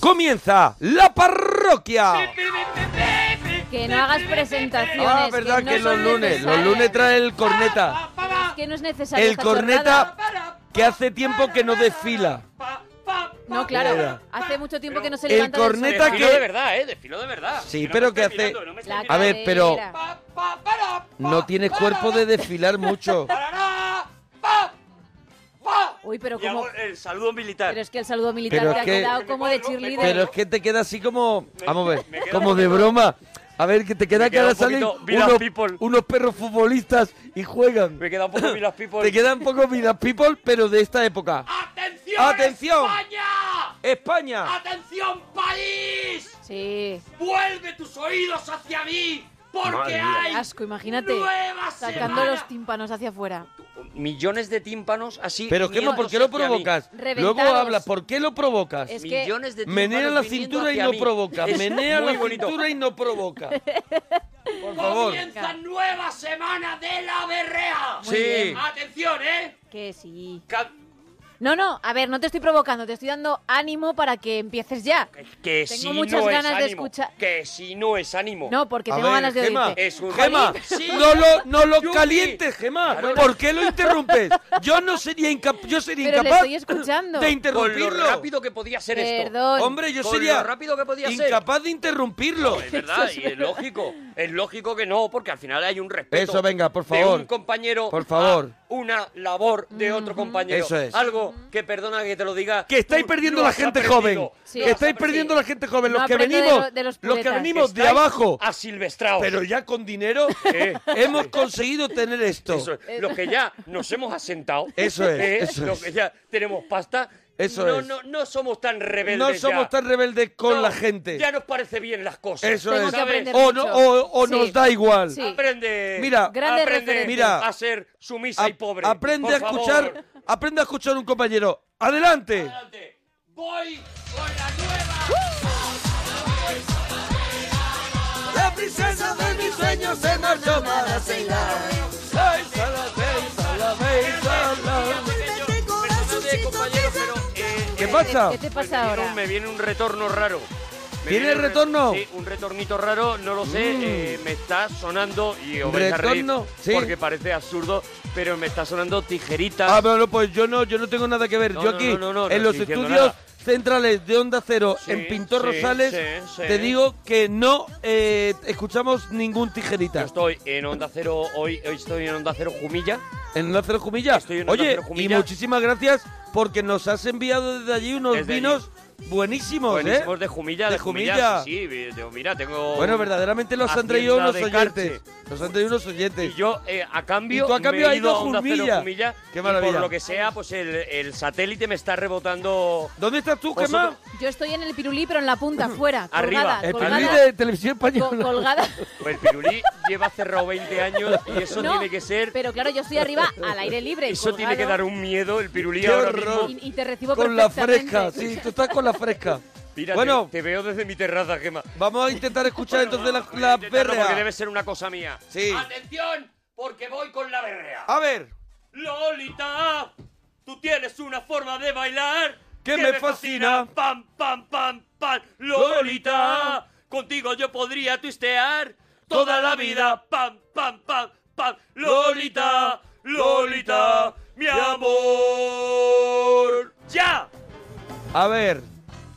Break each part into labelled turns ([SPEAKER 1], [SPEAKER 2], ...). [SPEAKER 1] comienza la parroquia.
[SPEAKER 2] Que no hagas presentaciones.
[SPEAKER 1] Ah, verdad que,
[SPEAKER 2] no
[SPEAKER 1] los
[SPEAKER 2] son
[SPEAKER 1] lunes, los
[SPEAKER 2] necesarias.
[SPEAKER 3] ¿eh?
[SPEAKER 1] lunes trae el
[SPEAKER 3] Ah,
[SPEAKER 1] corneta.
[SPEAKER 2] Es que no es necesario.
[SPEAKER 1] El
[SPEAKER 2] esta
[SPEAKER 1] corneta
[SPEAKER 2] chorrada.
[SPEAKER 1] que hace tiempo que no desfila.
[SPEAKER 2] No,
[SPEAKER 1] Mira.
[SPEAKER 2] claro. Hace mucho tiempo que no se
[SPEAKER 1] el
[SPEAKER 2] levanta. del
[SPEAKER 1] corneta
[SPEAKER 2] suelo.
[SPEAKER 1] que- Desfilo de
[SPEAKER 3] verdad, ¿eh? Desfilo de verdad.
[SPEAKER 1] Sí, pero que hace...
[SPEAKER 2] La
[SPEAKER 1] A ver, pero
[SPEAKER 2] cadera.
[SPEAKER 1] no tienes cuerpo de desfilar mucho.
[SPEAKER 2] Uy, pero
[SPEAKER 3] Y
[SPEAKER 2] como.
[SPEAKER 3] hago el saludo militar.
[SPEAKER 2] Pero es que el saludo militar
[SPEAKER 1] Pero
[SPEAKER 2] te
[SPEAKER 1] es
[SPEAKER 2] ha
[SPEAKER 1] que-
[SPEAKER 2] quedado como de cheerleader.
[SPEAKER 1] Pero es que te queda así como... Vamos a
[SPEAKER 3] me
[SPEAKER 1] ver,
[SPEAKER 3] queda
[SPEAKER 1] como
[SPEAKER 3] un
[SPEAKER 1] de
[SPEAKER 3] poquito-
[SPEAKER 1] broma. A ver, que te queda
[SPEAKER 3] me
[SPEAKER 1] que
[SPEAKER 3] queda
[SPEAKER 1] ahora
[SPEAKER 3] un
[SPEAKER 1] salen
[SPEAKER 3] poquito Village
[SPEAKER 1] unos,
[SPEAKER 3] People.
[SPEAKER 1] unos perros futbolistas y juegan.
[SPEAKER 3] Me queda un poco Vilas People.
[SPEAKER 1] Te quedan pocos vidas people, pero de esta época.
[SPEAKER 3] ¡Atención!
[SPEAKER 1] ¡Atención!
[SPEAKER 3] ¡España!
[SPEAKER 1] España.
[SPEAKER 3] ¡Atención, país!
[SPEAKER 2] Sí.
[SPEAKER 3] ¡Vuelve tus oídos hacia mí!
[SPEAKER 1] Madre
[SPEAKER 3] Porque
[SPEAKER 1] mía.
[SPEAKER 3] hay
[SPEAKER 2] Asco, imagínate.
[SPEAKER 3] nueva
[SPEAKER 2] Sacando
[SPEAKER 3] semana.
[SPEAKER 2] los tímpanos hacia afuera.
[SPEAKER 3] millones de tímpanos así.
[SPEAKER 1] Pero qué,
[SPEAKER 3] viniendo
[SPEAKER 1] ¿por qué lo
[SPEAKER 3] hacia mí.
[SPEAKER 1] provocas?
[SPEAKER 2] Reventados.
[SPEAKER 1] Luego hablas, ¿por qué lo provocas?
[SPEAKER 2] Es que-
[SPEAKER 3] Millones de tímpanos
[SPEAKER 1] Menea la
[SPEAKER 3] viniendo
[SPEAKER 1] cintura y
[SPEAKER 3] hacia
[SPEAKER 1] no
[SPEAKER 3] mí.
[SPEAKER 1] provoca.
[SPEAKER 3] Es
[SPEAKER 1] Menea
[SPEAKER 3] muy
[SPEAKER 1] la
[SPEAKER 3] bonito.
[SPEAKER 1] cintura y no provoca. Por favor.
[SPEAKER 3] Comienza nueva semana de la berrea.
[SPEAKER 1] Muy Sí. bien.
[SPEAKER 3] Atención, ¿eh?
[SPEAKER 2] Que sí.
[SPEAKER 3] Ca-
[SPEAKER 2] No, no, a ver, no te estoy provocando, te estoy dando ánimo para que empieces ya.
[SPEAKER 3] Que, que
[SPEAKER 2] Tengo
[SPEAKER 3] si
[SPEAKER 2] muchas
[SPEAKER 3] no
[SPEAKER 2] ganas
[SPEAKER 3] es
[SPEAKER 2] de
[SPEAKER 3] ánimo.
[SPEAKER 2] escuchar-
[SPEAKER 3] Que si no es ánimo. Ah,
[SPEAKER 2] No, porque
[SPEAKER 1] A
[SPEAKER 2] tengo
[SPEAKER 1] ver,
[SPEAKER 2] ganas de
[SPEAKER 1] Gema,
[SPEAKER 2] oírte.
[SPEAKER 3] Es un
[SPEAKER 1] Gema,
[SPEAKER 3] Sí.
[SPEAKER 1] no lo, no lo
[SPEAKER 3] Yupi.
[SPEAKER 1] calientes, Gema.
[SPEAKER 3] Claro.
[SPEAKER 1] ¿Por qué lo interrumpes? Yo no sería, incap- yo sería
[SPEAKER 2] Pero le
[SPEAKER 1] incapaz
[SPEAKER 2] estoy escuchando.
[SPEAKER 1] de
[SPEAKER 3] Con lo
[SPEAKER 1] interrumpirlo.
[SPEAKER 3] rápido que podía ser esto.
[SPEAKER 2] Perdón.
[SPEAKER 1] Hombre, yo
[SPEAKER 3] Con
[SPEAKER 1] sería
[SPEAKER 3] lo rápido que podía ser.
[SPEAKER 1] incapaz de interrumpirlo.
[SPEAKER 3] Es verdad, y es lógico. Es lógico que no, porque al final hay un respeto.
[SPEAKER 1] Eso, venga, por
[SPEAKER 3] De
[SPEAKER 1] favor.
[SPEAKER 3] un Ah, compañero.
[SPEAKER 1] Por favor.
[SPEAKER 3] a una labor de otro compañero.
[SPEAKER 1] Eso es.
[SPEAKER 3] Algo que perdona que te lo diga.
[SPEAKER 1] Que estáis
[SPEAKER 3] tú
[SPEAKER 1] perdiendo
[SPEAKER 3] no
[SPEAKER 1] la
[SPEAKER 3] has
[SPEAKER 1] gente
[SPEAKER 3] aprendido.
[SPEAKER 1] joven.
[SPEAKER 2] Sí.
[SPEAKER 1] que
[SPEAKER 2] Lo
[SPEAKER 1] estáis
[SPEAKER 2] has
[SPEAKER 1] perdiendo la gente joven.
[SPEAKER 2] No
[SPEAKER 1] los que
[SPEAKER 2] aprendo de
[SPEAKER 1] venimos,
[SPEAKER 2] lo- de los
[SPEAKER 1] los que
[SPEAKER 2] puletas.
[SPEAKER 1] venimos de
[SPEAKER 3] Estáis
[SPEAKER 1] abajo,
[SPEAKER 3] Asilvestraos.
[SPEAKER 1] pero ya con dinero,
[SPEAKER 3] Eh,
[SPEAKER 1] hemos conseguido tener esto.
[SPEAKER 3] Eso es. Los que ya nos hemos asentado.
[SPEAKER 1] Eso es,
[SPEAKER 3] eh,
[SPEAKER 1] eso
[SPEAKER 3] los
[SPEAKER 1] es.
[SPEAKER 3] que ya tenemos pasta.
[SPEAKER 1] Eso
[SPEAKER 3] no,
[SPEAKER 1] es.
[SPEAKER 3] No, no somos tan rebeldes.
[SPEAKER 1] no somos
[SPEAKER 3] ya.
[SPEAKER 1] tan rebeldes con
[SPEAKER 3] No,
[SPEAKER 1] la gente.
[SPEAKER 3] Ya nos parece bien las cosas.
[SPEAKER 1] Eso
[SPEAKER 2] Tengo
[SPEAKER 1] es.
[SPEAKER 2] que aprender
[SPEAKER 1] o no-
[SPEAKER 2] mucho.
[SPEAKER 1] o- o nos
[SPEAKER 2] Sí.
[SPEAKER 1] da igual.
[SPEAKER 2] Sí.
[SPEAKER 3] Aprende.
[SPEAKER 1] Mira,
[SPEAKER 2] Grandes
[SPEAKER 3] aprende
[SPEAKER 2] referentes.
[SPEAKER 1] Mira.
[SPEAKER 3] a ser sumisa
[SPEAKER 1] A-
[SPEAKER 3] y pobre.
[SPEAKER 1] aprende
[SPEAKER 3] Por
[SPEAKER 1] a escuchar,
[SPEAKER 3] favor.
[SPEAKER 1] aprende a escuchar un compañero. Adelante.
[SPEAKER 3] Adelante. Voy con la
[SPEAKER 1] La princesa de mis sueños se marchó para Ceilán. Ay, Salamanca, Salamanca, Salamanca.
[SPEAKER 3] nueva. Perdóname, compañero, pero. eh,
[SPEAKER 1] ¿Qué
[SPEAKER 3] eh,
[SPEAKER 1] pasa?
[SPEAKER 2] ¿Qué te
[SPEAKER 3] pues
[SPEAKER 2] pasa
[SPEAKER 3] me viene
[SPEAKER 2] ahora?
[SPEAKER 3] un- me viene un retorno raro. Me
[SPEAKER 1] ¿Tiene
[SPEAKER 3] viene un re-
[SPEAKER 1] retorno? Mm.
[SPEAKER 3] Sí, un retornito raro, no lo sé. eh, me está sonando y os vais a reír
[SPEAKER 1] ¿Retorno? Sí.
[SPEAKER 3] porque parece absurdo, pero me está sonando tijerita.
[SPEAKER 1] Ah, pero no, pues yo no, yo no tengo nada que ver.
[SPEAKER 3] No,
[SPEAKER 1] yo
[SPEAKER 3] no,
[SPEAKER 1] aquí,
[SPEAKER 3] no, no, no, no
[SPEAKER 1] en los
[SPEAKER 3] estoy diciendo
[SPEAKER 1] estudios
[SPEAKER 3] nada.
[SPEAKER 1] centrales de Onda Cero,
[SPEAKER 3] Sí,
[SPEAKER 1] en Pintor
[SPEAKER 3] sí,
[SPEAKER 1] Rosales,
[SPEAKER 3] sí, sí.
[SPEAKER 1] te digo que no eh, escuchamos ningún
[SPEAKER 3] Yo
[SPEAKER 1] tijerita.
[SPEAKER 3] estoy en Onda Cero, hoy, hoy estoy en Onda Cero Jumilla.
[SPEAKER 1] En Onda Cero Jumilla.
[SPEAKER 3] Estoy en Onda
[SPEAKER 1] Oye,
[SPEAKER 3] Cero Jumilla.
[SPEAKER 1] y muchísimas gracias porque nos has enviado desde allí unos
[SPEAKER 3] Desde allí.
[SPEAKER 1] vinos buenísimos,
[SPEAKER 3] Buenísimos
[SPEAKER 1] ¿eh?
[SPEAKER 3] de Jumilla, de,
[SPEAKER 1] De
[SPEAKER 3] Jumilla.
[SPEAKER 1] Jumilla.
[SPEAKER 3] Sí, sí, de- mira, tengo...
[SPEAKER 1] Bueno, verdaderamente los han
[SPEAKER 3] Hacienda
[SPEAKER 1] traído unos
[SPEAKER 3] de
[SPEAKER 1] oyentes. Los han traído unos oyentes.
[SPEAKER 3] Y yo, eh, a cambio,
[SPEAKER 1] Y tú a cambio
[SPEAKER 3] me
[SPEAKER 1] has
[SPEAKER 3] he ido
[SPEAKER 1] ido
[SPEAKER 3] a Onda Cero
[SPEAKER 1] Jumilla.
[SPEAKER 3] Jumilla.
[SPEAKER 1] Qué
[SPEAKER 3] y
[SPEAKER 1] maravilla.
[SPEAKER 3] por lo que sea, pues el, el satélite me está rebotando... Pues
[SPEAKER 1] ¿Dónde estás tú,
[SPEAKER 3] Vosotros-
[SPEAKER 1] Gemma?
[SPEAKER 2] Yo estoy en el pirulí, pero en la punta, fuera.
[SPEAKER 3] Arriba.
[SPEAKER 2] Colgada,
[SPEAKER 1] El
[SPEAKER 2] colgada,
[SPEAKER 1] pirulí de Televisión
[SPEAKER 2] co-
[SPEAKER 1] Española.
[SPEAKER 2] colgada.
[SPEAKER 3] Pues el pirulí lleva cerrado 20 años y eso
[SPEAKER 2] No,
[SPEAKER 3] tiene que ser...
[SPEAKER 2] Pero claro, yo estoy arriba al aire libre.
[SPEAKER 3] Eso tiene que dar
[SPEAKER 2] colgado,
[SPEAKER 3] un miedo, el pirulí
[SPEAKER 1] Qué
[SPEAKER 3] ahora
[SPEAKER 1] horror.
[SPEAKER 3] mismo.
[SPEAKER 2] Y, y te recibo
[SPEAKER 1] Con la
[SPEAKER 2] perfectamente.
[SPEAKER 1] fresca. Sí, tú estás con la fresca.
[SPEAKER 3] Mira,
[SPEAKER 1] bueno,
[SPEAKER 3] te, te veo desde mi terraza, Gema.
[SPEAKER 1] vamos a intentar escuchar entonces la,
[SPEAKER 3] Voy a
[SPEAKER 1] la
[SPEAKER 3] intentarlo
[SPEAKER 1] berrea.
[SPEAKER 3] Porque debe ser una cosa mía.
[SPEAKER 1] Sí.
[SPEAKER 3] Atención, porque voy con la berrea.
[SPEAKER 1] A ver.
[SPEAKER 3] Lolita, tú tienes una forma de bailar
[SPEAKER 1] Que me fascina.
[SPEAKER 3] Pam, pam, pam, pam. Lolita, eh, contigo yo podría twistear toda la vida. Pam, pam, pam, pam. Lolita, Lolita, mi amor. ¡Ya!
[SPEAKER 1] A ver,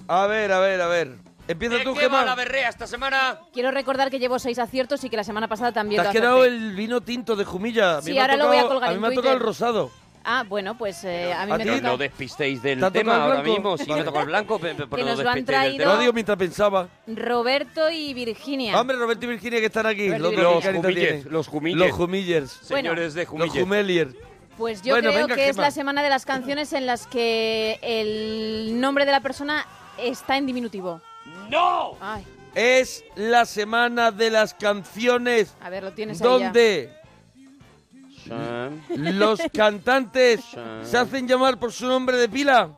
[SPEAKER 1] a ver, a ver, a ver. Empieza
[SPEAKER 3] ¿De
[SPEAKER 1] tú,
[SPEAKER 3] qué va la
[SPEAKER 1] Gemma.
[SPEAKER 3] berrea esta semana?
[SPEAKER 2] Quiero recordar que llevo seis aciertos y que la semana pasada
[SPEAKER 1] Te
[SPEAKER 2] también
[SPEAKER 1] has
[SPEAKER 2] lo
[SPEAKER 1] quedado
[SPEAKER 2] acerté.
[SPEAKER 1] el vino tinto de Jumilla. A mí
[SPEAKER 2] Sí,
[SPEAKER 1] me ha
[SPEAKER 2] ahora lo voy a
[SPEAKER 1] tocado-
[SPEAKER 2] colgar
[SPEAKER 1] A mí
[SPEAKER 2] en
[SPEAKER 1] me ha tocado el
[SPEAKER 2] Twitter.
[SPEAKER 1] rosado.
[SPEAKER 2] Ah, bueno, pues eh, a mí
[SPEAKER 1] ¿A
[SPEAKER 2] me
[SPEAKER 1] ti?
[SPEAKER 3] Pero
[SPEAKER 2] toca...
[SPEAKER 3] no despistéis del
[SPEAKER 1] ¿Te ha tocado
[SPEAKER 3] tema
[SPEAKER 1] el
[SPEAKER 3] ahora
[SPEAKER 1] blanco?
[SPEAKER 3] mismo. Si
[SPEAKER 1] Vale.
[SPEAKER 3] me toca el blanco, pe- pe- pero no
[SPEAKER 2] nos lo
[SPEAKER 3] despistéis
[SPEAKER 2] han
[SPEAKER 3] del
[SPEAKER 2] traído
[SPEAKER 3] tema.
[SPEAKER 1] Lo digo mientras pensaba.
[SPEAKER 2] Roberto y Virginia.
[SPEAKER 1] Hombre, Roberto y Virginia que están aquí.
[SPEAKER 2] Roberto
[SPEAKER 1] Los,
[SPEAKER 2] y
[SPEAKER 1] dos
[SPEAKER 2] Virginia.
[SPEAKER 1] caritas
[SPEAKER 3] Los
[SPEAKER 1] tienen.
[SPEAKER 3] Jumillers, los Jumillers.
[SPEAKER 1] Los Jumillers.
[SPEAKER 2] Bueno.
[SPEAKER 3] Señores de
[SPEAKER 1] Los
[SPEAKER 3] Jumille.
[SPEAKER 1] Jumeliers.
[SPEAKER 2] Pues yo
[SPEAKER 1] Bueno,
[SPEAKER 2] creo
[SPEAKER 1] venga,
[SPEAKER 2] que es
[SPEAKER 1] Gemma.
[SPEAKER 2] la semana de las canciones en las que el nombre de la persona está en diminutivo.
[SPEAKER 3] ¡No!
[SPEAKER 2] Ay,
[SPEAKER 1] Es la semana de las canciones
[SPEAKER 2] a ver, lo tienes ahí ya.
[SPEAKER 1] donde los cantantes se hacen llamar por su nombre de pila.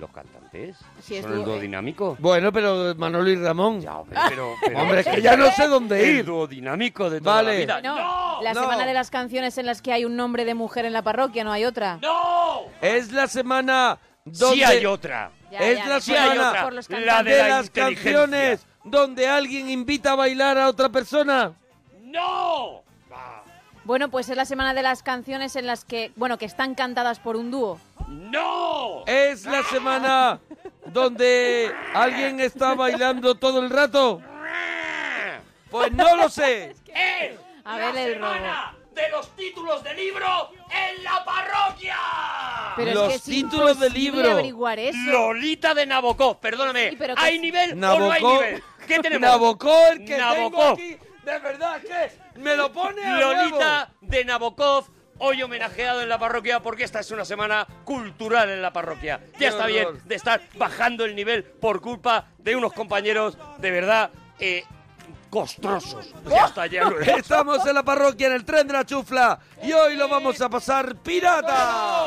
[SPEAKER 3] ¿Los cantantes?
[SPEAKER 2] Sí, es
[SPEAKER 3] ¿Son el
[SPEAKER 2] dúo,
[SPEAKER 3] dúo
[SPEAKER 2] eh.
[SPEAKER 3] dinámico?
[SPEAKER 1] Bueno, pero Manolo y Ramón.
[SPEAKER 3] Ya, hombre, pero, pero-
[SPEAKER 1] Hombre, es que ya no sé dónde
[SPEAKER 3] El
[SPEAKER 1] ir.
[SPEAKER 3] dúo dinámico de toda
[SPEAKER 1] Vale.
[SPEAKER 3] la vida.
[SPEAKER 2] No, la
[SPEAKER 1] No.
[SPEAKER 2] semana de las canciones en las que hay un nombre de mujer en la parroquia, no hay otra.
[SPEAKER 3] ¡No!
[SPEAKER 1] Es la semana donde
[SPEAKER 3] Sí hay otra.
[SPEAKER 2] Ya,
[SPEAKER 1] es
[SPEAKER 2] ya,
[SPEAKER 1] la
[SPEAKER 2] sí hay
[SPEAKER 1] semana
[SPEAKER 2] otra, por los
[SPEAKER 3] la
[SPEAKER 2] cantantes.
[SPEAKER 3] de la
[SPEAKER 1] las
[SPEAKER 3] inteligencia.
[SPEAKER 1] canciones donde alguien invita a bailar a otra persona.
[SPEAKER 3] ¡No! Va.
[SPEAKER 2] Bueno, pues es la semana de las canciones en las que, bueno, que están cantadas por un dúo.
[SPEAKER 3] ¡No!
[SPEAKER 1] Es la semana donde alguien está bailando todo el rato. Pues no lo sé.
[SPEAKER 3] ¡Es
[SPEAKER 2] A
[SPEAKER 3] la
[SPEAKER 2] ver el robo.
[SPEAKER 3] semana de los títulos de libro en la parroquia!
[SPEAKER 2] Pero
[SPEAKER 1] Los
[SPEAKER 2] es que es
[SPEAKER 1] títulos
[SPEAKER 2] imposible
[SPEAKER 1] del libro.
[SPEAKER 2] averiguar eso.
[SPEAKER 3] Lolita de Nabokov, perdóname.
[SPEAKER 2] Sí, pero que-
[SPEAKER 3] ¿Hay nivel o no hay
[SPEAKER 1] Nabokov.
[SPEAKER 3] nivel? ¿Qué tenemos?
[SPEAKER 1] Nabokov, el que tengo
[SPEAKER 3] Nabokov.
[SPEAKER 1] aquí. De verdad que me lo pone a
[SPEAKER 3] Lolita de Nabokov, hoy homenajeado en la parroquia, porque esta es una semana cultural en la parroquia. Ya
[SPEAKER 1] Qué
[SPEAKER 3] está
[SPEAKER 1] horror.
[SPEAKER 3] bien de estar bajando el nivel por culpa de unos compañeros de verdad eh, costrosos. Ya está, ya lo
[SPEAKER 1] huevo. Estamos en la parroquia en el tren de la chufla y hoy lo vamos a pasar pirata.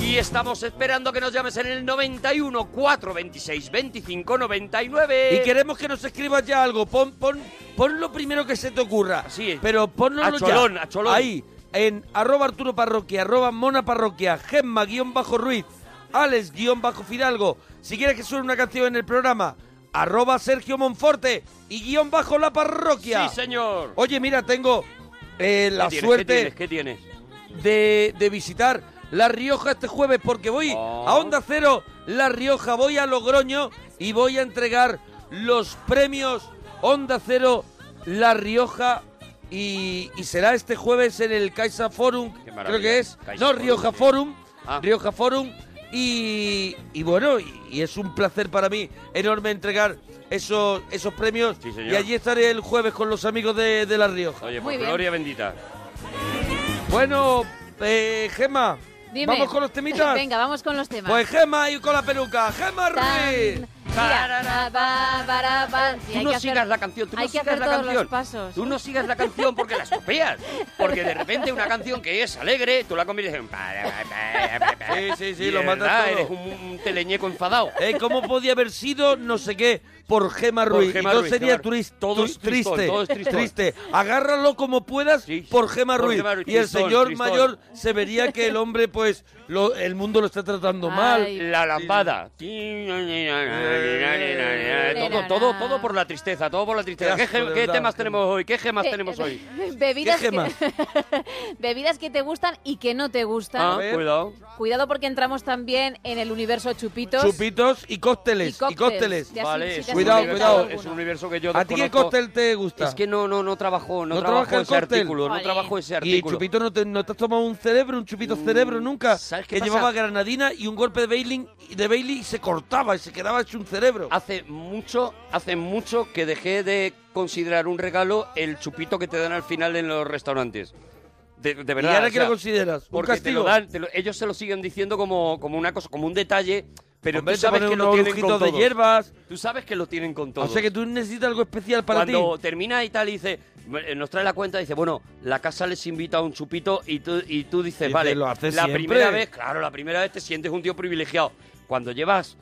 [SPEAKER 3] Y estamos esperando que nos llames en el 91 426 25 99.
[SPEAKER 1] Y queremos que nos escribas ya algo. Pon, pon, pon lo primero que se te ocurra.
[SPEAKER 3] Sí.
[SPEAKER 1] Pero ponlo
[SPEAKER 3] A cholón,
[SPEAKER 1] ya.
[SPEAKER 3] a cholón.
[SPEAKER 1] Ahí, en arroba Arturo Parroquia, arroba Mona Parroquia, Gemma guión bajo Ruiz, Alex guión bajo Fidalgo. Si quieres que suene una canción en el programa, arroba Sergio Monforte y guión bajo La Parroquia.
[SPEAKER 3] Sí, señor.
[SPEAKER 1] Oye, mira, tengo eh, la
[SPEAKER 3] ¿Qué tienes,
[SPEAKER 1] suerte
[SPEAKER 3] ¿Qué tienes? ¿Qué tienes?
[SPEAKER 1] de, de visitar La Rioja este jueves porque voy
[SPEAKER 3] Oh.
[SPEAKER 1] a Onda Cero La Rioja, voy a Logroño y voy a entregar los premios Onda Cero La Rioja y, y será este jueves en el Caixa Forum,
[SPEAKER 3] Qué maravilla.
[SPEAKER 1] creo que es,
[SPEAKER 3] Caixa
[SPEAKER 1] no,
[SPEAKER 3] Forum,
[SPEAKER 1] Rioja
[SPEAKER 3] sí.
[SPEAKER 1] Forum,
[SPEAKER 3] Ah.
[SPEAKER 1] Rioja Forum y, y bueno, y, y es un placer para mí enorme entregar esos, esos premios
[SPEAKER 3] Sí, señor.
[SPEAKER 1] y allí estaré el jueves con los amigos de, de La Rioja.
[SPEAKER 3] Oye,
[SPEAKER 2] Muy
[SPEAKER 3] por
[SPEAKER 2] bien.
[SPEAKER 3] gloria bendita.
[SPEAKER 1] Bueno, eh, Gemma,
[SPEAKER 2] Dime.
[SPEAKER 1] vamos con los temitas.
[SPEAKER 2] Venga, vamos con los temas.
[SPEAKER 1] Pues Gema y con la peluca, Gema Ruiz.
[SPEAKER 2] Tan- Mira, ba, ba, ra, ba. Sí,
[SPEAKER 3] Tú
[SPEAKER 2] hay
[SPEAKER 3] no
[SPEAKER 2] que hacer-
[SPEAKER 3] sigas la canción, tú
[SPEAKER 2] hay
[SPEAKER 3] no
[SPEAKER 2] que
[SPEAKER 3] sigas
[SPEAKER 2] hacer
[SPEAKER 3] la
[SPEAKER 2] todos
[SPEAKER 3] canción.
[SPEAKER 2] los pasos.
[SPEAKER 3] Tú no sigas la canción porque la estropeas. Porque de repente una canción que es alegre, tú la conviertes en.
[SPEAKER 1] Sí, sí, sí,
[SPEAKER 3] Y
[SPEAKER 1] lo
[SPEAKER 3] de
[SPEAKER 1] matas
[SPEAKER 3] verdad,
[SPEAKER 1] todo.
[SPEAKER 3] Eres un, un teleñeco enfadado.
[SPEAKER 1] Eh, ¿Cómo podía haber sido no sé qué por Gema
[SPEAKER 3] Por
[SPEAKER 1] Ruiz?
[SPEAKER 3] Gema
[SPEAKER 1] y no
[SPEAKER 3] Ruiz,
[SPEAKER 1] sería
[SPEAKER 3] Gema Ruiz.
[SPEAKER 1] turis-
[SPEAKER 3] Todo
[SPEAKER 1] tu-
[SPEAKER 3] es tristón,
[SPEAKER 1] triste,
[SPEAKER 3] todo es tristón.
[SPEAKER 1] triste. Agárralo como puedas
[SPEAKER 3] Sí, sí.
[SPEAKER 1] por Gema
[SPEAKER 3] Por
[SPEAKER 1] Ruiz.
[SPEAKER 3] Gema Ruiz,
[SPEAKER 1] Y el
[SPEAKER 3] tristón,
[SPEAKER 1] señor
[SPEAKER 3] tristón.
[SPEAKER 1] mayor se vería que el hombre, pues, lo- el mundo lo está tratando
[SPEAKER 2] Ay.
[SPEAKER 1] mal.
[SPEAKER 3] La lampada. Todo, todo, todo por la tristeza, todo por la tristeza.
[SPEAKER 1] Qué
[SPEAKER 3] ¿Qué,
[SPEAKER 1] asco,
[SPEAKER 3] gem-
[SPEAKER 1] de
[SPEAKER 3] qué
[SPEAKER 1] verdad,
[SPEAKER 3] temas
[SPEAKER 1] Gema.
[SPEAKER 3] tenemos hoy? ¿Qué gemas
[SPEAKER 2] Eh,
[SPEAKER 3] tenemos
[SPEAKER 2] eh,
[SPEAKER 3] hoy?
[SPEAKER 2] Bebidas,
[SPEAKER 1] ¿Qué gemas?
[SPEAKER 2] que, bebidas que te gustan y que no te
[SPEAKER 3] Ah,
[SPEAKER 2] gustan.
[SPEAKER 1] ver.
[SPEAKER 3] cuidado.
[SPEAKER 2] Cuidado porque entramos también en el universo chupitos.
[SPEAKER 1] Chupitos y cócteles.
[SPEAKER 2] Y
[SPEAKER 1] Y
[SPEAKER 2] cócteles.
[SPEAKER 1] cócteles.
[SPEAKER 2] Ya.
[SPEAKER 3] Vale,
[SPEAKER 2] sí
[SPEAKER 3] es un
[SPEAKER 2] te
[SPEAKER 1] has Cuidado,
[SPEAKER 3] universo-
[SPEAKER 1] cuidado.
[SPEAKER 3] Es un universo que yo
[SPEAKER 1] ¿A ti qué
[SPEAKER 3] desconozco.
[SPEAKER 1] cóctel te gusta?
[SPEAKER 3] Es que no, no, no trabajó, no,
[SPEAKER 1] ¿No
[SPEAKER 3] trabajó
[SPEAKER 1] trabaja el
[SPEAKER 3] ese
[SPEAKER 1] cóctel?
[SPEAKER 3] artículo, no
[SPEAKER 2] Jolín.
[SPEAKER 3] trabajó ese
[SPEAKER 1] Y
[SPEAKER 3] artículo. Mm,
[SPEAKER 1] Chupito, ¿no te, no te has tomado un cerebro, un chupito cerebro nunca?
[SPEAKER 3] ¿sabes qué
[SPEAKER 1] que
[SPEAKER 3] pasa?
[SPEAKER 1] llevaba granadina y un golpe de Bailey, de Bailey y se cortaba y se quedaba hecho un cerebro.
[SPEAKER 3] Hace mucho, hace mucho que dejé de considerar un regalo el chupito que te dan al final en los restaurantes. De, de verdad.
[SPEAKER 1] ¿Y ahora
[SPEAKER 3] o
[SPEAKER 1] qué
[SPEAKER 3] sea,
[SPEAKER 1] lo consideras? ¿Un
[SPEAKER 3] Porque te lo
[SPEAKER 1] castigo?
[SPEAKER 3] dan, te lo- ellos se lo siguen diciendo como, como una cosa, como un detalle, pero
[SPEAKER 1] Hombre,
[SPEAKER 3] tú
[SPEAKER 1] te
[SPEAKER 3] sabes
[SPEAKER 1] ponen
[SPEAKER 3] que lo
[SPEAKER 1] unos
[SPEAKER 3] tienen con
[SPEAKER 1] ojitos de
[SPEAKER 3] todos.
[SPEAKER 1] hierbas.
[SPEAKER 3] Tú sabes que lo tienen con todos.
[SPEAKER 1] O sea que tú necesitas algo especial para
[SPEAKER 3] Cuando
[SPEAKER 1] ti.
[SPEAKER 3] termina y tal, dice, eh, nos trae la cuenta, dice, bueno, la casa les invita a un chupito y tú, y tú dices,
[SPEAKER 1] Dice,
[SPEAKER 3] vale,
[SPEAKER 1] "Lo hace
[SPEAKER 3] la
[SPEAKER 1] siempre".
[SPEAKER 3] primera vez, claro, la primera vez te sientes un tío privilegiado. Cuando llevas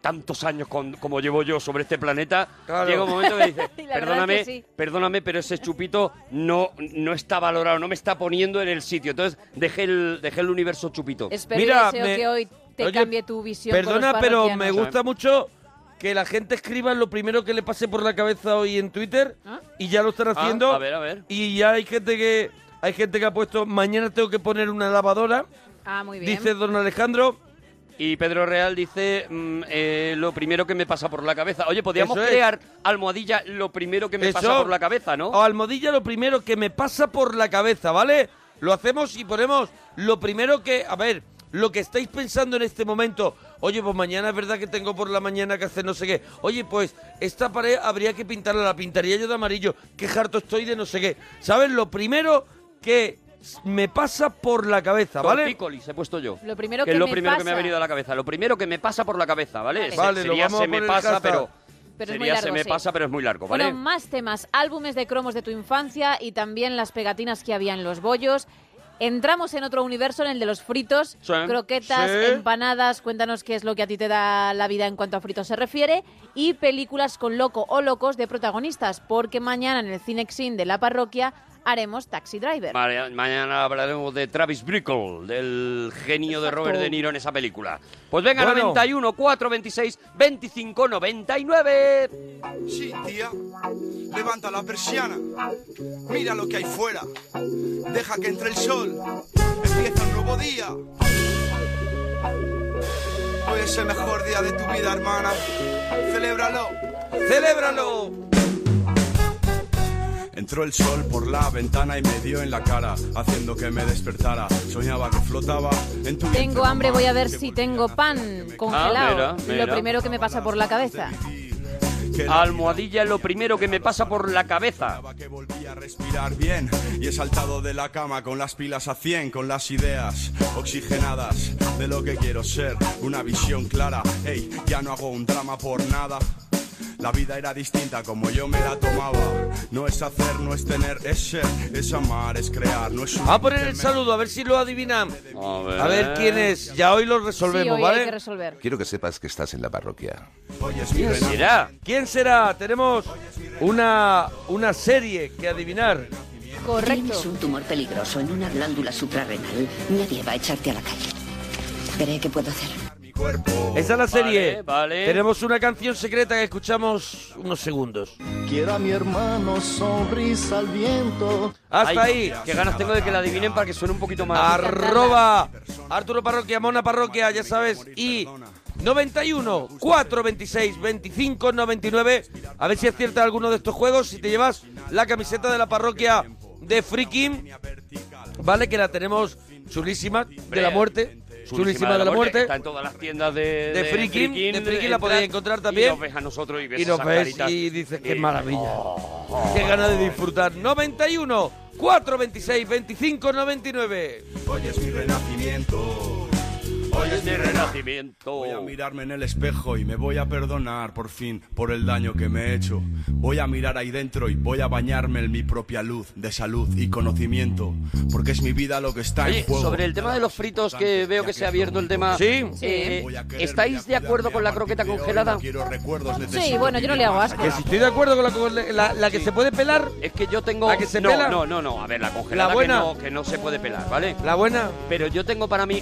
[SPEAKER 3] tantos años con- como llevo yo sobre este planeta,
[SPEAKER 1] Claro.
[SPEAKER 3] llega un momento que dices,
[SPEAKER 2] Y la verdad es
[SPEAKER 3] perdóname,
[SPEAKER 2] que sí.
[SPEAKER 3] perdóname, pero ese chupito no, no está valorado, no me está poniendo en el sitio. Entonces, dejé el, dejé el universo chupito.
[SPEAKER 2] Espero
[SPEAKER 1] Mira,
[SPEAKER 2] y deseo
[SPEAKER 1] me-
[SPEAKER 2] que hoy te
[SPEAKER 1] Oye,
[SPEAKER 2] cambie tu visión. por
[SPEAKER 1] Perdona,
[SPEAKER 2] los
[SPEAKER 1] pero
[SPEAKER 2] parroquianos.
[SPEAKER 1] me gusta mucho que la gente escriba lo primero que le pase por la cabeza hoy en Twitter
[SPEAKER 2] ¿Ah?
[SPEAKER 1] y ya lo están
[SPEAKER 3] Ah,
[SPEAKER 1] haciendo.
[SPEAKER 3] a ver, a ver.
[SPEAKER 1] Y ya hay gente que hay gente que ha puesto mañana tengo que poner una lavadora.
[SPEAKER 2] Ah, muy bien.
[SPEAKER 1] Dice don Alejandro.
[SPEAKER 3] Y Pedro Real dice mm, eh, lo primero que me pasa por la cabeza. Oye, podríamos
[SPEAKER 1] Eso es.
[SPEAKER 3] crear almohadilla lo primero que me pasa
[SPEAKER 1] Eso.
[SPEAKER 3] por la cabeza, ¿no?
[SPEAKER 1] O almohadilla lo primero que me pasa por la cabeza, ¿vale? Lo hacemos y ponemos lo primero que, a ver, lo que estáis pensando en este momento. Oye, pues mañana es verdad que tengo por la mañana que hacer no sé qué. Oye, pues esta pared habría que pintarla, la pintaría yo de amarillo. Qué harto estoy de no sé qué. ¿Sabes? Lo primero que me pasa por la cabeza, ¿vale?
[SPEAKER 3] Tortícolis he puesto yo.
[SPEAKER 2] Lo primero
[SPEAKER 3] es
[SPEAKER 2] que
[SPEAKER 3] lo
[SPEAKER 2] me
[SPEAKER 3] primero que me ha
[SPEAKER 2] pasa.
[SPEAKER 3] venido a la cabeza. Lo primero que me pasa por la cabeza, ¿vale?
[SPEAKER 2] Vale.
[SPEAKER 3] Se-
[SPEAKER 1] Vale, lo
[SPEAKER 3] sería
[SPEAKER 1] vamos a
[SPEAKER 3] se me
[SPEAKER 1] poner
[SPEAKER 3] pasa,
[SPEAKER 1] hashtag.
[SPEAKER 3] pero.
[SPEAKER 2] Pero es muy
[SPEAKER 3] sería se
[SPEAKER 2] largo,
[SPEAKER 3] me
[SPEAKER 2] sí.
[SPEAKER 3] pasa, pero es muy largo, ¿vale?
[SPEAKER 2] Fueron más temas, álbumes de cromos de tu infancia y también las pegatinas que había en los bollos. Entramos en otro universo, en el de los fritos,
[SPEAKER 3] Sí.
[SPEAKER 2] croquetas,
[SPEAKER 1] Sí.
[SPEAKER 2] empanadas, cuéntanos qué es lo que a ti te da la vida en cuanto a fritos se refiere, y películas con loco o locos de protagonistas, porque mañana en el Cinexin de la parroquia haremos Taxi Driver.
[SPEAKER 3] Ma- mañana hablaremos de Travis Brickle, del genio de
[SPEAKER 2] Exacto.
[SPEAKER 3] Robert De Niro en esa película. Pues venga,
[SPEAKER 1] Bueno.
[SPEAKER 3] 91, 4, 26, 25, 99.
[SPEAKER 4] Sí, tía. Levanta la persiana. Mira lo que hay fuera. Deja que entre el sol. Empieza un nuevo día. Hoy es el mejor día de tu vida, hermana. Celébralo.
[SPEAKER 1] ¡Celébralo!
[SPEAKER 4] Entró el sol por la ventana y me dio en la cara, haciendo que me despertara. Soñaba que flotaba en tu
[SPEAKER 2] Tengo hambre, voy a ver si tengo pan congelado.
[SPEAKER 3] Ah, mira, mira.
[SPEAKER 2] Lo primero que me pasa por la cabeza.
[SPEAKER 3] Almohadilla es lo primero que me pasa por la cabeza.
[SPEAKER 4] Pensaba que volví a respirar bien y he saltado de la cama con las pilas a 100, con las ideas oxigenadas de lo que quiero ser, una visión clara. Hey, ya no hago un drama por nada. La vida era distinta como yo me la tomaba. No es hacer, no es tener, es ser, es amar, es crear, no es un-
[SPEAKER 1] Va a poner el saludo, a ver si lo adivinan.
[SPEAKER 3] A ver,
[SPEAKER 1] A ver quién es. Ya hoy lo resolvemos,
[SPEAKER 2] Sí, hoy
[SPEAKER 1] ¿vale?
[SPEAKER 2] hay que resolver.
[SPEAKER 5] Quiero que sepas que estás en la parroquia.
[SPEAKER 4] Hoy es mi
[SPEAKER 3] ¿Quién
[SPEAKER 4] renacer.
[SPEAKER 3] será?
[SPEAKER 1] ¿Quién será? Tenemos una, una serie que adivinar.
[SPEAKER 2] Correcto.
[SPEAKER 6] Tienes un tumor peligroso en una glándula suprarrenal. Nadie va a echarte a la calle. Veré qué puedo hacer.
[SPEAKER 4] mi cuerpo.
[SPEAKER 1] Esa es la serie.
[SPEAKER 3] vale.
[SPEAKER 1] Tenemos una canción secreta que escuchamos unos segundos.
[SPEAKER 7] Quiero a mi hermano sonrisa al viento.
[SPEAKER 1] Hasta
[SPEAKER 3] Ay,
[SPEAKER 1] ahí.
[SPEAKER 3] Qué ganas tengo de que la adivinen para que suene un poquito más.
[SPEAKER 1] Arroba Arturo Parroquia, Mona Parroquia, ya sabes. Y 91 426 25 99. A ver si aciertas alguno de estos juegos. Si te llevas la camiseta de la parroquia de Freaking, vale, que la tenemos chulísima de la muerte. Chulísima de la muerte.
[SPEAKER 3] Está en todas las tiendas de,
[SPEAKER 1] De Free King, de Free King la
[SPEAKER 3] entras
[SPEAKER 1] podéis encontrar también.
[SPEAKER 3] Y nos ves a nosotros y ves
[SPEAKER 1] Y nos
[SPEAKER 3] esas
[SPEAKER 1] ves
[SPEAKER 3] caritas. Oh.
[SPEAKER 1] y dices qué
[SPEAKER 3] Y-
[SPEAKER 1] maravilla. Qué ganas de disfrutar. 91 426 25 99.
[SPEAKER 4] Hoy es mi renacimiento.
[SPEAKER 3] Hoy es mi renacimiento.
[SPEAKER 4] Voy a mirarme en el espejo y me voy a perdonar por fin por el daño que me he hecho. Voy a mirar ahí dentro y voy a bañarme en mi propia luz de salud y conocimiento, porque es mi vida lo que está
[SPEAKER 3] Oye,
[SPEAKER 4] en juego.
[SPEAKER 3] sobre el tema de los fritos que veo que se ha abierto el tema.
[SPEAKER 1] Sí.
[SPEAKER 3] eh,
[SPEAKER 4] Voy a quererme, a
[SPEAKER 3] ¿Estáis de
[SPEAKER 4] cuidarme,
[SPEAKER 3] acuerdo con la
[SPEAKER 4] a partir
[SPEAKER 3] croqueta
[SPEAKER 4] de hoy
[SPEAKER 3] congelada?
[SPEAKER 4] No quiero recuerdos,
[SPEAKER 2] Sí,
[SPEAKER 4] necesito
[SPEAKER 2] bueno, yo no
[SPEAKER 4] vivir
[SPEAKER 2] le hago
[SPEAKER 4] más
[SPEAKER 2] asco.
[SPEAKER 1] Que si estoy de acuerdo con la, con la- la que se puede pelar,
[SPEAKER 3] Es que yo tengo.
[SPEAKER 1] ¿La que se
[SPEAKER 3] no,
[SPEAKER 1] pela?
[SPEAKER 3] no, no, no. A ver, la congelada
[SPEAKER 1] ¿La buena?
[SPEAKER 3] Que, no, que no se puede pelar, ¿vale?
[SPEAKER 1] la buena.
[SPEAKER 3] Pero yo tengo para mí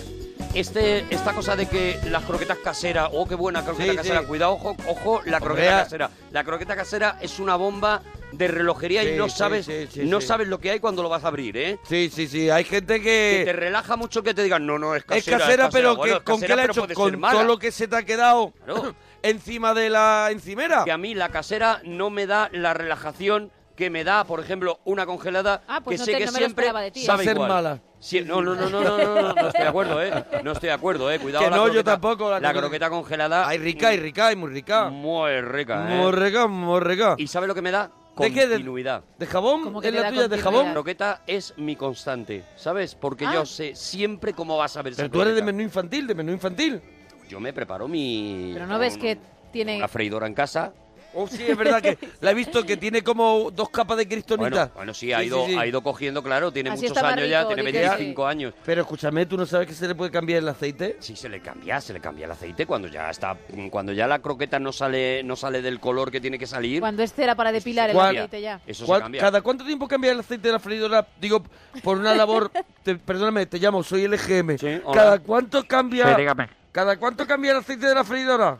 [SPEAKER 3] este, esta cosa de que las croquetas caseras, oh, qué buena croqueta
[SPEAKER 1] Sí,
[SPEAKER 3] casera,
[SPEAKER 1] sí.
[SPEAKER 3] cuidado, ojo, ojo, la croqueta
[SPEAKER 1] Hombre,
[SPEAKER 3] casera. La croqueta casera es una bomba de relojería
[SPEAKER 1] Sí,
[SPEAKER 3] y no
[SPEAKER 1] sí,
[SPEAKER 3] sabes,
[SPEAKER 1] sí, sí,
[SPEAKER 3] no
[SPEAKER 1] sí.
[SPEAKER 3] sabes lo que hay cuando lo vas a abrir, ¿eh?
[SPEAKER 1] Sí, sí, sí. Hay gente
[SPEAKER 3] Que te
[SPEAKER 1] que
[SPEAKER 3] relaja mucho que te digan, no, no, es
[SPEAKER 1] es
[SPEAKER 3] casera.
[SPEAKER 1] casera, pero
[SPEAKER 3] Bueno,
[SPEAKER 1] que
[SPEAKER 3] es
[SPEAKER 1] con qué
[SPEAKER 3] casera,
[SPEAKER 1] la ha
[SPEAKER 3] pero
[SPEAKER 1] hecho,
[SPEAKER 3] puede
[SPEAKER 1] con
[SPEAKER 3] ser mala.
[SPEAKER 1] todo lo que se te ha quedado
[SPEAKER 3] Claro.
[SPEAKER 1] encima de la encimera.
[SPEAKER 3] que a mí la casera no me da la relajación que me da, por ejemplo, una congelada
[SPEAKER 2] Ah, pues
[SPEAKER 3] que
[SPEAKER 2] no
[SPEAKER 3] sé
[SPEAKER 2] te-
[SPEAKER 3] que
[SPEAKER 2] no me lo
[SPEAKER 3] siempre
[SPEAKER 2] esperaba de ti, ¿eh?
[SPEAKER 3] sabe
[SPEAKER 1] Va a ser
[SPEAKER 3] igual.
[SPEAKER 1] mala.
[SPEAKER 3] Sí, no, no, no, no, no, no, no, no estoy de acuerdo, ¿eh? No estoy de acuerdo, ¿eh? Cuidado.
[SPEAKER 1] Que
[SPEAKER 3] la
[SPEAKER 1] no, yo
[SPEAKER 3] croqueta-
[SPEAKER 1] tampoco, la
[SPEAKER 3] La
[SPEAKER 1] croqueta-
[SPEAKER 3] croqueta congelada.
[SPEAKER 1] Ay, rica, y rica, y muy rica.
[SPEAKER 3] Muy rica, ¿eh?
[SPEAKER 1] Muy rica, muy rica.
[SPEAKER 3] ¿Y sabe lo que me da?
[SPEAKER 1] ¿De qué? ¿De,
[SPEAKER 3] Continuidad.
[SPEAKER 1] de jabón?
[SPEAKER 2] ¿Cómo que
[SPEAKER 1] ¿Es
[SPEAKER 2] te
[SPEAKER 1] la
[SPEAKER 2] da
[SPEAKER 1] tuya de
[SPEAKER 3] La
[SPEAKER 1] jabón?
[SPEAKER 2] continuidad?
[SPEAKER 3] croqueta es mi constante, ¿sabes? Porque
[SPEAKER 2] Ah.
[SPEAKER 3] yo sé siempre cómo vas a ver
[SPEAKER 1] Pero
[SPEAKER 3] esa
[SPEAKER 1] tú eres de
[SPEAKER 3] croqueta.
[SPEAKER 1] menú infantil, de menú infantil.
[SPEAKER 3] Yo me preparo mi...
[SPEAKER 2] Pero no ves
[SPEAKER 3] un-
[SPEAKER 2] que tiene...
[SPEAKER 3] Una freidora en casa.
[SPEAKER 1] Oh, sí, es verdad que la he visto que tiene como dos capas de
[SPEAKER 3] Bueno,
[SPEAKER 1] cristonita.
[SPEAKER 3] bueno, sí, ha ido,
[SPEAKER 1] sí.
[SPEAKER 3] ha ido cogiendo, claro, tiene
[SPEAKER 2] Así
[SPEAKER 3] muchos
[SPEAKER 2] está más
[SPEAKER 3] años ya,
[SPEAKER 2] rico,
[SPEAKER 3] tiene
[SPEAKER 2] di que
[SPEAKER 3] 25
[SPEAKER 2] sí.
[SPEAKER 3] años.
[SPEAKER 1] Pero escúchame, ¿tú no sabes que se le puede cambiar el aceite?
[SPEAKER 3] Sí, se le cambia, se le cambia el aceite cuando ya está, cuando ya la croqueta no sale, no sale del color que tiene que salir.
[SPEAKER 2] Cuando este era para depilar el
[SPEAKER 1] ¿Cuál?
[SPEAKER 2] aceite ya.
[SPEAKER 3] Eso se
[SPEAKER 1] ¿Cuál-
[SPEAKER 3] cambia.
[SPEAKER 1] ¿Cada cuánto tiempo cambia el aceite de la freidora? Digo, por una labor, te- perdóname, te llamo, soy LGM.
[SPEAKER 3] Sí, hola.
[SPEAKER 1] ¿Cada cuánto cambia?
[SPEAKER 8] Sí, dígame.
[SPEAKER 1] ¿Cada cuánto cambia el aceite de la freidora?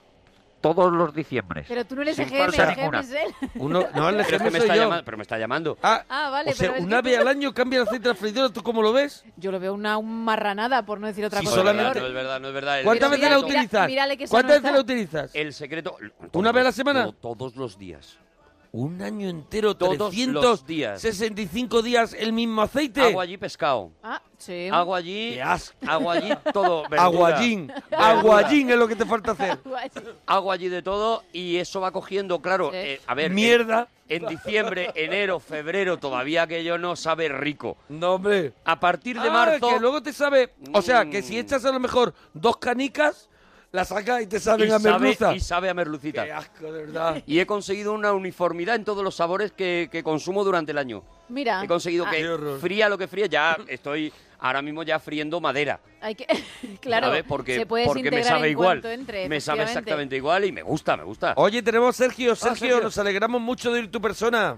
[SPEAKER 8] todos los diciembres.
[SPEAKER 2] Pero tú no eres
[SPEAKER 8] Sin
[SPEAKER 2] EGM,
[SPEAKER 8] falta
[SPEAKER 2] EGM
[SPEAKER 8] ninguna.
[SPEAKER 2] es él.
[SPEAKER 1] Uno, no, el
[SPEAKER 3] Pero es
[SPEAKER 1] LGM
[SPEAKER 3] que me
[SPEAKER 1] soy
[SPEAKER 3] está
[SPEAKER 1] yo.
[SPEAKER 3] llamando, pero me está llamando.
[SPEAKER 1] Ah,
[SPEAKER 2] Ah, vale,
[SPEAKER 1] o sea,
[SPEAKER 2] pero es
[SPEAKER 1] una
[SPEAKER 2] que-
[SPEAKER 1] vez al año cambia el aceite de la freidora, ¿tú cómo lo ves?
[SPEAKER 2] Yo lo veo una marranada, por no decir otra
[SPEAKER 1] Sí,
[SPEAKER 3] No
[SPEAKER 2] cosa.
[SPEAKER 3] es verdad,
[SPEAKER 1] solamente-
[SPEAKER 3] No es verdad, no es verdad. El
[SPEAKER 1] ¿Cuántas
[SPEAKER 2] Pero
[SPEAKER 1] veces
[SPEAKER 3] secreto-
[SPEAKER 1] la
[SPEAKER 2] mira- mira-
[SPEAKER 1] utilizas?
[SPEAKER 2] mírale que eso
[SPEAKER 1] ¿Cuántas
[SPEAKER 2] no
[SPEAKER 1] veces
[SPEAKER 2] está.
[SPEAKER 1] la utilizas?
[SPEAKER 3] El secreto.
[SPEAKER 1] ¿Una vez a la semana?
[SPEAKER 3] Todo- Todos los días.
[SPEAKER 1] Un año entero,
[SPEAKER 3] Todos los
[SPEAKER 1] 365 días, el mismo aceite.
[SPEAKER 3] Hago allí pescado.
[SPEAKER 2] Ah, sí.
[SPEAKER 3] Hago allí.
[SPEAKER 1] Qué asco.
[SPEAKER 3] Hago allí todo. verdura.
[SPEAKER 1] Aguallín, aguallín es lo que te falta hacer.
[SPEAKER 2] Guay.
[SPEAKER 3] Hago allí de todo y eso va cogiendo, claro.
[SPEAKER 2] Sí.
[SPEAKER 3] eh, a ver.
[SPEAKER 1] Mierda.
[SPEAKER 3] En, en diciembre, enero, febrero, todavía aquello no sabe rico.
[SPEAKER 1] No, hombre.
[SPEAKER 3] A partir de
[SPEAKER 1] Ah,
[SPEAKER 3] marzo. Mm,
[SPEAKER 1] que luego te sabe. O sea, que si este echas a lo mejor dos canicas, las sacas y te saben
[SPEAKER 3] y,
[SPEAKER 1] a
[SPEAKER 3] sabe,
[SPEAKER 1] merluza.
[SPEAKER 3] y sabe a merlucita.
[SPEAKER 1] Qué asco, de verdad.
[SPEAKER 3] Y he conseguido una uniformidad en todos los sabores que, que consumo durante el año.
[SPEAKER 2] Mira.
[SPEAKER 3] He conseguido
[SPEAKER 2] Ah,
[SPEAKER 1] Qué horror.
[SPEAKER 3] que fría lo que fría, ya estoy ahora mismo ya friendo madera.
[SPEAKER 2] Hay que, claro,
[SPEAKER 3] ¿sabes? Porque,
[SPEAKER 2] se puede
[SPEAKER 3] porque me
[SPEAKER 2] desintegrar
[SPEAKER 3] sabe
[SPEAKER 2] en
[SPEAKER 3] igual.
[SPEAKER 2] cuanto entre,
[SPEAKER 3] me sabe
[SPEAKER 2] efectivamente.
[SPEAKER 3] exactamente igual y me gusta, me gusta.
[SPEAKER 1] Oye, tenemos a Sergio. Sergio,
[SPEAKER 3] Sergio.
[SPEAKER 1] nos alegramos mucho de ir tu persona.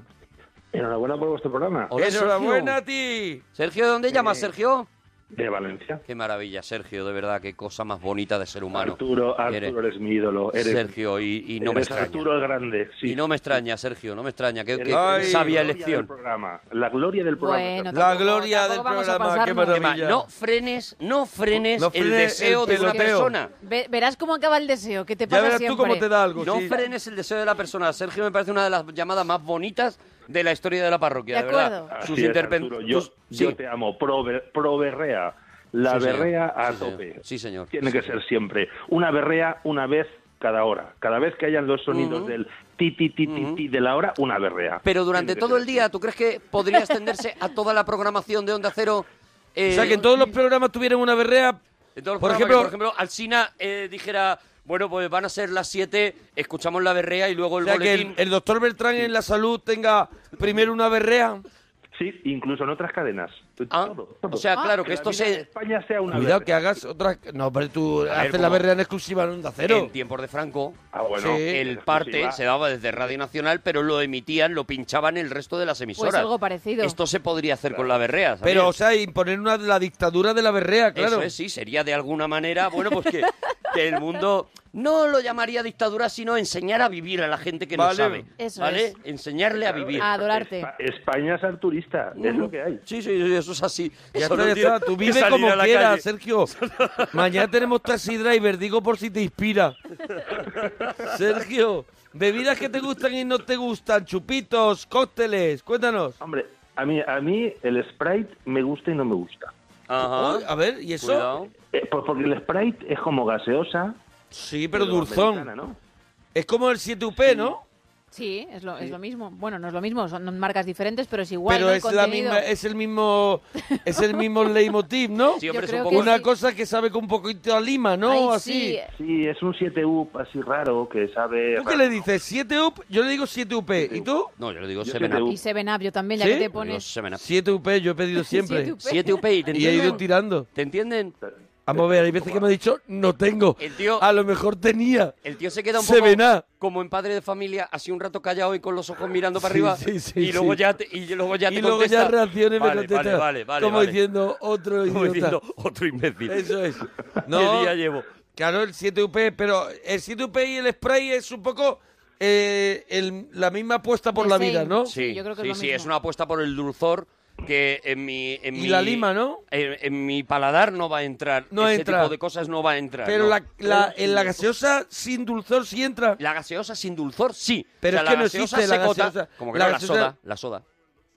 [SPEAKER 9] Enhorabuena por vuestro programa.
[SPEAKER 3] Hola, Sergio.
[SPEAKER 1] Enhorabuena a ti.
[SPEAKER 3] Sergio, ¿de dónde llamas, Sergio?
[SPEAKER 9] De Valencia.
[SPEAKER 3] Qué maravilla, Sergio, de verdad, qué cosa más bonita de ser humano.
[SPEAKER 9] Arturo,
[SPEAKER 3] Eres-
[SPEAKER 9] Arturo eres mi ídolo. Eres,
[SPEAKER 3] Sergio, y, y no me
[SPEAKER 9] eres
[SPEAKER 3] extraña.
[SPEAKER 9] Arturo el Grande. Sí.
[SPEAKER 3] Y no me extraña, Sergio, no me extraña. Qué,
[SPEAKER 9] Eres
[SPEAKER 3] qué
[SPEAKER 9] la
[SPEAKER 1] Ay.
[SPEAKER 9] gloria
[SPEAKER 3] sabia
[SPEAKER 9] del
[SPEAKER 3] elección.
[SPEAKER 9] programa, la gloria del programa.
[SPEAKER 2] Bueno,
[SPEAKER 1] La
[SPEAKER 2] tampoco-
[SPEAKER 1] gloria
[SPEAKER 2] tampoco
[SPEAKER 1] del
[SPEAKER 2] vamos a
[SPEAKER 1] programa, qué
[SPEAKER 2] pasarnos.
[SPEAKER 3] Emma,
[SPEAKER 1] maravilla.
[SPEAKER 3] no frenes, no frenes
[SPEAKER 1] No
[SPEAKER 3] el
[SPEAKER 1] frenes
[SPEAKER 3] deseo
[SPEAKER 1] el
[SPEAKER 3] de una
[SPEAKER 1] peloteo.
[SPEAKER 3] persona.
[SPEAKER 2] Ve- verás cómo acaba el deseo, que te
[SPEAKER 1] Ya
[SPEAKER 2] pasa
[SPEAKER 1] verás
[SPEAKER 2] siempre.
[SPEAKER 1] tú cómo te da algo.
[SPEAKER 3] No
[SPEAKER 1] sí.
[SPEAKER 3] frenes el deseo de la persona. Sergio me parece una de las llamadas más bonitas de la historia de la parroquia,
[SPEAKER 2] De
[SPEAKER 3] de, verdad.
[SPEAKER 2] acuerdo.
[SPEAKER 9] Así
[SPEAKER 3] Sus
[SPEAKER 9] es,
[SPEAKER 3] interpen-
[SPEAKER 9] Arturo, yo,
[SPEAKER 3] tus-
[SPEAKER 9] yo
[SPEAKER 3] sí.
[SPEAKER 9] te amo. Pro, pro berrea. La
[SPEAKER 3] Sí, señor.
[SPEAKER 9] berrea a
[SPEAKER 3] Sí, señor.
[SPEAKER 9] tope.
[SPEAKER 3] Sí, señor.
[SPEAKER 9] Tiene
[SPEAKER 3] Sí,
[SPEAKER 9] que
[SPEAKER 3] señor.
[SPEAKER 9] ser siempre. Una berrea una vez cada hora. Cada vez que hayan los sonidos del ti, ti, ti, ti, ti de la hora, una berrea.
[SPEAKER 3] Pero durante
[SPEAKER 9] Tiene que
[SPEAKER 3] todo
[SPEAKER 9] ser
[SPEAKER 3] el día, ¿tú crees que podría extenderse a toda la programación de Onda Cero? Eh,
[SPEAKER 1] O sea, que en todos los programas tuvieran una berrea.
[SPEAKER 3] de todos los
[SPEAKER 1] por
[SPEAKER 3] programas,
[SPEAKER 1] ejemplo-
[SPEAKER 3] que, por ejemplo, Alsina eh, dijera, bueno, pues van a ser las 7, escuchamos la berrea y luego
[SPEAKER 1] O
[SPEAKER 3] el
[SPEAKER 1] sea, que
[SPEAKER 3] boletín.
[SPEAKER 1] el, el doctor Beltrán en la salud tenga primero una berrea.
[SPEAKER 9] así. Sí, incluso en otras cadenas.
[SPEAKER 3] Ah,
[SPEAKER 9] Todo, todo.
[SPEAKER 3] O sea, claro, que
[SPEAKER 9] la
[SPEAKER 3] esto
[SPEAKER 9] vida de
[SPEAKER 3] se...
[SPEAKER 9] España sea una
[SPEAKER 1] Cuidado,
[SPEAKER 9] berrea.
[SPEAKER 1] que hagas otra... No, pero tú haces la
[SPEAKER 3] ¿cómo?
[SPEAKER 1] berrea en exclusiva en Onda Cero.
[SPEAKER 3] En tiempos de Franco,
[SPEAKER 9] Ah, bueno,
[SPEAKER 1] Sí.
[SPEAKER 9] en
[SPEAKER 3] el
[SPEAKER 9] exclusiva.
[SPEAKER 3] parte se daba desde Radio Nacional, pero lo emitían, lo pinchaban el resto de las emisoras.
[SPEAKER 2] Pues algo parecido.
[SPEAKER 3] Esto se podría hacer con la berrea. ¿sabes?
[SPEAKER 1] Pero, o sea, imponer una, la dictadura de la berrea, claro.
[SPEAKER 3] Eso es, sí, sería de alguna manera, bueno, pues que, que el mundo no lo llamaría dictadura, sino enseñar a vivir a la gente que
[SPEAKER 1] Vale.
[SPEAKER 3] no sabe.
[SPEAKER 2] Eso
[SPEAKER 3] ¿Vale?
[SPEAKER 2] es.
[SPEAKER 3] Enseñarle a vivir.
[SPEAKER 2] A adorarte.
[SPEAKER 9] Espa- España es arturista, es lo que hay.
[SPEAKER 3] Sí, sí, sí, eso es así.
[SPEAKER 1] Ya
[SPEAKER 3] Eso
[SPEAKER 1] está,
[SPEAKER 3] no
[SPEAKER 1] ya
[SPEAKER 3] tiene
[SPEAKER 1] está. Tú
[SPEAKER 3] que
[SPEAKER 1] vive
[SPEAKER 3] salir
[SPEAKER 1] como
[SPEAKER 3] a la
[SPEAKER 1] quieras,
[SPEAKER 3] calle.
[SPEAKER 1] Sergio. Mañana tenemos taxi driver, digo por si te inspira. Sergio, bebidas que te gustan y no te gustan, chupitos, cócteles, cuéntanos.
[SPEAKER 9] Hombre, a mí, a mí el Sprite me gusta y no me gusta.
[SPEAKER 3] Ajá.
[SPEAKER 1] Uy, a ver, ¿y eso?
[SPEAKER 3] Cuidado.
[SPEAKER 9] Eh, pues porque el Sprite es como gaseosa.
[SPEAKER 1] Sí, pero, dulzón.
[SPEAKER 9] americana, ¿no?
[SPEAKER 1] Es como el 7UP, ¿no?
[SPEAKER 2] Sí, es lo, es lo mismo. Bueno, no es lo mismo, son marcas diferentes, pero es igual.
[SPEAKER 1] pero
[SPEAKER 2] ¿no? El
[SPEAKER 1] es la
[SPEAKER 2] contenido.
[SPEAKER 1] misma, es el mismo, es el mismo leitmotiv, ¿no?
[SPEAKER 3] Sí, hombre, es
[SPEAKER 2] creo
[SPEAKER 3] un
[SPEAKER 2] que
[SPEAKER 3] poco...
[SPEAKER 1] Una
[SPEAKER 2] sí.
[SPEAKER 1] cosa que sabe con un poquito a lima, ¿no?
[SPEAKER 2] Ay,
[SPEAKER 1] Así.
[SPEAKER 2] sí.
[SPEAKER 9] Sí, es un 7U así raro que sabe.
[SPEAKER 1] ¿Tú qué
[SPEAKER 9] raro,
[SPEAKER 1] le
[SPEAKER 9] ¿no?
[SPEAKER 1] dices? ¿7UP? Yo le digo 7UP. ¿Y tú?
[SPEAKER 3] No, yo le digo
[SPEAKER 9] Yo
[SPEAKER 3] 7
[SPEAKER 9] 7U.
[SPEAKER 2] Ah, Y Seven Up, yo también, ya
[SPEAKER 1] ¿Sí?
[SPEAKER 2] que te
[SPEAKER 3] Yo
[SPEAKER 2] pones.
[SPEAKER 3] 7 up.
[SPEAKER 1] 7UP yo he pedido siempre.
[SPEAKER 2] 7UP.
[SPEAKER 3] 7 UP y te
[SPEAKER 1] Y he ido
[SPEAKER 3] entienden.
[SPEAKER 1] tirando.
[SPEAKER 3] ¿Te entienden?
[SPEAKER 1] Vamos a ver, hay veces que me ha dicho, no tengo.
[SPEAKER 3] El tío-
[SPEAKER 1] A lo mejor tenía.
[SPEAKER 3] El tío se queda un
[SPEAKER 1] Se
[SPEAKER 3] poco
[SPEAKER 1] vená.
[SPEAKER 3] como en padre de familia, así un rato callado y con los ojos mirando para
[SPEAKER 1] Sí,
[SPEAKER 3] arriba.
[SPEAKER 1] sí, sí,
[SPEAKER 3] y, luego
[SPEAKER 1] sí.
[SPEAKER 3] Ya te, y luego Pues ya
[SPEAKER 1] y
[SPEAKER 3] te
[SPEAKER 1] luego
[SPEAKER 3] contesta.
[SPEAKER 1] ya reacciones
[SPEAKER 3] vale,
[SPEAKER 1] me contesta,
[SPEAKER 3] Vale, vale, vale.
[SPEAKER 1] Como
[SPEAKER 3] vale.
[SPEAKER 1] diciendo, otro
[SPEAKER 3] Como
[SPEAKER 1] idiota.
[SPEAKER 3] diciendo, otro imbécil.
[SPEAKER 1] Eso es.
[SPEAKER 3] ¿Qué
[SPEAKER 1] No,
[SPEAKER 3] día llevo?
[SPEAKER 1] claro, el 7UP, pero el 7UP y el spray es un poco eh, el- la misma apuesta por
[SPEAKER 2] The
[SPEAKER 1] la
[SPEAKER 2] same.
[SPEAKER 1] vida, ¿no?
[SPEAKER 2] Sí, yo creo que es
[SPEAKER 3] sí,
[SPEAKER 2] lo
[SPEAKER 3] sí,
[SPEAKER 2] mismo.
[SPEAKER 3] es una apuesta por el dulzor que en mi... En
[SPEAKER 1] Y
[SPEAKER 3] mi-
[SPEAKER 1] la lima, ¿no?
[SPEAKER 3] En, en mi paladar no va a entrar.
[SPEAKER 1] No
[SPEAKER 3] Ese
[SPEAKER 1] entra.
[SPEAKER 3] tipo de cosas no va a entrar.
[SPEAKER 1] Pero
[SPEAKER 3] no.
[SPEAKER 1] la, la- en la gaseosa sin dulzor sí entra.
[SPEAKER 3] La gaseosa sin dulzor, sí.
[SPEAKER 1] Pero
[SPEAKER 3] O sea,
[SPEAKER 1] es
[SPEAKER 3] la
[SPEAKER 1] que no
[SPEAKER 3] gaseosa
[SPEAKER 1] existe la
[SPEAKER 3] secota,
[SPEAKER 1] gaseosa.
[SPEAKER 3] Como que
[SPEAKER 1] La
[SPEAKER 3] no,
[SPEAKER 1] gaseosa-
[SPEAKER 3] la soda. La soda.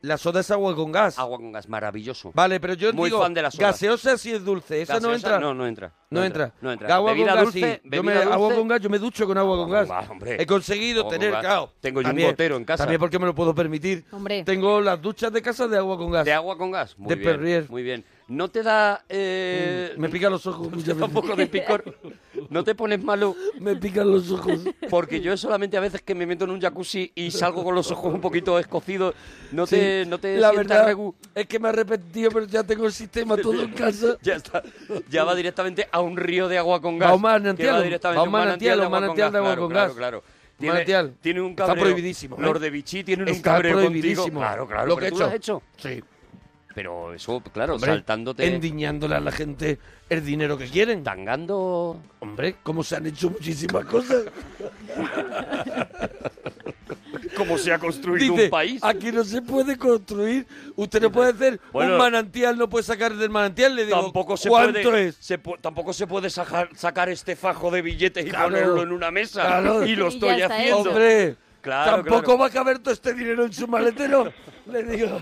[SPEAKER 1] La soda es agua con gas.
[SPEAKER 3] Agua con gas, maravilloso.
[SPEAKER 1] Vale, pero yo
[SPEAKER 3] Muy
[SPEAKER 1] digo,
[SPEAKER 3] fan de la soda.
[SPEAKER 1] gaseosa sí es dulce, esa no
[SPEAKER 3] Gaseosa,
[SPEAKER 1] entra.
[SPEAKER 3] No, no entra.
[SPEAKER 1] No entra.
[SPEAKER 3] No entra.
[SPEAKER 1] Agua
[SPEAKER 3] Bebida
[SPEAKER 1] con gas,
[SPEAKER 3] dulce,
[SPEAKER 1] sí. Yo me,
[SPEAKER 3] bebida
[SPEAKER 1] agua
[SPEAKER 3] dulce.
[SPEAKER 1] con gas, yo me ducho con agua con
[SPEAKER 3] Agua
[SPEAKER 1] gas.
[SPEAKER 3] con gas, hombre.
[SPEAKER 1] He conseguido
[SPEAKER 3] Agua con
[SPEAKER 1] tener,
[SPEAKER 3] gas.
[SPEAKER 1] claro.
[SPEAKER 3] Tengo yo un gotero en casa.
[SPEAKER 1] También porque me lo puedo permitir.
[SPEAKER 2] Hombre.
[SPEAKER 1] Tengo las duchas de casa de agua con gas.
[SPEAKER 3] De agua con gas. Muy
[SPEAKER 1] De
[SPEAKER 3] bien.
[SPEAKER 1] Perrier. Mm,
[SPEAKER 3] Muy bien. No te da. eh,
[SPEAKER 1] Me pican los ojos muchas
[SPEAKER 3] un
[SPEAKER 1] veces.
[SPEAKER 3] poco de picor. No te pones malo.
[SPEAKER 1] Me pican los ojos.
[SPEAKER 3] Porque yo es solamente a veces que me meto en un jacuzzi y salgo con los ojos un poquito escocidos. No te,
[SPEAKER 1] Sí.
[SPEAKER 3] no te
[SPEAKER 1] La
[SPEAKER 3] sienta
[SPEAKER 1] verdad
[SPEAKER 3] regu.
[SPEAKER 1] es que me he arrepentido, pero ya tengo el sistema todo en casa.
[SPEAKER 3] Ya está. Ya va directamente a un río de agua con gas.
[SPEAKER 1] Va a un manantial,
[SPEAKER 3] Que va directamente
[SPEAKER 1] va a
[SPEAKER 3] un
[SPEAKER 1] un
[SPEAKER 3] manantial,
[SPEAKER 1] manantial,
[SPEAKER 3] de
[SPEAKER 1] un
[SPEAKER 3] agua
[SPEAKER 1] manantial de agua
[SPEAKER 3] con
[SPEAKER 1] con
[SPEAKER 3] gas.
[SPEAKER 1] gas.
[SPEAKER 3] Claro, claro.
[SPEAKER 1] Un
[SPEAKER 3] Tiene,
[SPEAKER 1] manantial.
[SPEAKER 3] tiene un
[SPEAKER 1] Está
[SPEAKER 3] cabreo.
[SPEAKER 1] prohibidísimo, ¿eh?
[SPEAKER 3] Los de Vichy tienen
[SPEAKER 1] Está
[SPEAKER 3] un cabreo
[SPEAKER 1] prohibidísimo.
[SPEAKER 3] contigo. Claro, claro.
[SPEAKER 1] Lo
[SPEAKER 3] pero
[SPEAKER 1] que he
[SPEAKER 3] tú
[SPEAKER 1] hecho.
[SPEAKER 3] has hecho.
[SPEAKER 1] Sí.
[SPEAKER 3] Pero eso, claro,
[SPEAKER 1] Hombre,
[SPEAKER 3] saltándote,
[SPEAKER 1] Endiñándole a la gente el dinero que quieren.
[SPEAKER 3] tangando...
[SPEAKER 1] Hombre, cómo se han hecho muchísimas cosas.
[SPEAKER 3] Cómo se ha construido
[SPEAKER 1] Dice,
[SPEAKER 3] un país.
[SPEAKER 1] aquí no se puede construir. Usted no puede hacer
[SPEAKER 3] bueno,
[SPEAKER 1] un manantial, no puede sacar del manantial. Le digo,
[SPEAKER 3] Tampoco se
[SPEAKER 1] ¿cuánto
[SPEAKER 3] puede,
[SPEAKER 1] es?
[SPEAKER 3] se pu- tampoco se puede sajar- sacar este fajo de billetes y
[SPEAKER 1] Claro.
[SPEAKER 3] ponerlo en una mesa.
[SPEAKER 1] Claro.
[SPEAKER 3] Y lo
[SPEAKER 2] Y ya
[SPEAKER 3] estoy
[SPEAKER 2] está
[SPEAKER 3] haciendo.
[SPEAKER 1] Hombre,
[SPEAKER 3] Claro,
[SPEAKER 1] tampoco
[SPEAKER 3] claro.
[SPEAKER 1] va a caber todo este dinero en su maletero. le digo.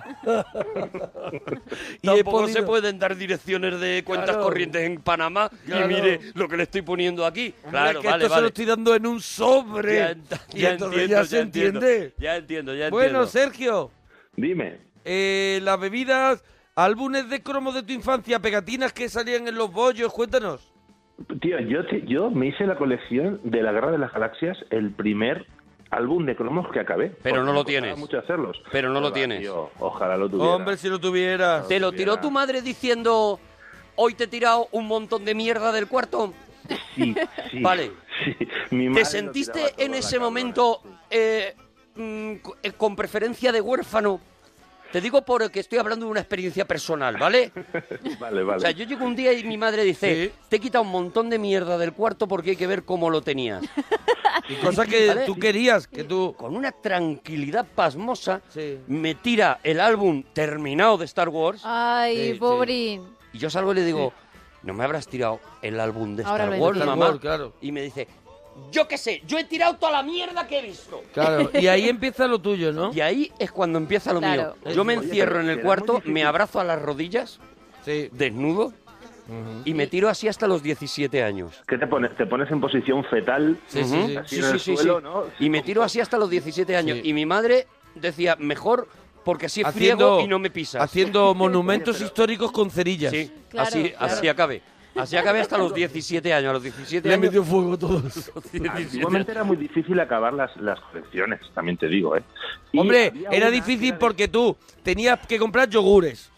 [SPEAKER 1] Y he
[SPEAKER 3] Tampoco se
[SPEAKER 1] podido-
[SPEAKER 3] pueden dar direcciones de cuentas
[SPEAKER 1] Claro.
[SPEAKER 3] corrientes en Panamá
[SPEAKER 1] Claro.
[SPEAKER 3] y mire lo que le estoy poniendo aquí.
[SPEAKER 1] Hombre,
[SPEAKER 3] Claro,
[SPEAKER 1] que
[SPEAKER 3] vale,
[SPEAKER 1] esto se lo
[SPEAKER 3] vale.
[SPEAKER 1] estoy dando en un sobre.
[SPEAKER 3] Ya, ent-
[SPEAKER 1] y
[SPEAKER 3] ya
[SPEAKER 1] entonces
[SPEAKER 3] entiendo,
[SPEAKER 1] ya se
[SPEAKER 3] entiendo.
[SPEAKER 1] entiende.
[SPEAKER 3] Ya entiendo, ya
[SPEAKER 1] Bueno,
[SPEAKER 3] entiendo.
[SPEAKER 1] Sergio,
[SPEAKER 9] Dime.
[SPEAKER 1] eh, las bebidas, álbumes de cromo de tu infancia, pegatinas que salían en los bollos, cuéntanos.
[SPEAKER 9] Tío, yo, te- yo me hice la colección de la Guerra de las Galaxias, el primer álbum de cromos que acabé.
[SPEAKER 3] Pero no
[SPEAKER 9] me
[SPEAKER 3] lo
[SPEAKER 9] costaba
[SPEAKER 3] tienes.
[SPEAKER 9] mucho hacerlos.
[SPEAKER 3] Pero no lo
[SPEAKER 9] Ojalá,
[SPEAKER 3] tienes.
[SPEAKER 9] tío, ojalá lo oh, tuviera.
[SPEAKER 1] Hombre, si lo tuvieras.
[SPEAKER 3] ¿Te lo tiró tu madre diciendo, hoy te he tirado un montón de mierda del cuarto?
[SPEAKER 9] Sí, sí,
[SPEAKER 3] Vale.
[SPEAKER 9] sí. Mi madre
[SPEAKER 3] ¿Te
[SPEAKER 9] lo tiraba
[SPEAKER 3] sentiste
[SPEAKER 9] todo a
[SPEAKER 3] en
[SPEAKER 9] la
[SPEAKER 3] ese
[SPEAKER 9] cabrona.
[SPEAKER 3] momento eh, mm, co- eh, con preferencia de huérfano? Te digo porque estoy hablando de una experiencia personal, ¿vale?
[SPEAKER 9] Vale, vale.
[SPEAKER 3] O sea, yo llego un día y mi madre dice, te he quitado un montón de mierda del cuarto porque hay que ver cómo lo tenías.
[SPEAKER 1] Y cosas que
[SPEAKER 3] Vale.
[SPEAKER 1] tú querías, que tú...
[SPEAKER 3] Con una tranquilidad pasmosa,
[SPEAKER 1] Sí.
[SPEAKER 3] me tira el álbum terminado de Star Wars
[SPEAKER 2] Ah.
[SPEAKER 1] Sí,
[SPEAKER 2] Ay,
[SPEAKER 1] sí.
[SPEAKER 2] pobrín.
[SPEAKER 3] y yo salgo y le digo, no me habrás tirado el álbum de
[SPEAKER 2] Ahora
[SPEAKER 3] Star
[SPEAKER 2] lo
[SPEAKER 3] Wars,
[SPEAKER 2] entiendo.
[SPEAKER 3] mamá.
[SPEAKER 1] Star Wars, claro.
[SPEAKER 3] Y me dice, yo qué sé, yo he tirado toda la mierda que he visto.
[SPEAKER 1] Claro, y ahí empieza lo tuyo, ¿no?
[SPEAKER 3] Y ahí es cuando empieza lo
[SPEAKER 2] Claro.
[SPEAKER 3] mío. Yo me
[SPEAKER 9] Oye,
[SPEAKER 3] encierro
[SPEAKER 9] pero
[SPEAKER 3] en el
[SPEAKER 9] será
[SPEAKER 3] cuarto,
[SPEAKER 9] muy difícil.
[SPEAKER 3] me abrazo a las rodillas,
[SPEAKER 1] Sí.
[SPEAKER 3] desnudo, y me tiro así hasta los 17 años.
[SPEAKER 9] ¿Qué te pones? ¿Te pones en posición fetal?
[SPEAKER 1] Sí, sí,
[SPEAKER 3] Ujú.
[SPEAKER 1] sí.
[SPEAKER 9] Así en el suelo, ¿no?
[SPEAKER 3] Y me tiro así hasta los 17 años.
[SPEAKER 1] Sí.
[SPEAKER 3] Y mi madre decía, mejor porque así friego y no me pisas.
[SPEAKER 1] Haciendo monumentos históricos con cerillas.
[SPEAKER 3] Sí,
[SPEAKER 2] Claro,
[SPEAKER 3] así,
[SPEAKER 2] claro.
[SPEAKER 3] así acabé. Así acabé hasta los 17 años. A los 17
[SPEAKER 1] Le
[SPEAKER 3] años.
[SPEAKER 1] metió fuego a todos.
[SPEAKER 3] los 17.
[SPEAKER 9] Antiguamente era muy difícil acabar las, las colecciones, también te digo, ¿eh? Y
[SPEAKER 1] Hombre,
[SPEAKER 9] había
[SPEAKER 1] era
[SPEAKER 9] una que
[SPEAKER 1] difícil
[SPEAKER 9] de-
[SPEAKER 1] porque tú tenías que comprar yogures.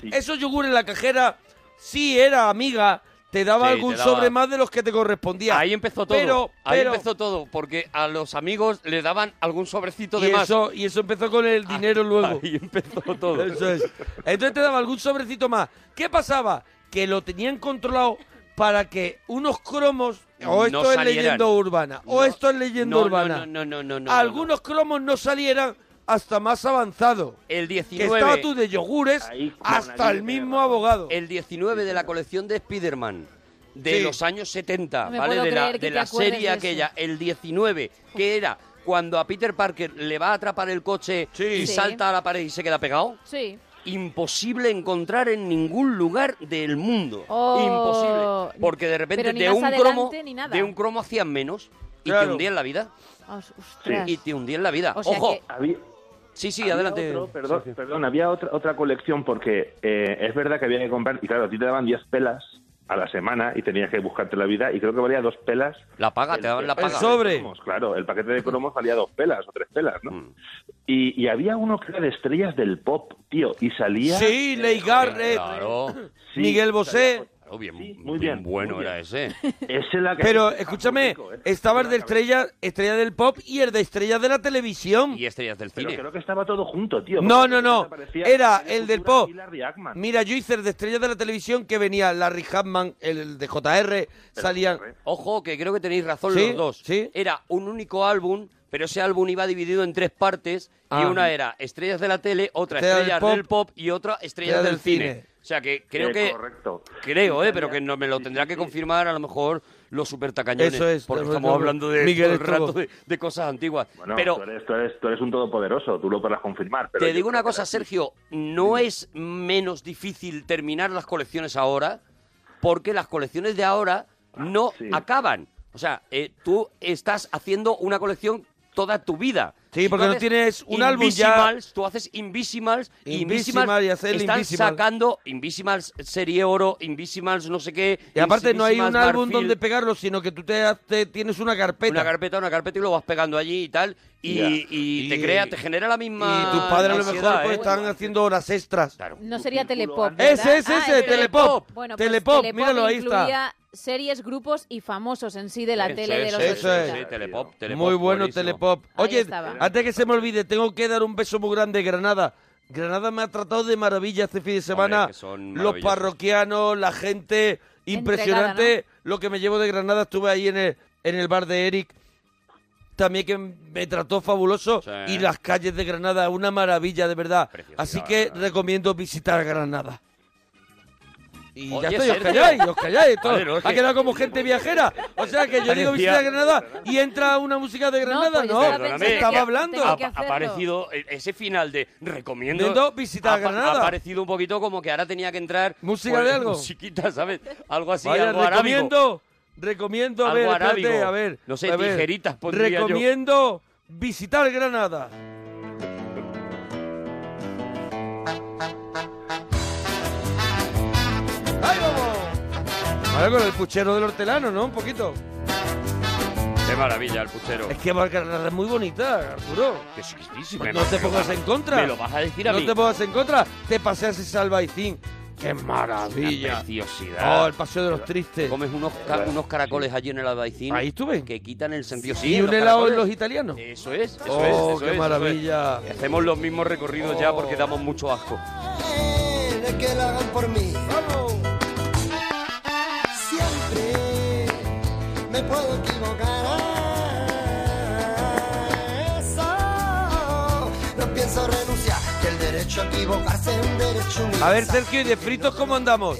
[SPEAKER 9] Sí.
[SPEAKER 1] Esos yogures la cajera sí era amiga, te daba
[SPEAKER 3] Sí,
[SPEAKER 1] algún
[SPEAKER 3] te daba-
[SPEAKER 1] sobre más de los que te correspondía.
[SPEAKER 3] Ahí empezó todo.
[SPEAKER 1] Pero,
[SPEAKER 3] Ahí
[SPEAKER 1] pero-
[SPEAKER 3] empezó todo, porque a los amigos le daban algún sobrecito de
[SPEAKER 1] y
[SPEAKER 3] más. Ah,
[SPEAKER 1] eso, y eso empezó con el dinero luego.
[SPEAKER 3] Ahí empezó todo.
[SPEAKER 1] Eso es. Entonces te daba algún sobrecito más. ¿Qué pasaba? Que lo tenían controlado para que unos cromos, o esto
[SPEAKER 3] No
[SPEAKER 1] es
[SPEAKER 3] salieran.
[SPEAKER 1] leyenda urbana,
[SPEAKER 3] No.
[SPEAKER 1] o esto es leyenda
[SPEAKER 3] No, no,
[SPEAKER 1] urbana,
[SPEAKER 3] no, no, no, no, no,
[SPEAKER 1] algunos cromos no salieran hasta más avanzado.
[SPEAKER 3] El
[SPEAKER 1] Que estaba
[SPEAKER 3] 19,
[SPEAKER 1] tú de yogures
[SPEAKER 9] Ahí, con
[SPEAKER 1] hasta
[SPEAKER 9] nadie
[SPEAKER 1] el
[SPEAKER 9] te
[SPEAKER 1] mismo
[SPEAKER 9] llamaba.
[SPEAKER 1] abogado.
[SPEAKER 3] el 19 de la colección de Spider-Man de
[SPEAKER 1] Sí.
[SPEAKER 3] los años 70,
[SPEAKER 2] No me
[SPEAKER 3] ¿vale?
[SPEAKER 2] puedo
[SPEAKER 3] de la,
[SPEAKER 2] creer que
[SPEAKER 3] de
[SPEAKER 2] te
[SPEAKER 3] la
[SPEAKER 2] acuerdes
[SPEAKER 3] serie
[SPEAKER 2] de eso.
[SPEAKER 3] aquella, el 19, que era cuando a Peter Parker le va a atrapar el coche
[SPEAKER 1] Sí.
[SPEAKER 3] y
[SPEAKER 2] Sí.
[SPEAKER 3] salta a la pared y se queda pegado.
[SPEAKER 2] Sí.
[SPEAKER 3] imposible encontrar en ningún lugar del mundo.
[SPEAKER 2] Oh.
[SPEAKER 3] imposible. Porque de repente
[SPEAKER 2] Pero ni
[SPEAKER 3] de
[SPEAKER 2] más
[SPEAKER 3] un,
[SPEAKER 2] adelante,
[SPEAKER 3] cromo,
[SPEAKER 2] ni nada.
[SPEAKER 3] de un cromo hacían menos y te
[SPEAKER 1] Claro.
[SPEAKER 3] hundían la vida.
[SPEAKER 2] Os- ostras.
[SPEAKER 3] Y te hundían la vida.
[SPEAKER 2] O sea
[SPEAKER 3] Ojo.
[SPEAKER 2] que-
[SPEAKER 9] Había,
[SPEAKER 3] Sí, sí,
[SPEAKER 9] había
[SPEAKER 3] adelante.
[SPEAKER 9] otro, perdón, perdón, había otra, otra colección porque eh, es verdad que había que comprar, y claro, a ti te daban 10 pelas a la semana y tenías que buscarte la vida, y creo que valía dos pelas.
[SPEAKER 3] La paga, te daban la
[SPEAKER 1] el
[SPEAKER 3] paga.
[SPEAKER 1] sobre.
[SPEAKER 9] de cromos, claro, el paquete de cromos valía dos pelas o tres pelas, ¿no?
[SPEAKER 3] Mm.
[SPEAKER 9] Y, y había uno que era de estrellas del pop, tío, y salía...
[SPEAKER 1] Sí, Ley Garrett,
[SPEAKER 3] Claro.
[SPEAKER 9] Sí,
[SPEAKER 1] Miguel
[SPEAKER 9] salía-
[SPEAKER 1] Bosé.
[SPEAKER 3] Claro, bien,
[SPEAKER 9] Sí,
[SPEAKER 3] muy
[SPEAKER 9] muy
[SPEAKER 3] bien,
[SPEAKER 9] bien,
[SPEAKER 3] bueno
[SPEAKER 9] muy bien.
[SPEAKER 3] era ese.
[SPEAKER 9] Ese la que-
[SPEAKER 1] Pero
[SPEAKER 9] está
[SPEAKER 1] escúchame,
[SPEAKER 9] muy rico, ¿eh?
[SPEAKER 1] estabas de estrella, estrella del pop y el de estrella de la televisión.
[SPEAKER 3] Y estrellas del
[SPEAKER 9] Pero
[SPEAKER 3] cine.
[SPEAKER 9] creo que estaba todo junto, tío.
[SPEAKER 1] No,
[SPEAKER 9] porque
[SPEAKER 1] no, no.
[SPEAKER 9] aparecía
[SPEAKER 1] Era
[SPEAKER 9] Mireia
[SPEAKER 1] el del
[SPEAKER 9] Futura
[SPEAKER 1] pop.
[SPEAKER 9] y Larry Hagman.
[SPEAKER 1] Mira, yo hice el de estrellas de la televisión que venía Larry Hagman, el de JR, salían.
[SPEAKER 3] Ojo, que creo que tenéis razón
[SPEAKER 1] Sí,
[SPEAKER 3] los dos.
[SPEAKER 1] sí.
[SPEAKER 3] Era un único álbum, pero ese álbum iba dividido en tres partes y
[SPEAKER 1] Ah.
[SPEAKER 3] una era Estrellas de la tele, otra
[SPEAKER 1] Estrella
[SPEAKER 3] Estrellas
[SPEAKER 1] del
[SPEAKER 3] del pop,
[SPEAKER 1] pop.
[SPEAKER 3] y otra Estrellas
[SPEAKER 1] Estrella
[SPEAKER 3] del,
[SPEAKER 1] del
[SPEAKER 3] cine.
[SPEAKER 1] cine.
[SPEAKER 3] O sea que creo
[SPEAKER 9] Eh,
[SPEAKER 3] que
[SPEAKER 9] Correcto.
[SPEAKER 3] creo, eh, pero que no me lo tendrá que confirmar a lo mejor los supertacañones,
[SPEAKER 1] Eso es,
[SPEAKER 3] porque
[SPEAKER 1] lo-
[SPEAKER 3] estamos
[SPEAKER 1] lo-
[SPEAKER 3] hablando de
[SPEAKER 1] Miguel
[SPEAKER 3] todo el rato
[SPEAKER 1] Estuvo.
[SPEAKER 3] de, de cosas antiguas.
[SPEAKER 9] Bueno,
[SPEAKER 3] pero
[SPEAKER 9] tú, eres, tú, eres, tú eres un todopoderoso, tú lo podrás confirmar. Pero
[SPEAKER 3] te
[SPEAKER 9] yo
[SPEAKER 3] digo una
[SPEAKER 9] creo que
[SPEAKER 3] cosa,
[SPEAKER 9] era-
[SPEAKER 3] Sergio, no es menos difícil terminar las colecciones ahora, porque las colecciones de ahora no
[SPEAKER 9] sí.
[SPEAKER 3] acaban. O sea, eh, tú estás haciendo una colección toda tu vida.
[SPEAKER 1] Sí,
[SPEAKER 3] Si
[SPEAKER 1] porque
[SPEAKER 3] tú
[SPEAKER 1] no
[SPEAKER 3] haces
[SPEAKER 1] tienes un álbum ya-
[SPEAKER 3] Invisimals, Tú haces Invisimals, Invisimals,
[SPEAKER 1] Invisimal y hacer el
[SPEAKER 3] están
[SPEAKER 1] Invisimal.
[SPEAKER 3] sacando Invisimals Serie Oro, Invisimals no sé qué.
[SPEAKER 1] Y aparte no hay un
[SPEAKER 3] Invisimals
[SPEAKER 1] álbum
[SPEAKER 3] Marfil
[SPEAKER 1] donde pegarlo, sino que tú te, ha- te- tienes una carpeta.
[SPEAKER 3] una carpeta, una carpeta y lo vas pegando allí y tal. Y,
[SPEAKER 9] Ya.
[SPEAKER 3] y te
[SPEAKER 1] Y-
[SPEAKER 3] crea, te genera la misma.
[SPEAKER 1] y tus padres a lo
[SPEAKER 3] ansiedad,
[SPEAKER 1] mejor pues,
[SPEAKER 3] ¿eh?
[SPEAKER 1] están haciendo horas extras.
[SPEAKER 3] Claro.
[SPEAKER 2] No sería
[SPEAKER 9] círculo
[SPEAKER 2] Telepop.
[SPEAKER 9] antes.
[SPEAKER 2] ¿verdad?
[SPEAKER 1] Ese, ese,
[SPEAKER 2] Ah,
[SPEAKER 1] ese,
[SPEAKER 2] el
[SPEAKER 1] Telepop.
[SPEAKER 2] Bueno, pues
[SPEAKER 1] Telepop, míralo, ahí está.
[SPEAKER 2] incluía series, grupos y famosos en sí de la
[SPEAKER 3] Eso
[SPEAKER 2] tele de
[SPEAKER 3] es,
[SPEAKER 2] los
[SPEAKER 1] eso
[SPEAKER 2] 80.
[SPEAKER 1] es.
[SPEAKER 3] Sí, Telepop, Telepop,
[SPEAKER 1] Muy bueno
[SPEAKER 3] buenísimo.
[SPEAKER 1] Telepop.
[SPEAKER 2] Ahí
[SPEAKER 1] Oye,
[SPEAKER 2] estaba.
[SPEAKER 1] antes que se me olvide, tengo que dar un beso muy grande Granada. Granada me ha tratado de maravilla este fin de semana.
[SPEAKER 3] que son
[SPEAKER 1] Los
[SPEAKER 3] maravillosos.
[SPEAKER 1] parroquianos, la gente, impresionante. Lo que me llevo de Granada, estuve ahí en el, en el bar de Eric. También que me trató fabuloso
[SPEAKER 3] Sí.
[SPEAKER 1] y las calles de Granada, una maravilla de verdad.
[SPEAKER 3] Preciosidad,
[SPEAKER 1] Así que
[SPEAKER 3] Granada.
[SPEAKER 1] recomiendo visitar Granada. Y
[SPEAKER 3] Oye,
[SPEAKER 1] ya estoy, os
[SPEAKER 3] Sergio.
[SPEAKER 1] calláis, os calláis. esto
[SPEAKER 3] Vale, no, es
[SPEAKER 1] ha
[SPEAKER 3] que-
[SPEAKER 1] quedado como gente viajera. O sea que yo
[SPEAKER 3] Parecía-
[SPEAKER 1] digo visitar Granada y entra una música de
[SPEAKER 2] No,
[SPEAKER 1] Granada,
[SPEAKER 2] pues yo
[SPEAKER 1] no.
[SPEAKER 2] estaba
[SPEAKER 3] pensando
[SPEAKER 1] estaba
[SPEAKER 3] que-
[SPEAKER 1] hablando.
[SPEAKER 3] Ha
[SPEAKER 2] que
[SPEAKER 3] ha
[SPEAKER 2] hacerlo.
[SPEAKER 3] aparecido eh, ese final de recomiendo
[SPEAKER 1] Recomiendo visitar
[SPEAKER 3] ha pa-
[SPEAKER 1] Granada.
[SPEAKER 3] Ha parecido un poquito como que ahora tenía que entrar
[SPEAKER 1] Música
[SPEAKER 3] pues,
[SPEAKER 1] de algo.
[SPEAKER 3] musiquita, ¿sabes? Algo así,
[SPEAKER 1] Vaya,
[SPEAKER 3] algo arábigo.
[SPEAKER 1] recomiendo, recomiendo, a
[SPEAKER 3] Algo
[SPEAKER 1] ver, espérate,
[SPEAKER 3] arábigo.
[SPEAKER 1] a ver.
[SPEAKER 3] No sé,
[SPEAKER 1] a ver.
[SPEAKER 3] tijeritas pondría yo.
[SPEAKER 1] Recomiendo visitar Granada. ¡Ahí vamos! Ahora con el puchero del hortelano, ¿no? Un poquito.
[SPEAKER 3] Qué maravilla el puchero.
[SPEAKER 1] Es que Barcarrada es muy bonita, Arturo.
[SPEAKER 3] Que sí, sí, sí, me-
[SPEAKER 1] Pues No te
[SPEAKER 3] me lo
[SPEAKER 1] pongas
[SPEAKER 3] vas-
[SPEAKER 1] en contra.
[SPEAKER 3] Me lo vas a decir a
[SPEAKER 1] No
[SPEAKER 3] mí.
[SPEAKER 1] te pongas en contra. Te paseas ese albaicín. ¡Qué maravilla!
[SPEAKER 3] Una preciosidad.
[SPEAKER 1] Oh, el paseo de los tristes.
[SPEAKER 3] Comes unos, ca- unos caracoles allí en el albaicín.
[SPEAKER 1] Ahí estuve.
[SPEAKER 3] Que quitan el sentido. Sí,
[SPEAKER 1] Y un
[SPEAKER 3] los
[SPEAKER 1] helado en
[SPEAKER 3] caracoles.
[SPEAKER 1] los italianos.
[SPEAKER 3] Eso es, eso es.
[SPEAKER 1] Oh,
[SPEAKER 3] eso
[SPEAKER 1] qué
[SPEAKER 3] es, eso es.
[SPEAKER 1] maravilla.
[SPEAKER 3] Hacemos los mismos recorridos ya porque damos mucho asco.
[SPEAKER 10] De que lo hagan por mí. Siempre me puedo equivocar. a Eso no pienso renunciar. Que el derecho a equivocarse es un derecho
[SPEAKER 1] A ver, Sergio, ¿y de fritos cómo andamos?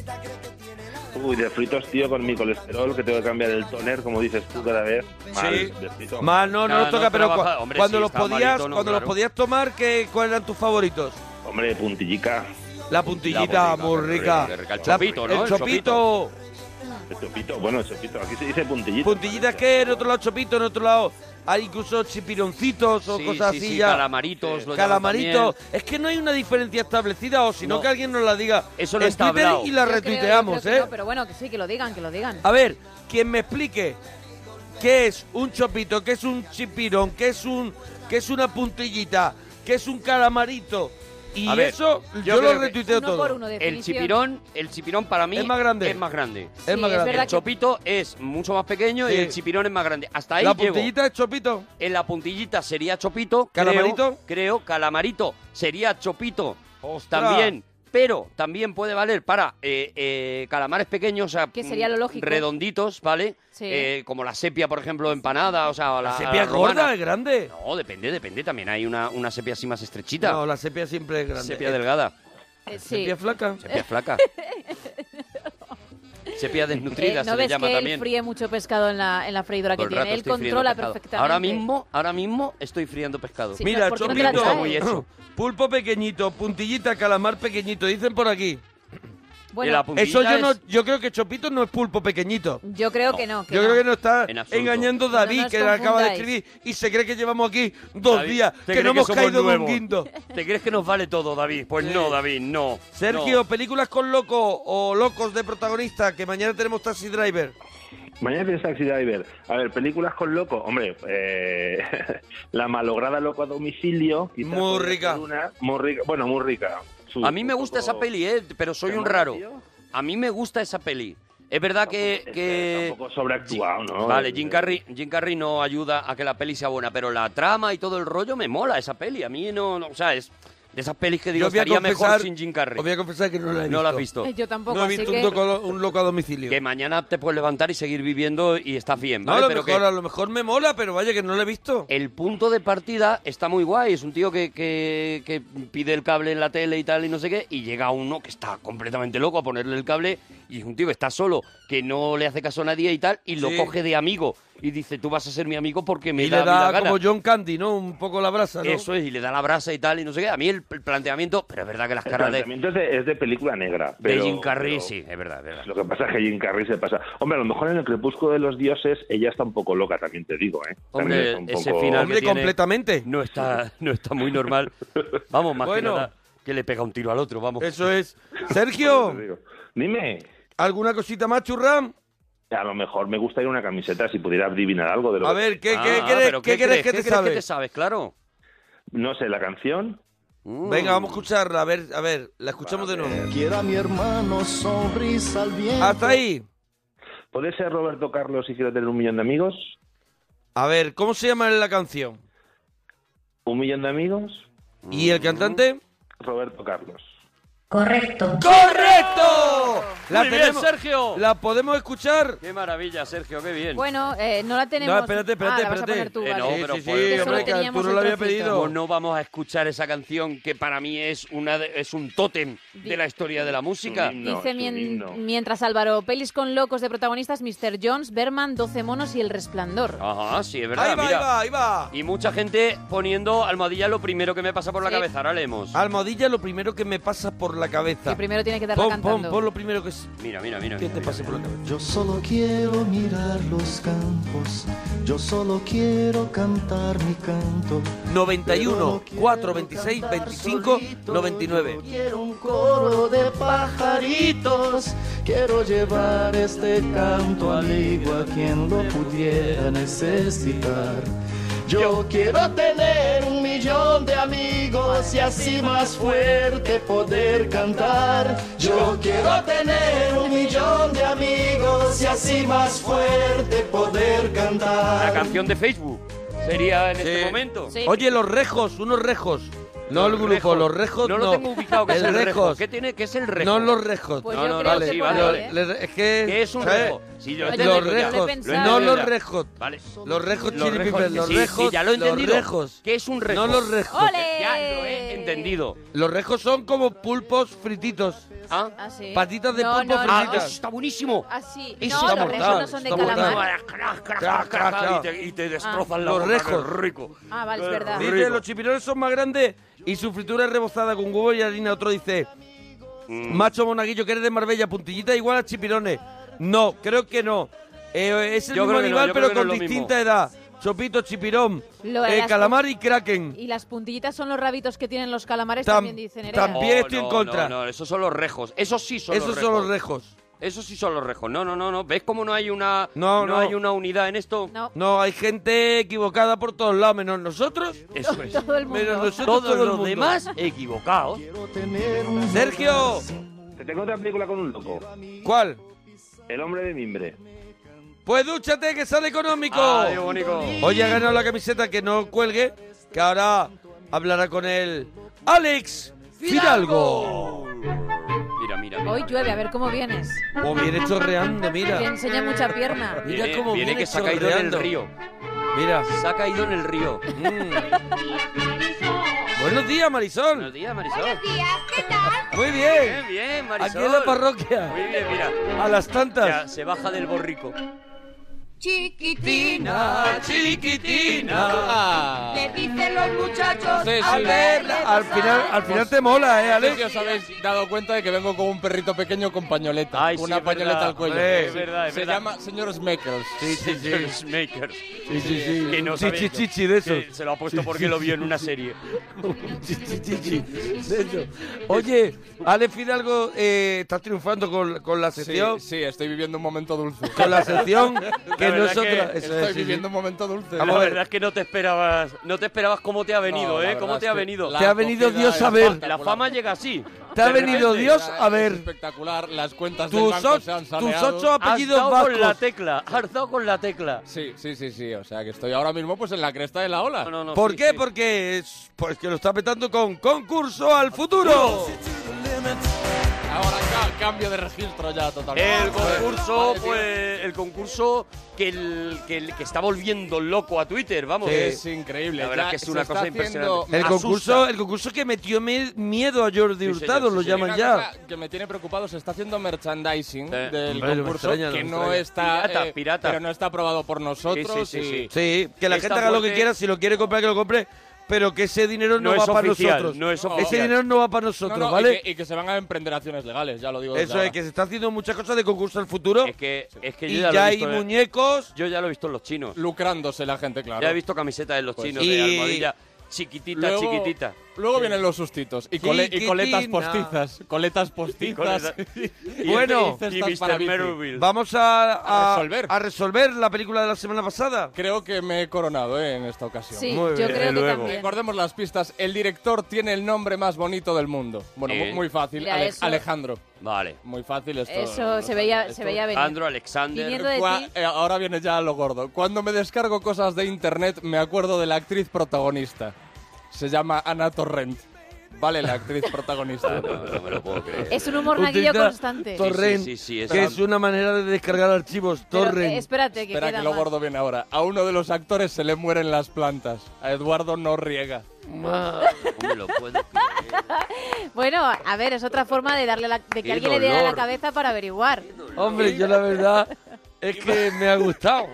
[SPEAKER 9] Uy, de fritos, tío, con mi colesterol, que tengo que cambiar el toner, como dices tú cada vez. Mal,
[SPEAKER 1] Sí.
[SPEAKER 9] de fritos.
[SPEAKER 1] Mal, no, no,
[SPEAKER 3] No,
[SPEAKER 1] nos toca,
[SPEAKER 3] no
[SPEAKER 1] pero
[SPEAKER 3] trabaja-
[SPEAKER 1] cua-
[SPEAKER 3] hombre,
[SPEAKER 1] cuando,
[SPEAKER 3] sí,
[SPEAKER 1] los
[SPEAKER 3] está
[SPEAKER 1] podías,
[SPEAKER 3] malito, no,
[SPEAKER 1] cuando los
[SPEAKER 3] claro.
[SPEAKER 1] podías tomar, ¿qué, ¿cuáles eran tus favoritos?
[SPEAKER 9] Hombre, puntillica,
[SPEAKER 1] La puntillita,
[SPEAKER 5] La
[SPEAKER 1] muy
[SPEAKER 5] puntillita,
[SPEAKER 1] rica.
[SPEAKER 5] qué rica. El
[SPEAKER 1] La-
[SPEAKER 3] chopito, ¿no?
[SPEAKER 1] El
[SPEAKER 3] El
[SPEAKER 1] chopito.
[SPEAKER 9] el chopito. Bueno, el chopito, aquí se dice puntillita.
[SPEAKER 1] Puntillitas que en otro lado chopito, en otro lado hay incluso chipironcitos o
[SPEAKER 3] Sí,
[SPEAKER 1] cosas
[SPEAKER 3] sí,
[SPEAKER 1] así
[SPEAKER 3] sí,
[SPEAKER 1] ya.
[SPEAKER 3] calamaritos, lo llaman
[SPEAKER 1] Calamaritos.
[SPEAKER 3] también.
[SPEAKER 1] Este, Es que no hay una diferencia establecida o si no
[SPEAKER 3] No.
[SPEAKER 1] que alguien nos la diga
[SPEAKER 3] Eso no
[SPEAKER 1] en
[SPEAKER 3] está
[SPEAKER 1] Twitter
[SPEAKER 3] hablado.
[SPEAKER 1] y la
[SPEAKER 2] Yo creo-
[SPEAKER 1] retuiteamos,
[SPEAKER 2] yo creo que
[SPEAKER 1] ¿eh?
[SPEAKER 2] no, pero bueno, que sí, que lo digan, que lo digan.
[SPEAKER 1] A ver, quien me explique qué es un chopito, qué es un chipirón, qué es un qué es una puntillita, qué es un calamarito. Y
[SPEAKER 3] A ver,
[SPEAKER 1] eso yo,
[SPEAKER 3] yo
[SPEAKER 1] lo
[SPEAKER 3] creo que-
[SPEAKER 1] retuiteo
[SPEAKER 2] uno
[SPEAKER 1] todo.
[SPEAKER 2] por uno,
[SPEAKER 3] El
[SPEAKER 2] definición.
[SPEAKER 3] chipirón, el chipirón para mí
[SPEAKER 1] Es más grande.
[SPEAKER 3] Es más grande.
[SPEAKER 2] Sí,
[SPEAKER 1] más
[SPEAKER 2] es
[SPEAKER 1] grande.
[SPEAKER 2] verdad
[SPEAKER 3] El
[SPEAKER 2] que-
[SPEAKER 3] chopito es mucho más pequeño
[SPEAKER 1] Sí.
[SPEAKER 3] y el chipirón es más grande. Hasta ahí
[SPEAKER 1] La
[SPEAKER 3] llego.
[SPEAKER 1] puntillita es chopito.
[SPEAKER 3] En la puntillita sería chopito. creo-
[SPEAKER 1] ¿Calamarito?
[SPEAKER 3] Creo, calamarito. Sería chopito.
[SPEAKER 1] Ostras.
[SPEAKER 3] También. Pero también puede valer para eh, eh, calamares pequeños, o sea,
[SPEAKER 2] Que sería lo lógico.
[SPEAKER 3] redonditos, ¿vale?
[SPEAKER 2] Sí.
[SPEAKER 3] Eh, como la sepia, por ejemplo, empanada, o sea, o la,
[SPEAKER 1] La
[SPEAKER 3] a
[SPEAKER 1] sepia es
[SPEAKER 3] romana.
[SPEAKER 1] gorda, es grande.
[SPEAKER 3] No, depende, depende. También hay una, una sepia así más estrechita.
[SPEAKER 1] No, la sepia siempre es grande.
[SPEAKER 3] sepia delgada.
[SPEAKER 2] Eh, sí.
[SPEAKER 1] Sepia flaca.
[SPEAKER 3] Sepia flaca. sepia desnutrida
[SPEAKER 2] Eh, ¿No
[SPEAKER 3] se le
[SPEAKER 2] ves
[SPEAKER 3] llama
[SPEAKER 2] que
[SPEAKER 3] también.
[SPEAKER 2] él fríe mucho pescado en la, en la freidora
[SPEAKER 3] Todo
[SPEAKER 2] que
[SPEAKER 3] el rato
[SPEAKER 2] tiene? Él
[SPEAKER 3] estoy friendo
[SPEAKER 2] controla
[SPEAKER 3] pescado.
[SPEAKER 2] perfectamente.
[SPEAKER 3] Ahora mismo, ahora mismo estoy friendo pescado.
[SPEAKER 2] Sí.
[SPEAKER 1] Mira,
[SPEAKER 2] ¿por qué no te la
[SPEAKER 1] chopito,
[SPEAKER 2] traes? Muy
[SPEAKER 3] hecho.
[SPEAKER 1] pulpo pequeñito, puntillita, calamar pequeñito, dicen por aquí.
[SPEAKER 3] Y
[SPEAKER 2] Bueno,
[SPEAKER 3] la puntilla
[SPEAKER 1] Eso yo
[SPEAKER 3] es-
[SPEAKER 1] no, yo creo que chopito no es pulpo pequeñito.
[SPEAKER 2] yo creo que no. que
[SPEAKER 1] Yo
[SPEAKER 2] no.
[SPEAKER 1] creo que nos está
[SPEAKER 3] En absoluto.
[SPEAKER 1] engañando
[SPEAKER 2] No
[SPEAKER 1] David,
[SPEAKER 2] nos
[SPEAKER 1] que le acaba de
[SPEAKER 2] confundáis.
[SPEAKER 1] escribir y se cree que llevamos aquí dos
[SPEAKER 3] David,
[SPEAKER 1] días,
[SPEAKER 3] ¿te
[SPEAKER 1] que
[SPEAKER 3] crees
[SPEAKER 1] no hemos
[SPEAKER 3] somos
[SPEAKER 1] caído de un
[SPEAKER 3] nuevos?
[SPEAKER 1] guindo.
[SPEAKER 3] ¿Te crees que nos vale todo, David? Pues no, David, no.
[SPEAKER 1] Sergio, películas con loco o locos de protagonista, que mañana tenemos Taxi Driver.
[SPEAKER 9] Mañana tienes Taxi Driver. A ver, películas con loco. Hombre, eh, la malograda loco a domicilio. quizás
[SPEAKER 1] Muy
[SPEAKER 9] podría
[SPEAKER 1] rica.
[SPEAKER 9] ser una. muy rica. Bueno, muy rica. Su-
[SPEAKER 3] No. A mí me
[SPEAKER 9] un
[SPEAKER 3] gusta esa
[SPEAKER 9] poco-
[SPEAKER 3] peli, eh, pero soy
[SPEAKER 9] ¿Te
[SPEAKER 3] un
[SPEAKER 9] mola,
[SPEAKER 3] raro.
[SPEAKER 9] tío?
[SPEAKER 3] A mí me gusta esa peli. Es verdad que...
[SPEAKER 9] Tampoco-
[SPEAKER 3] que-
[SPEAKER 9] este, Tampoco sobreactuado, ¿no? Eh,
[SPEAKER 3] Vale,
[SPEAKER 9] El-
[SPEAKER 3] Jim Carrey, Jim Carrey no ayuda a que la peli sea buena, pero la trama y todo el rollo me mola esa peli. A mí no, no- o sea, es de esas pelis que digo, estaría mejor sin Jim Carrey.
[SPEAKER 1] os voy a confesar que no la he visto.
[SPEAKER 3] No la has visto.
[SPEAKER 2] Eh, Yo tampoco,
[SPEAKER 1] No he
[SPEAKER 2] así
[SPEAKER 1] visto
[SPEAKER 2] que...
[SPEAKER 1] un, loco, un loco a domicilio.
[SPEAKER 3] Que mañana te puedes levantar y seguir viviendo y estás bien,
[SPEAKER 1] No,
[SPEAKER 3] ¿vale?
[SPEAKER 1] a, lo
[SPEAKER 3] pero
[SPEAKER 1] mejor, a
[SPEAKER 3] que
[SPEAKER 1] lo mejor me mola, pero vaya que no la he visto.
[SPEAKER 3] el punto de partida está muy guay. Es un tío que, que- que pide el cable en la tele y tal y no sé qué, y llega uno que está completamente loco a ponerle el cable y es un tío que está solo, que no le hace caso a nadie y tal, y lo
[SPEAKER 1] Sí.
[SPEAKER 3] coge de amigo. Y dice, tú vas a ser mi amigo porque me
[SPEAKER 1] y
[SPEAKER 3] da,
[SPEAKER 1] le
[SPEAKER 3] a mí la
[SPEAKER 1] da
[SPEAKER 3] gana".
[SPEAKER 1] como John Candy, ¿no? Un poco la brasa, ¿no?
[SPEAKER 3] Eso es, y le da la brasa y tal, y no sé qué. A mí el, el planteamiento, pero es verdad que las
[SPEAKER 9] El
[SPEAKER 3] caras de,
[SPEAKER 9] planteamiento es de, es de película negra.
[SPEAKER 3] de
[SPEAKER 9] pero-
[SPEAKER 3] Jim Carrey,
[SPEAKER 9] pero-
[SPEAKER 3] sí, es verdad, es verdad.
[SPEAKER 9] Lo que pasa es que Jim Carrey se pasa. Hombre, a lo mejor en el Crepúsculo de los Dioses ella está un poco loca, también te digo, ¿eh? También
[SPEAKER 3] Hombre,
[SPEAKER 9] está un
[SPEAKER 3] ese
[SPEAKER 9] poco-
[SPEAKER 3] final
[SPEAKER 1] Hombre,
[SPEAKER 3] que tiene
[SPEAKER 1] completamente.
[SPEAKER 3] No está, no está muy normal. Vamos, más
[SPEAKER 1] Bueno.
[SPEAKER 3] que nada, que le pega un tiro al otro, vamos.
[SPEAKER 1] Eso es.
[SPEAKER 9] Te
[SPEAKER 1] Sergio,
[SPEAKER 9] digo. Dime,
[SPEAKER 1] ¿alguna cosita más, churram?
[SPEAKER 9] a lo mejor me gustaría una camiseta si pudiera adivinar algo de lo
[SPEAKER 1] A
[SPEAKER 9] que-
[SPEAKER 1] ver, ¿qué,
[SPEAKER 3] Ah,
[SPEAKER 1] qué, qué-
[SPEAKER 3] pero
[SPEAKER 1] qué crees que
[SPEAKER 3] ¿Qué
[SPEAKER 1] te
[SPEAKER 3] crees
[SPEAKER 1] sabe?
[SPEAKER 3] que te sabes, pues, claro?
[SPEAKER 9] No sé, la canción.
[SPEAKER 3] Mm.
[SPEAKER 1] Venga, vamos a escucharla, a ver, a ver, la escuchamos de nuevo.
[SPEAKER 7] Quiera mi hermano sonrisa al viento.
[SPEAKER 1] Hasta ahí.
[SPEAKER 9] ¿Puede ser Roberto Carlos si quiero tener un millón de amigos?
[SPEAKER 1] A ver, ¿cómo se llama la canción?
[SPEAKER 9] ¿Un millón de amigos? Mm.
[SPEAKER 1] ¿Y el cantante?
[SPEAKER 9] Roberto Carlos.
[SPEAKER 10] Correcto.
[SPEAKER 1] ¡Correcto! ¡Oh! La
[SPEAKER 3] Muy bien,
[SPEAKER 1] tenemos-
[SPEAKER 3] Sergio.
[SPEAKER 1] ¿La podemos escuchar?
[SPEAKER 3] Qué maravilla, Sergio, qué bien.
[SPEAKER 2] Bueno, eh, no la tenemos.
[SPEAKER 1] No, espérate, espérate,
[SPEAKER 2] ah, la vas a
[SPEAKER 1] espérate.
[SPEAKER 2] poner tú,
[SPEAKER 3] Eh,
[SPEAKER 2] vale.
[SPEAKER 3] no,
[SPEAKER 1] sí,
[SPEAKER 3] pero
[SPEAKER 1] sí,
[SPEAKER 3] fue-
[SPEAKER 1] sí,
[SPEAKER 3] Que
[SPEAKER 1] hombre,
[SPEAKER 2] solo
[SPEAKER 1] que
[SPEAKER 2] teníamos
[SPEAKER 1] Arturo
[SPEAKER 2] el
[SPEAKER 1] lo había
[SPEAKER 2] trocito.
[SPEAKER 1] pedido.
[SPEAKER 3] ¿Cómo no vamos a escuchar esa canción que para mí es una de- es un tótem de la historia de la música?
[SPEAKER 9] Un himno,
[SPEAKER 2] Dice
[SPEAKER 9] es un
[SPEAKER 2] mien-
[SPEAKER 9] himno.
[SPEAKER 2] mientras Álvaro, pelis con locos de protagonistas, Mr. Jones, Berman, 12 monos y El Resplandor.
[SPEAKER 3] Ajá, sí, es verdad.
[SPEAKER 1] Ahí va, ahí
[SPEAKER 3] mira.
[SPEAKER 1] va, ahí va.
[SPEAKER 3] Y mucha gente poniendo almohadilla lo primero que me pasa por la
[SPEAKER 2] Sí.
[SPEAKER 3] cabeza. Ahora leemos.
[SPEAKER 1] Almohadilla, lo primero que me pasa por la cabeza.
[SPEAKER 2] Que primero tiene que darla
[SPEAKER 1] pon, pon,
[SPEAKER 2] cantando.
[SPEAKER 1] pon lo primero que... s-
[SPEAKER 3] Mira, mira, mira.
[SPEAKER 1] Que te pase por la cabeza.
[SPEAKER 7] Yo solo quiero mirar los campos, yo solo quiero cantar mi canto.
[SPEAKER 1] 91, 4, 26, 25, 99.
[SPEAKER 7] Quiero un coro de pajaritos, quiero llevar este canto al a quien lo pudiera necesitar. Yo quiero tener un millón de amigos y así más fuerte poder cantar. Yo quiero tener un millón de amigos y así más fuerte poder
[SPEAKER 3] La
[SPEAKER 7] cantar.
[SPEAKER 3] canción de Facebook sería en este momento.
[SPEAKER 1] Oye, los rejos, unos rejos. No el
[SPEAKER 3] Los
[SPEAKER 1] grupo,
[SPEAKER 3] Rejos.
[SPEAKER 1] los rejos.
[SPEAKER 3] No
[SPEAKER 1] No,
[SPEAKER 3] lo tengo ubicado, ¿qué es el Rejo?
[SPEAKER 1] rejos.
[SPEAKER 3] ¿Qué tiene- qué es el Rejo?
[SPEAKER 1] No los rejos.
[SPEAKER 2] Pues No, yo no, creo que por
[SPEAKER 1] Pero
[SPEAKER 2] ahí, ¿eh?
[SPEAKER 1] le- Es que.
[SPEAKER 3] ¿Qué es un
[SPEAKER 1] ¿sabes?
[SPEAKER 3] rejo? Sí, yo lo he
[SPEAKER 1] los
[SPEAKER 3] entendido ya.
[SPEAKER 1] rejos.
[SPEAKER 2] Lo he
[SPEAKER 1] No
[SPEAKER 3] entendido
[SPEAKER 1] los
[SPEAKER 3] ya.
[SPEAKER 1] rejos.
[SPEAKER 3] Vale.
[SPEAKER 1] Los rejos
[SPEAKER 3] Los
[SPEAKER 1] chili
[SPEAKER 3] rejos,
[SPEAKER 1] peppers,
[SPEAKER 3] que
[SPEAKER 1] los
[SPEAKER 3] sí, sí,
[SPEAKER 1] rejos.
[SPEAKER 3] ya lo he
[SPEAKER 1] los
[SPEAKER 3] entendido.
[SPEAKER 1] rejos.
[SPEAKER 3] ¿Qué es un rejo?
[SPEAKER 1] No los rejos.
[SPEAKER 2] ¡Ole!
[SPEAKER 3] Ya lo he entendido.
[SPEAKER 1] Los rejos son como pulpos frititos.
[SPEAKER 3] ¿Ah?
[SPEAKER 2] ¿Ah, sí?
[SPEAKER 1] Patitas de
[SPEAKER 2] No,
[SPEAKER 1] pulpo
[SPEAKER 2] no,
[SPEAKER 3] Ah,
[SPEAKER 1] frititas.
[SPEAKER 2] no.
[SPEAKER 3] eso está buenísimo.
[SPEAKER 2] Así.
[SPEAKER 3] Eso
[SPEAKER 2] no,
[SPEAKER 3] está
[SPEAKER 2] los rejos
[SPEAKER 1] mortal,
[SPEAKER 2] no son de
[SPEAKER 1] está mortal.
[SPEAKER 2] calamar.
[SPEAKER 1] crac.
[SPEAKER 3] Y te, y te destrozan la
[SPEAKER 1] Los
[SPEAKER 3] boca,
[SPEAKER 1] rejos.
[SPEAKER 3] qué rico.
[SPEAKER 2] Ah, vale, es
[SPEAKER 3] Qué
[SPEAKER 2] verdad.
[SPEAKER 3] rico.
[SPEAKER 1] Dice, los chipirones son más grandes y su fritura es rebozada con huevo y harina. Otro dice,
[SPEAKER 3] Mm.
[SPEAKER 1] macho monaguillo, que eres de Marbella, puntillita igual a chipirones. No, creo que no. Eh, es el
[SPEAKER 3] Yo creo
[SPEAKER 1] mismo
[SPEAKER 3] que no,
[SPEAKER 1] animal,
[SPEAKER 3] yo creo
[SPEAKER 1] pero
[SPEAKER 3] que no
[SPEAKER 1] con
[SPEAKER 3] es lo
[SPEAKER 1] distinta edad. Chopito, chipirón,
[SPEAKER 2] Lo
[SPEAKER 1] eh,
[SPEAKER 2] harás con-
[SPEAKER 1] calamar y kraken.
[SPEAKER 2] Y las puntillitas son los rabitos que tienen los calamares,
[SPEAKER 1] Tam-
[SPEAKER 2] también dicen Nerea.
[SPEAKER 1] tam- También estoy en
[SPEAKER 3] Oh, no,
[SPEAKER 1] contra.
[SPEAKER 3] No, no, esos son los rejos. Esos sí son
[SPEAKER 1] Esos
[SPEAKER 3] los
[SPEAKER 1] son
[SPEAKER 3] rejos.
[SPEAKER 1] los rejos.
[SPEAKER 3] Esos sí son los rejos. No, no, no, no. ¿Ves cómo no hay una
[SPEAKER 1] No, no.
[SPEAKER 3] hay una unidad en esto?
[SPEAKER 2] No,
[SPEAKER 1] No, hay gente equivocada por todos lados, menos nosotros.
[SPEAKER 3] Eso es.
[SPEAKER 2] todo el
[SPEAKER 1] Menos
[SPEAKER 2] mundo.
[SPEAKER 1] nosotros,
[SPEAKER 3] Todos
[SPEAKER 1] todo el
[SPEAKER 3] los
[SPEAKER 1] mundo.
[SPEAKER 3] demás equivocados.
[SPEAKER 7] Quiero tener un
[SPEAKER 1] Sergio,
[SPEAKER 9] Te tengo otra película con un loco.
[SPEAKER 1] ¿cuál?
[SPEAKER 9] El hombre de mimbre.
[SPEAKER 1] Pues dúchate, que sale económico.
[SPEAKER 3] Ay, qué bonito.
[SPEAKER 1] Oye, ha ganado la camiseta que no cuelgue, que ahora hablará con él Alex Fidalgo.
[SPEAKER 3] Mira, mira. mira.
[SPEAKER 2] Hoy llueve, a ver cómo vienes.
[SPEAKER 1] O viene chorreando,
[SPEAKER 2] Te
[SPEAKER 1] mira.
[SPEAKER 2] enseña mucha pierna.
[SPEAKER 1] Mira
[SPEAKER 3] Viene-
[SPEAKER 1] cómo
[SPEAKER 3] viene
[SPEAKER 1] viene
[SPEAKER 3] que se ha caído en el
[SPEAKER 1] chorreando.
[SPEAKER 3] río.
[SPEAKER 1] Mira.
[SPEAKER 3] Se ha caído en el río.
[SPEAKER 1] Mm. Buenos días,
[SPEAKER 3] Buenos
[SPEAKER 1] Marisol.
[SPEAKER 3] días, Marisol.
[SPEAKER 1] Muy bien.
[SPEAKER 3] Bien, bien, Marisol.
[SPEAKER 1] Aquí en la parroquia.
[SPEAKER 3] Muy bien, mira.
[SPEAKER 1] A las
[SPEAKER 3] Ya,
[SPEAKER 1] tantas.
[SPEAKER 3] se baja del borrico.
[SPEAKER 1] Chiquitina,
[SPEAKER 3] Ah.
[SPEAKER 1] chiquitina.
[SPEAKER 11] Le dicen los muchachos
[SPEAKER 1] Al verla, al final, al final te mola, eh,
[SPEAKER 12] No sé si
[SPEAKER 1] Alex.
[SPEAKER 12] os habéis dado cuenta de que vengo con un perrito pequeño con pañoleta.
[SPEAKER 3] Ay, sí,
[SPEAKER 12] una
[SPEAKER 3] es verdad,
[SPEAKER 12] pañoleta al cuello.
[SPEAKER 1] hombre.
[SPEAKER 12] Sí,
[SPEAKER 1] Es
[SPEAKER 3] verdad, es
[SPEAKER 12] Se
[SPEAKER 3] verdad.
[SPEAKER 12] llama señor Smeckles.
[SPEAKER 1] Sí, sí, sí.
[SPEAKER 3] Los makers.
[SPEAKER 1] Sí, sí, sí.
[SPEAKER 3] Que no
[SPEAKER 1] chichi,
[SPEAKER 3] sabéis-
[SPEAKER 1] chichi de esos.
[SPEAKER 3] que se lo ha puesto porque lo vio en una serie.
[SPEAKER 1] Sí, sí, sí, sí. De hecho. Oye, Ale Fidalgo, eh, estás triunfando con, con la
[SPEAKER 12] Sí,
[SPEAKER 1] sección.
[SPEAKER 12] sí, estoy viviendo un momento dulce.
[SPEAKER 1] Con la sección que
[SPEAKER 3] verdad
[SPEAKER 1] no es
[SPEAKER 3] que
[SPEAKER 1] otra. eso
[SPEAKER 12] Estoy
[SPEAKER 1] es, sí, sí.
[SPEAKER 12] viviendo un momento dulce.
[SPEAKER 1] Vamos
[SPEAKER 3] La
[SPEAKER 1] a ver.
[SPEAKER 3] verdad es que no te esperabas, no te esperabas cómo te ha venido,
[SPEAKER 12] No, la
[SPEAKER 3] ¿eh?
[SPEAKER 12] verdad
[SPEAKER 3] ¿Cómo te
[SPEAKER 12] es
[SPEAKER 3] ha
[SPEAKER 12] que
[SPEAKER 3] venido?
[SPEAKER 12] la
[SPEAKER 1] Te ha venido
[SPEAKER 12] acogida
[SPEAKER 1] Dios
[SPEAKER 12] es
[SPEAKER 1] a ver.
[SPEAKER 12] espectacular.
[SPEAKER 3] La fama llega así.
[SPEAKER 1] Te ha
[SPEAKER 3] De
[SPEAKER 1] venido
[SPEAKER 3] repente.
[SPEAKER 1] Dios
[SPEAKER 12] Es
[SPEAKER 1] a ver.
[SPEAKER 12] Espectacular. Las cuentas del
[SPEAKER 1] Tus,
[SPEAKER 12] banco
[SPEAKER 1] ocho-
[SPEAKER 12] se han
[SPEAKER 1] tus
[SPEAKER 12] saneado.
[SPEAKER 1] ocho
[SPEAKER 3] Has
[SPEAKER 1] apellidos
[SPEAKER 3] dado con la
[SPEAKER 1] vascos.
[SPEAKER 3] tecla, has dado con la tecla.
[SPEAKER 12] Sí, sí, sí, sí. O sea, que estoy ahora mismo pues en la cresta de la ola.
[SPEAKER 3] No, no, no,
[SPEAKER 1] ¿Por
[SPEAKER 3] sí,
[SPEAKER 1] qué?
[SPEAKER 3] sí.
[SPEAKER 1] Porque es, pues que lo está petando con concurso al futuro.
[SPEAKER 12] Ahora ca- cambio de registro ya totalmente.
[SPEAKER 3] El concurso,
[SPEAKER 12] Vale, tío.
[SPEAKER 3] pues, el concurso que, el, que, el- que está volviendo loco a Twitter, vamos.
[SPEAKER 1] Sí.
[SPEAKER 12] Es increíble.
[SPEAKER 3] La verdad
[SPEAKER 12] ya
[SPEAKER 3] que es
[SPEAKER 12] se
[SPEAKER 3] una
[SPEAKER 12] está
[SPEAKER 3] cosa
[SPEAKER 12] haciendo-
[SPEAKER 3] impresionante.
[SPEAKER 1] El
[SPEAKER 3] Asusta.
[SPEAKER 1] concurso, el concurso que metió me- miedo a Jordi
[SPEAKER 3] Sí, señor,
[SPEAKER 1] Hurtado,
[SPEAKER 3] sí,
[SPEAKER 1] lo
[SPEAKER 3] señor.
[SPEAKER 1] llaman
[SPEAKER 12] Una
[SPEAKER 1] ya.
[SPEAKER 12] cosa que me tiene preocupado, se está haciendo merchandising
[SPEAKER 3] Eh,
[SPEAKER 12] del
[SPEAKER 1] hombre, no me
[SPEAKER 12] concurso
[SPEAKER 1] extraña, no
[SPEAKER 12] que
[SPEAKER 1] me
[SPEAKER 12] no
[SPEAKER 1] extraña.
[SPEAKER 12] está eh,
[SPEAKER 3] Pirata, pirata.
[SPEAKER 12] pero no está aprobado por nosotros.
[SPEAKER 3] Sí, sí, sí,
[SPEAKER 12] y-
[SPEAKER 1] Sí, que la
[SPEAKER 3] Esta
[SPEAKER 1] gente haga lo que
[SPEAKER 3] fuerte-
[SPEAKER 1] quiera, si lo quiere comprar, que lo compre, pero que ese dinero no,
[SPEAKER 3] No
[SPEAKER 1] va
[SPEAKER 3] es
[SPEAKER 1] para
[SPEAKER 3] oficial,
[SPEAKER 1] nosotros.
[SPEAKER 3] no es
[SPEAKER 1] Ese
[SPEAKER 3] oficial.
[SPEAKER 1] dinero no va para
[SPEAKER 12] No, no,
[SPEAKER 1] nosotros,
[SPEAKER 12] y
[SPEAKER 1] ¿vale?
[SPEAKER 12] que- y, que, se van a emprender acciones legales, ya lo digo. desde
[SPEAKER 1] Eso es,
[SPEAKER 12] ahora.
[SPEAKER 1] que se está haciendo muchas cosas de concurso al futuro.
[SPEAKER 3] Es que, es que
[SPEAKER 1] y
[SPEAKER 3] yo ya,
[SPEAKER 1] ya,
[SPEAKER 3] lo he
[SPEAKER 1] hay
[SPEAKER 3] visto, en-
[SPEAKER 1] muñecos.
[SPEAKER 3] yo ya lo he visto en los chinos.
[SPEAKER 12] Lucrándose la gente, claro.
[SPEAKER 3] Ya he visto camisetas de los
[SPEAKER 12] Pues
[SPEAKER 3] chinos
[SPEAKER 1] sí.
[SPEAKER 3] de almohadilla chiquitita,
[SPEAKER 12] Luego-
[SPEAKER 3] chiquitita.
[SPEAKER 12] Luego vienen los sustitos. Y, cole- y coletas
[SPEAKER 1] Chiquitina.
[SPEAKER 12] postizas. Coletas postizas.
[SPEAKER 3] Y-
[SPEAKER 1] Bueno,
[SPEAKER 12] cestas
[SPEAKER 3] y
[SPEAKER 12] para
[SPEAKER 3] Mr.
[SPEAKER 12] bici.
[SPEAKER 3] Merville.
[SPEAKER 1] Vamos a,
[SPEAKER 12] A resolver.
[SPEAKER 1] a resolver la película de la semana pasada.
[SPEAKER 12] Creo que me he coronado eh, en esta ocasión.
[SPEAKER 2] Sí,
[SPEAKER 1] Muy
[SPEAKER 2] yo
[SPEAKER 1] bien,
[SPEAKER 2] creo que
[SPEAKER 3] luego.
[SPEAKER 2] también.
[SPEAKER 12] Recordemos las pistas. El director tiene el nombre más bonito del mundo. Bueno,
[SPEAKER 3] Eh.
[SPEAKER 12] mu- muy fácil.
[SPEAKER 2] Mira,
[SPEAKER 12] Ale-
[SPEAKER 2] eso-
[SPEAKER 12] Alejandro.
[SPEAKER 3] Vale.
[SPEAKER 12] Muy fácil esto.
[SPEAKER 2] Eso
[SPEAKER 12] no
[SPEAKER 2] se
[SPEAKER 12] sé,
[SPEAKER 2] veía,
[SPEAKER 12] esto-
[SPEAKER 2] se veía venir.
[SPEAKER 3] Andro Alexander.
[SPEAKER 2] Viniendo de
[SPEAKER 12] Cua-
[SPEAKER 2] ti.
[SPEAKER 12] eh, ahora viene ya lo gordo. Cuando me descargo cosas de internet, me acuerdo de la actriz protagonista. Se llama Ana Torrent. Vale, la actriz protagonista.
[SPEAKER 3] Ah, No, no me lo puedo creer.
[SPEAKER 2] Es un humor naguillo
[SPEAKER 1] Utiliza
[SPEAKER 2] constante.
[SPEAKER 1] Torrent,
[SPEAKER 3] Sí, sí, sí, sí, es
[SPEAKER 1] que
[SPEAKER 3] am-
[SPEAKER 1] es una manera de descargar archivos.
[SPEAKER 2] Pero, eh,
[SPEAKER 1] Torrent.
[SPEAKER 2] espérate, que
[SPEAKER 12] Espera
[SPEAKER 2] queda
[SPEAKER 12] que lo
[SPEAKER 2] más.
[SPEAKER 12] gordo viene ahora. A uno de los actores se le mueren las plantas. A Eduardo no riega.
[SPEAKER 3] No me lo puedo creer.
[SPEAKER 2] Bueno, a ver, es otra forma de darle la- de que
[SPEAKER 3] Qué
[SPEAKER 2] alguien le dé a la
[SPEAKER 3] dolor.
[SPEAKER 2] cabeza para averiguar.
[SPEAKER 1] Hombre, yo la verdad Es que me ha gustado.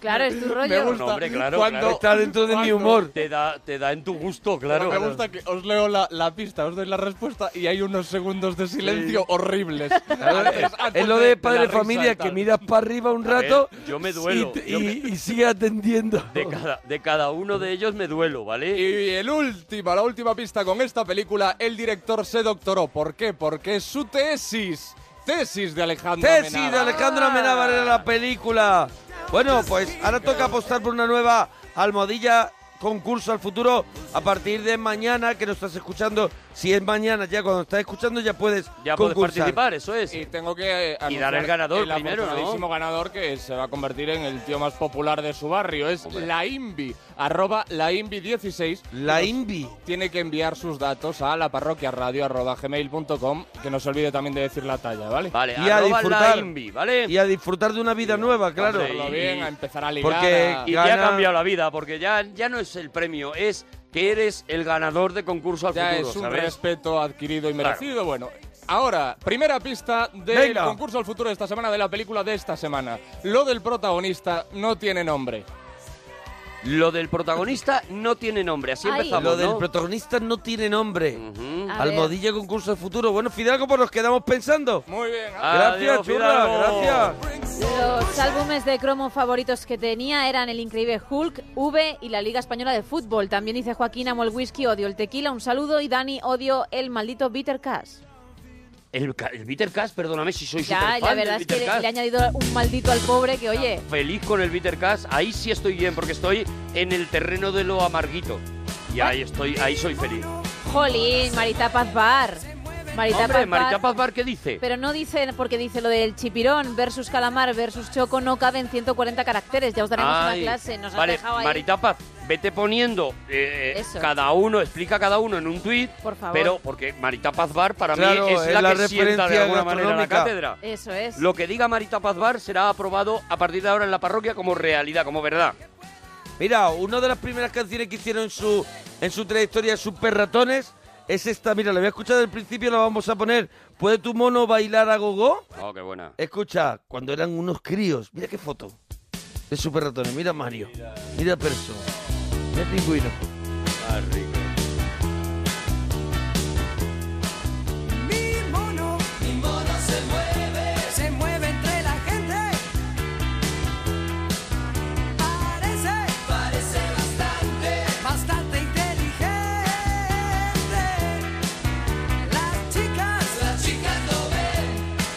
[SPEAKER 2] Claro, es tu rollo.
[SPEAKER 3] No, hombre, claro,
[SPEAKER 1] Cuando-
[SPEAKER 3] claro.
[SPEAKER 1] Está dentro de mi humor.
[SPEAKER 3] Te da, te da en tu gusto, claro.
[SPEAKER 12] Pero me gusta que os leo la, la pista, os doy la respuesta y hay unos segundos de silencio
[SPEAKER 3] Sí.
[SPEAKER 12] horribles.
[SPEAKER 1] Claro,
[SPEAKER 12] Antes-
[SPEAKER 1] es-
[SPEAKER 12] antes
[SPEAKER 1] es lo de
[SPEAKER 12] la
[SPEAKER 1] padre
[SPEAKER 12] risa y
[SPEAKER 1] familia
[SPEAKER 12] tal.
[SPEAKER 1] que miras para arriba un
[SPEAKER 3] A ver,
[SPEAKER 1] rato
[SPEAKER 3] yo me duelo,
[SPEAKER 1] y,
[SPEAKER 3] yo
[SPEAKER 1] y-
[SPEAKER 3] me-
[SPEAKER 1] y sigue atendiendo.
[SPEAKER 3] De cada, de cada uno de ellos me duelo, ¿vale?
[SPEAKER 12] Y el última, la última pista con esta película, el director se doctoró. ¿Por qué? Porque su tesis, tesis de Alejandro
[SPEAKER 1] Tesis
[SPEAKER 12] Amenábar.
[SPEAKER 1] de Alejandro Amenábar era la película. Bueno, pues ahora toca apostar por una nueva almohadilla concurso al futuro a partir de mañana que nos estás escuchando. Si es mañana ya cuando estás escuchando ya puedes
[SPEAKER 3] Ya puedes
[SPEAKER 1] concursar.
[SPEAKER 3] participar, eso es.
[SPEAKER 12] Y tengo que eh,
[SPEAKER 3] Y
[SPEAKER 12] anunciar
[SPEAKER 3] dar el ganador
[SPEAKER 12] el
[SPEAKER 3] primero, ¿no?
[SPEAKER 12] afortunadísimo ganador que se va a convertir en el tío más popular de su barrio. Es la Invi, arroba la Invi 16.
[SPEAKER 1] La
[SPEAKER 12] Nos-
[SPEAKER 1] Invi.
[SPEAKER 12] Tiene que enviar sus datos a la arroba gmail.com. Que no se olvide también de decir la talla, ¿vale?
[SPEAKER 3] Vale,
[SPEAKER 1] Y a
[SPEAKER 3] arroba
[SPEAKER 1] disfrutar.
[SPEAKER 3] la Invi, ¿vale?
[SPEAKER 1] Y a disfrutar de una vida nueva, claro.
[SPEAKER 3] Hombre,
[SPEAKER 12] Hacerlo
[SPEAKER 3] y-
[SPEAKER 12] bien, a empezar a ligar.
[SPEAKER 1] Porque
[SPEAKER 12] a-
[SPEAKER 3] Y te ha
[SPEAKER 1] Gana-
[SPEAKER 3] cambiado la vida, porque ya, ya no es el premio, es que eres el ganador de concurso al
[SPEAKER 12] Ya
[SPEAKER 3] futuro,
[SPEAKER 12] es un
[SPEAKER 3] ¿sabes?
[SPEAKER 12] respeto adquirido y
[SPEAKER 3] Claro.
[SPEAKER 12] merecido. Bueno, ahora, primera pista del
[SPEAKER 1] Venga.
[SPEAKER 12] concurso al futuro de esta semana, de la película de esta semana. Lo del protagonista no tiene nombre.
[SPEAKER 3] Lo del protagonista no tiene nombre, así
[SPEAKER 2] Ay.
[SPEAKER 3] empezamos,
[SPEAKER 1] Lo del
[SPEAKER 3] ¿no?
[SPEAKER 1] protagonista no tiene nombre.
[SPEAKER 3] Ujú.
[SPEAKER 2] A ver.
[SPEAKER 1] Almohadilla concurso al futuro. Bueno, Fidalgo, pues nos quedamos pensando.
[SPEAKER 12] Muy bien.
[SPEAKER 1] Gracias,
[SPEAKER 3] Adiós,
[SPEAKER 1] churra,
[SPEAKER 3] Fidalgo.
[SPEAKER 1] gracias.
[SPEAKER 2] Los álbumes de cromo favoritos que tenía eran El Increíble Hulk, V y la Liga Española de Fútbol. También dice Joaquín, amo el whisky, odio el tequila, un saludo. Y Dani, odio el maldito Bitter Cash.
[SPEAKER 3] El, ca- el Bitter Cash, perdóname si soy
[SPEAKER 2] Ya,
[SPEAKER 3] superfan
[SPEAKER 2] la
[SPEAKER 3] del
[SPEAKER 2] verdad es que
[SPEAKER 3] Bitter
[SPEAKER 2] le,
[SPEAKER 3] Cash.
[SPEAKER 2] le ha añadido un maldito al pobre que, oye,
[SPEAKER 3] Feliz con el Bitter Cash, ahí sí estoy bien, porque estoy en el terreno de lo amarguito. Y ahí estoy, ahí soy feliz.
[SPEAKER 2] jolín, Marita Paz Bar. Marita
[SPEAKER 3] Hombre,
[SPEAKER 2] Paz
[SPEAKER 3] Marita
[SPEAKER 2] Bar.
[SPEAKER 3] Paz Bar, ¿qué dice?
[SPEAKER 2] Pero no dice, porque dice lo del chipirón versus calamar versus choco, no caben 140 caracteres. Ya os daremos
[SPEAKER 3] Ay,
[SPEAKER 2] una clase, nos
[SPEAKER 3] vale,
[SPEAKER 2] has dejado ahí.
[SPEAKER 3] Marita Paz, vete poniendo eh, eh,
[SPEAKER 2] Eso.
[SPEAKER 3] cada uno, explica cada uno en un tuit,
[SPEAKER 2] Por favor.
[SPEAKER 3] pero porque Marita Paz Bar para
[SPEAKER 1] Claro,
[SPEAKER 3] mí es,
[SPEAKER 1] es
[SPEAKER 3] la,
[SPEAKER 1] la
[SPEAKER 3] que sienta de
[SPEAKER 1] referencia
[SPEAKER 3] alguna manera la
[SPEAKER 1] gastronómica.
[SPEAKER 3] cátedra.
[SPEAKER 2] Eso es.
[SPEAKER 3] Lo que diga Marita Paz Bar será aprobado a partir de ahora en la parroquia como realidad, como verdad.
[SPEAKER 1] Mira, una de las primeras canciones que hicieron en su, en su trayectoria Super Ratones es esta. Mira, la voy a escuchar del principio, la vamos a poner. ¿Puede tu mono bailar a gogo?
[SPEAKER 3] Oh, qué buena.
[SPEAKER 1] Escucha, cuando eran unos críos. Mira qué foto de Super Ratones. Mira a Mario. Mira a Perso. Mira a Pingüino.
[SPEAKER 11] Mi mono, mi mono se mueve, se mueve entre la gente. Parece, parece bastante, bastante inteligente. Las chicas, las chicas lo ven,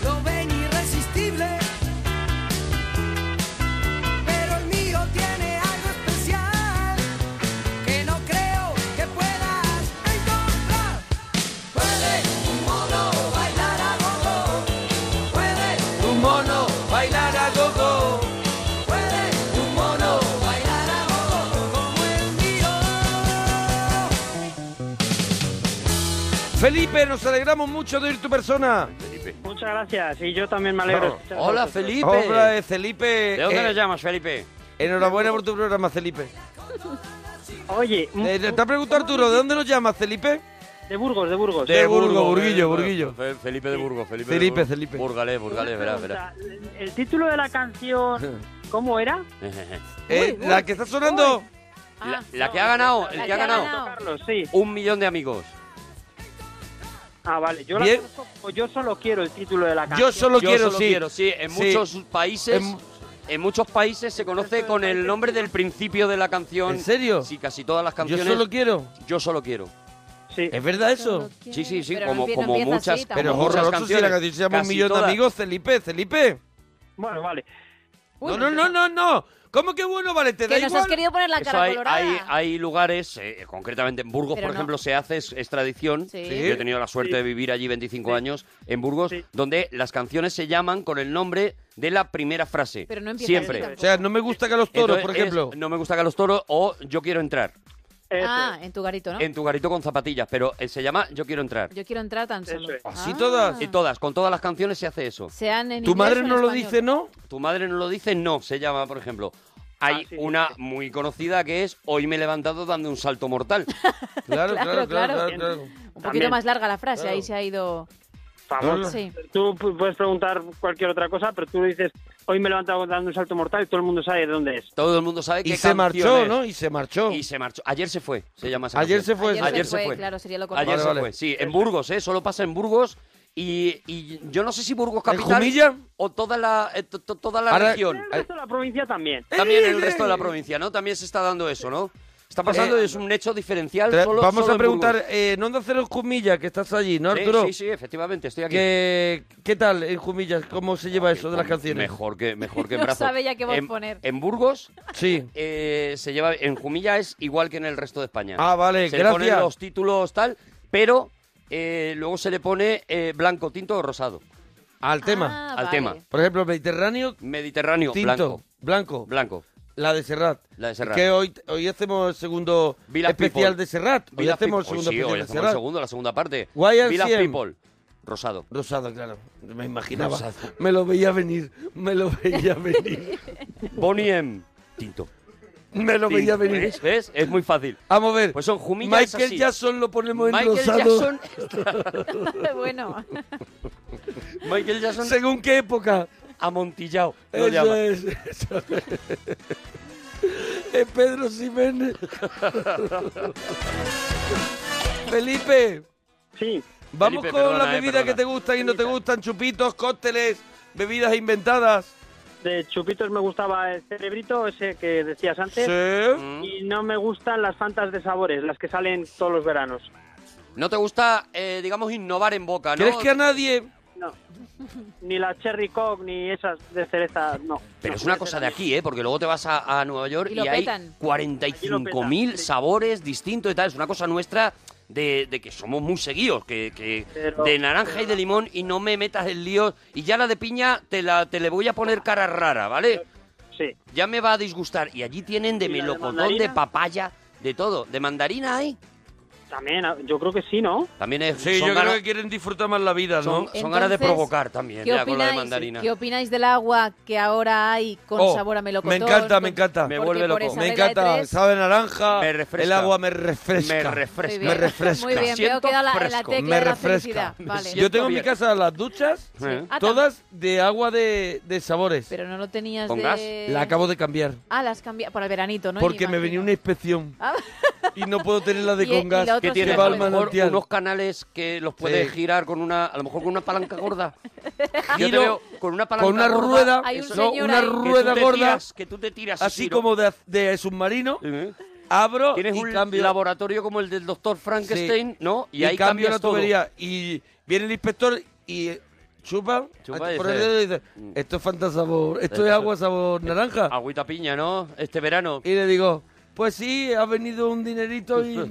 [SPEAKER 11] lo ven irresistible. Pero el mío tiene algo especial que no creo que puedas encontrar. Puede un mono bailar a gogo, puede
[SPEAKER 1] Tu mono bailar a gogo.
[SPEAKER 11] puede un mono bailar a gogo como el mío.
[SPEAKER 1] Felipe, nos alegramos mucho de oír tu persona.
[SPEAKER 13] Muchas gracias, y yo también me alegro. de escuchar a
[SPEAKER 3] Hola,
[SPEAKER 13] vosotros.
[SPEAKER 3] Felipe.
[SPEAKER 1] Hola, eh, Felipe.
[SPEAKER 3] ¿De dónde
[SPEAKER 1] Eh,
[SPEAKER 3] le llamas, Felipe?
[SPEAKER 1] Enhorabuena por tu programa, Felipe.
[SPEAKER 13] Oye, un-
[SPEAKER 1] Eh, te ha preguntado Arturo, ¿de dónde nos llamas, Felipe?
[SPEAKER 13] de Burgos, de Burgos.
[SPEAKER 1] De
[SPEAKER 3] eh,
[SPEAKER 1] Burgo, Burguillo, Burguillo.
[SPEAKER 3] Fe- Felipe de Burgos, Felipe.
[SPEAKER 1] Felipe,
[SPEAKER 3] de Burgos.
[SPEAKER 1] Felipe.
[SPEAKER 3] Burgalés, Burgalés, verás, verás.
[SPEAKER 13] Pregunta, El título de la canción, ¿cómo era?
[SPEAKER 1] Eh,
[SPEAKER 13] Uy, uy,
[SPEAKER 1] la que está sonando.
[SPEAKER 2] Ah,
[SPEAKER 3] La, la que ha ganado, el
[SPEAKER 13] La
[SPEAKER 3] que ha ganado.
[SPEAKER 13] Carlos, sí.
[SPEAKER 3] Un millón de amigos.
[SPEAKER 13] Ah, vale, yo la
[SPEAKER 1] Bien.
[SPEAKER 13] conozco, yo solo quiero el título de la canción.
[SPEAKER 1] Yo solo
[SPEAKER 3] Yo
[SPEAKER 1] quiero,
[SPEAKER 3] solo
[SPEAKER 1] sí.
[SPEAKER 3] quiero, sí. En
[SPEAKER 1] Sí.
[SPEAKER 3] muchos países,
[SPEAKER 1] En-
[SPEAKER 3] en... muchos países se conoce con el nombre del principio de la canción.
[SPEAKER 1] ¿En serio?
[SPEAKER 3] Sí, casi todas las
[SPEAKER 1] Yo
[SPEAKER 3] canciones.
[SPEAKER 1] solo quiero.
[SPEAKER 3] Yo solo quiero.
[SPEAKER 13] Sí.
[SPEAKER 1] ¿Es verdad eso?
[SPEAKER 3] Sí, sí, sí,
[SPEAKER 2] Pero no
[SPEAKER 3] como,
[SPEAKER 2] empie- no
[SPEAKER 3] como
[SPEAKER 2] empieza
[SPEAKER 3] muchas,
[SPEAKER 2] así
[SPEAKER 3] como
[SPEAKER 1] Pero es
[SPEAKER 2] tampoco.
[SPEAKER 3] muchas
[SPEAKER 1] horroroso si
[SPEAKER 3] canciones.
[SPEAKER 1] la canción se llama Un
[SPEAKER 3] Casi
[SPEAKER 1] Millón
[SPEAKER 3] todas.
[SPEAKER 1] de Amigos, Felipe, Felipe.
[SPEAKER 13] Bueno, vale.
[SPEAKER 2] Uy,
[SPEAKER 1] no, no, no, no, no. ¿Cómo que bueno, vale? ¿Te da
[SPEAKER 2] Que nos
[SPEAKER 1] igual?
[SPEAKER 2] has querido poner la
[SPEAKER 3] Eso
[SPEAKER 2] cara
[SPEAKER 3] hay,
[SPEAKER 2] colorada. Ah,
[SPEAKER 3] hay, hay lugares, eh, concretamente en Burgos,
[SPEAKER 2] Pero
[SPEAKER 3] por
[SPEAKER 2] no.
[SPEAKER 3] ejemplo, se hace, es, es tradición.
[SPEAKER 2] Sí.
[SPEAKER 3] Yo he tenido la suerte de vivir allí 25 años, en Burgos,
[SPEAKER 13] Sí.
[SPEAKER 3] donde las canciones se llaman con el nombre de la primera frase.
[SPEAKER 2] Pero no empieza
[SPEAKER 3] Siempre.
[SPEAKER 2] así
[SPEAKER 1] O sea, no me gusta que a los toros,
[SPEAKER 3] Entonces,
[SPEAKER 1] por
[SPEAKER 3] es,
[SPEAKER 1] ejemplo.
[SPEAKER 3] no me gusta que a los toros o yo quiero entrar.
[SPEAKER 13] Eso
[SPEAKER 2] Ah, en tu garito, ¿no?
[SPEAKER 3] En tu garito con zapatillas, pero eh, se llama yo quiero entrar.
[SPEAKER 2] Yo quiero entrar tan
[SPEAKER 13] Eso
[SPEAKER 2] solo. Ah,
[SPEAKER 13] es.
[SPEAKER 1] Así todas.
[SPEAKER 3] Y todas, con todas las canciones se hace eso.
[SPEAKER 2] Sean en
[SPEAKER 1] ¿Tu
[SPEAKER 2] inglés o
[SPEAKER 1] madre
[SPEAKER 2] en
[SPEAKER 1] no lo
[SPEAKER 2] español.
[SPEAKER 1] dice, no?
[SPEAKER 3] Tu madre no lo dice, no, se llama, por ejemplo. Hay
[SPEAKER 13] Ah, sí,
[SPEAKER 3] una
[SPEAKER 13] sí.
[SPEAKER 3] muy conocida que es Hoy me he levantado dando un salto mortal.
[SPEAKER 1] Claro, claro,
[SPEAKER 2] Claro,
[SPEAKER 1] claro, claro.
[SPEAKER 2] claro.
[SPEAKER 1] claro.
[SPEAKER 2] Un poquito
[SPEAKER 13] También.
[SPEAKER 2] más larga la frase,
[SPEAKER 1] Claro.
[SPEAKER 2] ahí se ha ido.
[SPEAKER 13] es famoso.
[SPEAKER 1] No, no.
[SPEAKER 2] Sí.
[SPEAKER 13] Tú pu- puedes preguntar cualquier otra cosa, pero tú dices hoy me he levantado dando un salto mortal y todo el mundo sabe de dónde es.
[SPEAKER 3] Todo el mundo sabe
[SPEAKER 1] Y
[SPEAKER 3] qué
[SPEAKER 1] se
[SPEAKER 3] canción
[SPEAKER 1] marchó,
[SPEAKER 3] es.
[SPEAKER 1] ¿no? Y se marchó.
[SPEAKER 3] Y se marchó. Ayer se fue, se llama esa
[SPEAKER 1] Ayer
[SPEAKER 3] canción.
[SPEAKER 1] se fue, Ayer sí.
[SPEAKER 3] Ayer se fue.
[SPEAKER 2] claro, sería lo correcto.
[SPEAKER 3] Ayer se fue, sí, en Burgos, ¿eh? Solo pasa en Burgos y, y yo no sé si Burgos
[SPEAKER 1] ¿En
[SPEAKER 3] capital
[SPEAKER 1] Jumilla?
[SPEAKER 3] o toda la eh, to- to- toda la
[SPEAKER 1] Ahora- Eh,
[SPEAKER 3] región.
[SPEAKER 13] El resto de la provincia también.
[SPEAKER 3] También el resto de la provincia, ¿no? También se está dando eso, ¿no?
[SPEAKER 13] Eh,
[SPEAKER 3] Está pasando es un hecho diferencial
[SPEAKER 1] Tra-
[SPEAKER 3] solo
[SPEAKER 1] Vamos
[SPEAKER 3] solo
[SPEAKER 1] a
[SPEAKER 3] en
[SPEAKER 1] preguntar,
[SPEAKER 3] Burgos.
[SPEAKER 1] eh, ¿no onda cero en Jumilla, que estás allí, no,
[SPEAKER 3] Sí,
[SPEAKER 1] Arturo?
[SPEAKER 3] sí, sí, efectivamente, estoy aquí. Ah,
[SPEAKER 1] ¿Qué, qué tal en Jumilla? ¿Cómo se lleva eso de las canciones?
[SPEAKER 3] Mejor que, mejor que en
[SPEAKER 2] No
[SPEAKER 3] Brazos.
[SPEAKER 2] sabe ya qué va a
[SPEAKER 3] En-
[SPEAKER 2] poner.
[SPEAKER 3] En Burgos
[SPEAKER 1] Sí.
[SPEAKER 3] eh, se lleva en Jumilla es igual que en el resto de España.
[SPEAKER 1] Ah, vale,
[SPEAKER 3] se
[SPEAKER 1] gracias.
[SPEAKER 3] Le ponen los títulos tal, pero eh, luego se le pone eh, blanco, tinto o rosado.
[SPEAKER 1] Al
[SPEAKER 3] Ah,
[SPEAKER 1] tema.
[SPEAKER 3] Al vale. tema.
[SPEAKER 1] Por ejemplo, Mediterráneo.
[SPEAKER 3] Mediterráneo,
[SPEAKER 1] tinto,
[SPEAKER 3] blanco.
[SPEAKER 1] Blanco.
[SPEAKER 3] Blanco.
[SPEAKER 1] La de Serrat.
[SPEAKER 3] La de Serrat.
[SPEAKER 1] Que hoy, hoy hacemos el segundo
[SPEAKER 3] Village
[SPEAKER 1] especial
[SPEAKER 3] People.
[SPEAKER 1] de Serrat. Hoy
[SPEAKER 3] Village
[SPEAKER 1] hacemos el
[SPEAKER 3] People. Hoy
[SPEAKER 1] segundo
[SPEAKER 3] sí, hoy
[SPEAKER 1] especial de
[SPEAKER 3] hacemos el
[SPEAKER 1] Serrat.
[SPEAKER 3] segundo, la segunda parte.
[SPEAKER 1] YRCM.
[SPEAKER 3] Village People. Rosado.
[SPEAKER 1] Rosado, claro. Me imaginaba.
[SPEAKER 3] Rosado.
[SPEAKER 1] Me lo veía venir. Me lo veía venir.
[SPEAKER 3] Bonnie M. Tinto.
[SPEAKER 1] Me lo
[SPEAKER 3] Tinto,
[SPEAKER 1] veía venir.
[SPEAKER 3] ¿ves? ¿Ves? Es muy fácil.
[SPEAKER 1] Vamos a ver.
[SPEAKER 3] Pues son Jumilla es
[SPEAKER 1] Michael
[SPEAKER 3] así.
[SPEAKER 1] Jackson lo ponemos en
[SPEAKER 3] Michael
[SPEAKER 1] rosado.
[SPEAKER 3] Jackson.
[SPEAKER 2] bueno.
[SPEAKER 3] Michael Jackson.
[SPEAKER 1] ¿Según qué época?
[SPEAKER 3] Amontillado. Lo
[SPEAKER 1] Eso
[SPEAKER 3] llama.
[SPEAKER 1] es, eso es. Es Pedro Ximénez. Felipe.
[SPEAKER 13] Sí.
[SPEAKER 1] Vamos
[SPEAKER 3] Felipe,
[SPEAKER 1] con
[SPEAKER 3] perdona,
[SPEAKER 1] las
[SPEAKER 3] eh,
[SPEAKER 1] bebidas
[SPEAKER 3] perdona.
[SPEAKER 1] que te gustan y no te gustan, chupitos, cócteles, bebidas inventadas.
[SPEAKER 13] De chupitos me gustaba el cerebrito, ese que decías antes.
[SPEAKER 3] Mm.
[SPEAKER 1] Sí.
[SPEAKER 13] Y no me gustan las fantas de sabores, las que salen todos los veranos.
[SPEAKER 3] No te gusta, eh, digamos, innovar en boca, ¿no?
[SPEAKER 1] ¿Crees que a nadie?
[SPEAKER 13] No. Ni la Cherry Coke, ni esas de cereza, no.
[SPEAKER 3] Pero es una cosa de aquí, ¿eh? Porque luego te vas a, a Nueva York
[SPEAKER 2] Y
[SPEAKER 3] y,
[SPEAKER 2] lo
[SPEAKER 3] hay
[SPEAKER 2] petan.
[SPEAKER 13] Aquí lo
[SPEAKER 3] 45.000
[SPEAKER 13] petan, sí.
[SPEAKER 3] sabores distintos y tal. Es una cosa nuestra de, de que somos muy seguidos, que, que
[SPEAKER 13] Pero-
[SPEAKER 3] de naranja y de limón y no me metas el lío. Y ya la de piña te, la, te le voy a poner cara rara, ¿vale?
[SPEAKER 13] Sí.
[SPEAKER 3] Ya me va a disgustar. Y allí tienen de
[SPEAKER 13] ¿Y la de
[SPEAKER 3] melocotón, de
[SPEAKER 13] mandarina?
[SPEAKER 3] papaya, de todo. ¿De mandarina hay?
[SPEAKER 13] También, yo creo que sí, ¿no?
[SPEAKER 3] También es...
[SPEAKER 1] Sí,
[SPEAKER 3] son
[SPEAKER 1] yo creo
[SPEAKER 3] ganas-
[SPEAKER 1] que quieren disfrutar más la vida,
[SPEAKER 3] son,
[SPEAKER 1] ¿no?
[SPEAKER 3] son ganas de
[SPEAKER 2] Entonces,
[SPEAKER 3] provocar también,
[SPEAKER 2] ¿Qué
[SPEAKER 3] ya, con la de
[SPEAKER 2] opináis,
[SPEAKER 3] mandarina.
[SPEAKER 2] ¿Qué opináis del agua que ahora hay con
[SPEAKER 1] Oh,
[SPEAKER 2] sabor a melocotón?
[SPEAKER 1] me encanta, me
[SPEAKER 2] con-
[SPEAKER 1] encanta.
[SPEAKER 3] Me
[SPEAKER 2] porque
[SPEAKER 3] vuelve
[SPEAKER 2] por
[SPEAKER 3] loco.
[SPEAKER 2] esa
[SPEAKER 1] Me
[SPEAKER 2] regla de
[SPEAKER 1] encanta,
[SPEAKER 2] tres-
[SPEAKER 1] sabe a naranja,
[SPEAKER 3] Me refresca.
[SPEAKER 1] el agua me refresca.
[SPEAKER 3] Me
[SPEAKER 2] Muy
[SPEAKER 3] refresca.
[SPEAKER 2] bien,
[SPEAKER 1] Me refresca.
[SPEAKER 2] Muy bien, veo
[SPEAKER 3] Siento
[SPEAKER 2] que da la, en la
[SPEAKER 3] fresco.
[SPEAKER 2] tecla
[SPEAKER 1] Me
[SPEAKER 2] de la
[SPEAKER 1] refresca.
[SPEAKER 2] felicidad. Vale.
[SPEAKER 3] siento-
[SPEAKER 1] Yo tengo en mi
[SPEAKER 3] bien.
[SPEAKER 1] casa las duchas,
[SPEAKER 3] ¿Eh?
[SPEAKER 2] Ah, tam-
[SPEAKER 1] todas de agua de, de sabores.
[SPEAKER 2] Pero no lo tenías
[SPEAKER 3] ¿Con
[SPEAKER 2] de...
[SPEAKER 3] gas?
[SPEAKER 1] La acabo de cambiar,
[SPEAKER 2] Ah, las cambiado para el veranito, ¿no?
[SPEAKER 1] porque me venía una inspección
[SPEAKER 2] Ah,
[SPEAKER 1] y no puedo tener la de
[SPEAKER 2] Y- y
[SPEAKER 1] con gas.
[SPEAKER 2] la otra
[SPEAKER 3] que
[SPEAKER 2] Otros
[SPEAKER 3] tiene
[SPEAKER 1] que va
[SPEAKER 3] a
[SPEAKER 1] al
[SPEAKER 3] lo mejor
[SPEAKER 1] manantial.
[SPEAKER 3] unos canales que los puedes
[SPEAKER 1] Sí.
[SPEAKER 3] girar con una a lo mejor con una palanca gorda yo te
[SPEAKER 1] Giro
[SPEAKER 3] veo con una palanca
[SPEAKER 1] con una
[SPEAKER 3] gorda,
[SPEAKER 1] rueda,
[SPEAKER 2] Hay un
[SPEAKER 1] no,
[SPEAKER 2] señor
[SPEAKER 1] una
[SPEAKER 2] ahí.
[SPEAKER 3] que tú
[SPEAKER 1] rueda
[SPEAKER 3] te
[SPEAKER 1] gorda,
[SPEAKER 3] tiras- que tú te tiras
[SPEAKER 1] así
[SPEAKER 3] ¿no?
[SPEAKER 1] como de, de submarino,
[SPEAKER 3] ¿Eh?
[SPEAKER 1] abro
[SPEAKER 3] tienes
[SPEAKER 1] y
[SPEAKER 3] un
[SPEAKER 1] cambio,
[SPEAKER 3] laboratorio como el del doctor Frankenstein no y,
[SPEAKER 1] y
[SPEAKER 3] ahí
[SPEAKER 1] cambio la
[SPEAKER 3] cambias todo.
[SPEAKER 1] tubería. Y viene el inspector y eh, chupa,
[SPEAKER 3] Chupa
[SPEAKER 1] a-
[SPEAKER 3] y
[SPEAKER 1] por el
[SPEAKER 3] dice,
[SPEAKER 1] dedo y dice,
[SPEAKER 3] Mm.
[SPEAKER 1] esto es fanta sabor, esto
[SPEAKER 3] Esto-
[SPEAKER 1] es agua sabor naranja.
[SPEAKER 3] agüita piña no este verano
[SPEAKER 1] Y le digo, pues sí, ha venido un dinerito y me,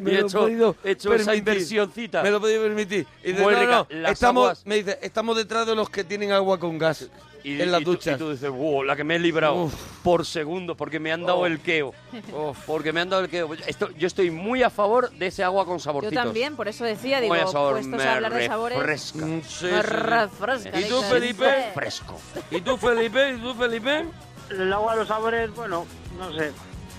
[SPEAKER 1] me
[SPEAKER 3] Y he
[SPEAKER 1] lo
[SPEAKER 3] hecho-
[SPEAKER 1] he podido
[SPEAKER 3] he hecho esa
[SPEAKER 1] permitir.
[SPEAKER 3] inversioncita.
[SPEAKER 1] Me lo he podido permitir. Y dice,
[SPEAKER 3] Muy
[SPEAKER 1] no,
[SPEAKER 3] rica.
[SPEAKER 1] no,
[SPEAKER 3] Las
[SPEAKER 1] estamos,
[SPEAKER 3] aguas-
[SPEAKER 1] me dice, estamos detrás de los que tienen agua con gas
[SPEAKER 3] y,
[SPEAKER 1] en las
[SPEAKER 3] y tú-
[SPEAKER 1] duchas.
[SPEAKER 3] y tú dices wow la que me he librado
[SPEAKER 1] Uf.
[SPEAKER 3] por segundo porque me han dado el queo porque me han dado el queo Esto- yo estoy muy a favor de ese agua con
[SPEAKER 2] yo
[SPEAKER 3] saborcitos
[SPEAKER 2] también, por eso decía, digo,
[SPEAKER 3] Muy a sabor,
[SPEAKER 2] puestos
[SPEAKER 3] me
[SPEAKER 2] a hablar de sabores...
[SPEAKER 3] refresca.
[SPEAKER 1] Mm, sí,
[SPEAKER 2] me
[SPEAKER 1] sí, sí.
[SPEAKER 2] refresca,
[SPEAKER 1] ¿Y tú,
[SPEAKER 2] dice.
[SPEAKER 1] Felipe?
[SPEAKER 3] fresco
[SPEAKER 1] ¿Y tú, Felipe? ¿Y tú, Felipe?
[SPEAKER 13] El agua de los sabores, bueno, no sé.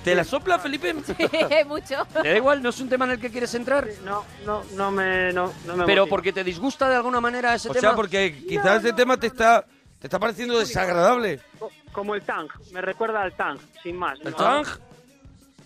[SPEAKER 1] ¿Te la sopla, Felipe?
[SPEAKER 2] Mucho.
[SPEAKER 3] ¿Te da igual? ¿No es un tema en el que quieres entrar?
[SPEAKER 13] No, no, no me, no, no me
[SPEAKER 3] ¿Pero
[SPEAKER 13] motiva.
[SPEAKER 3] porque te disgusta de alguna manera ese
[SPEAKER 1] O
[SPEAKER 3] tema?
[SPEAKER 1] sea, porque quizás ese tema te está, te está pareciendo desagradable.
[SPEAKER 13] Co- Como el Tang, me recuerda al Tang, sin más.
[SPEAKER 1] ¿El
[SPEAKER 13] no.
[SPEAKER 1] Tang?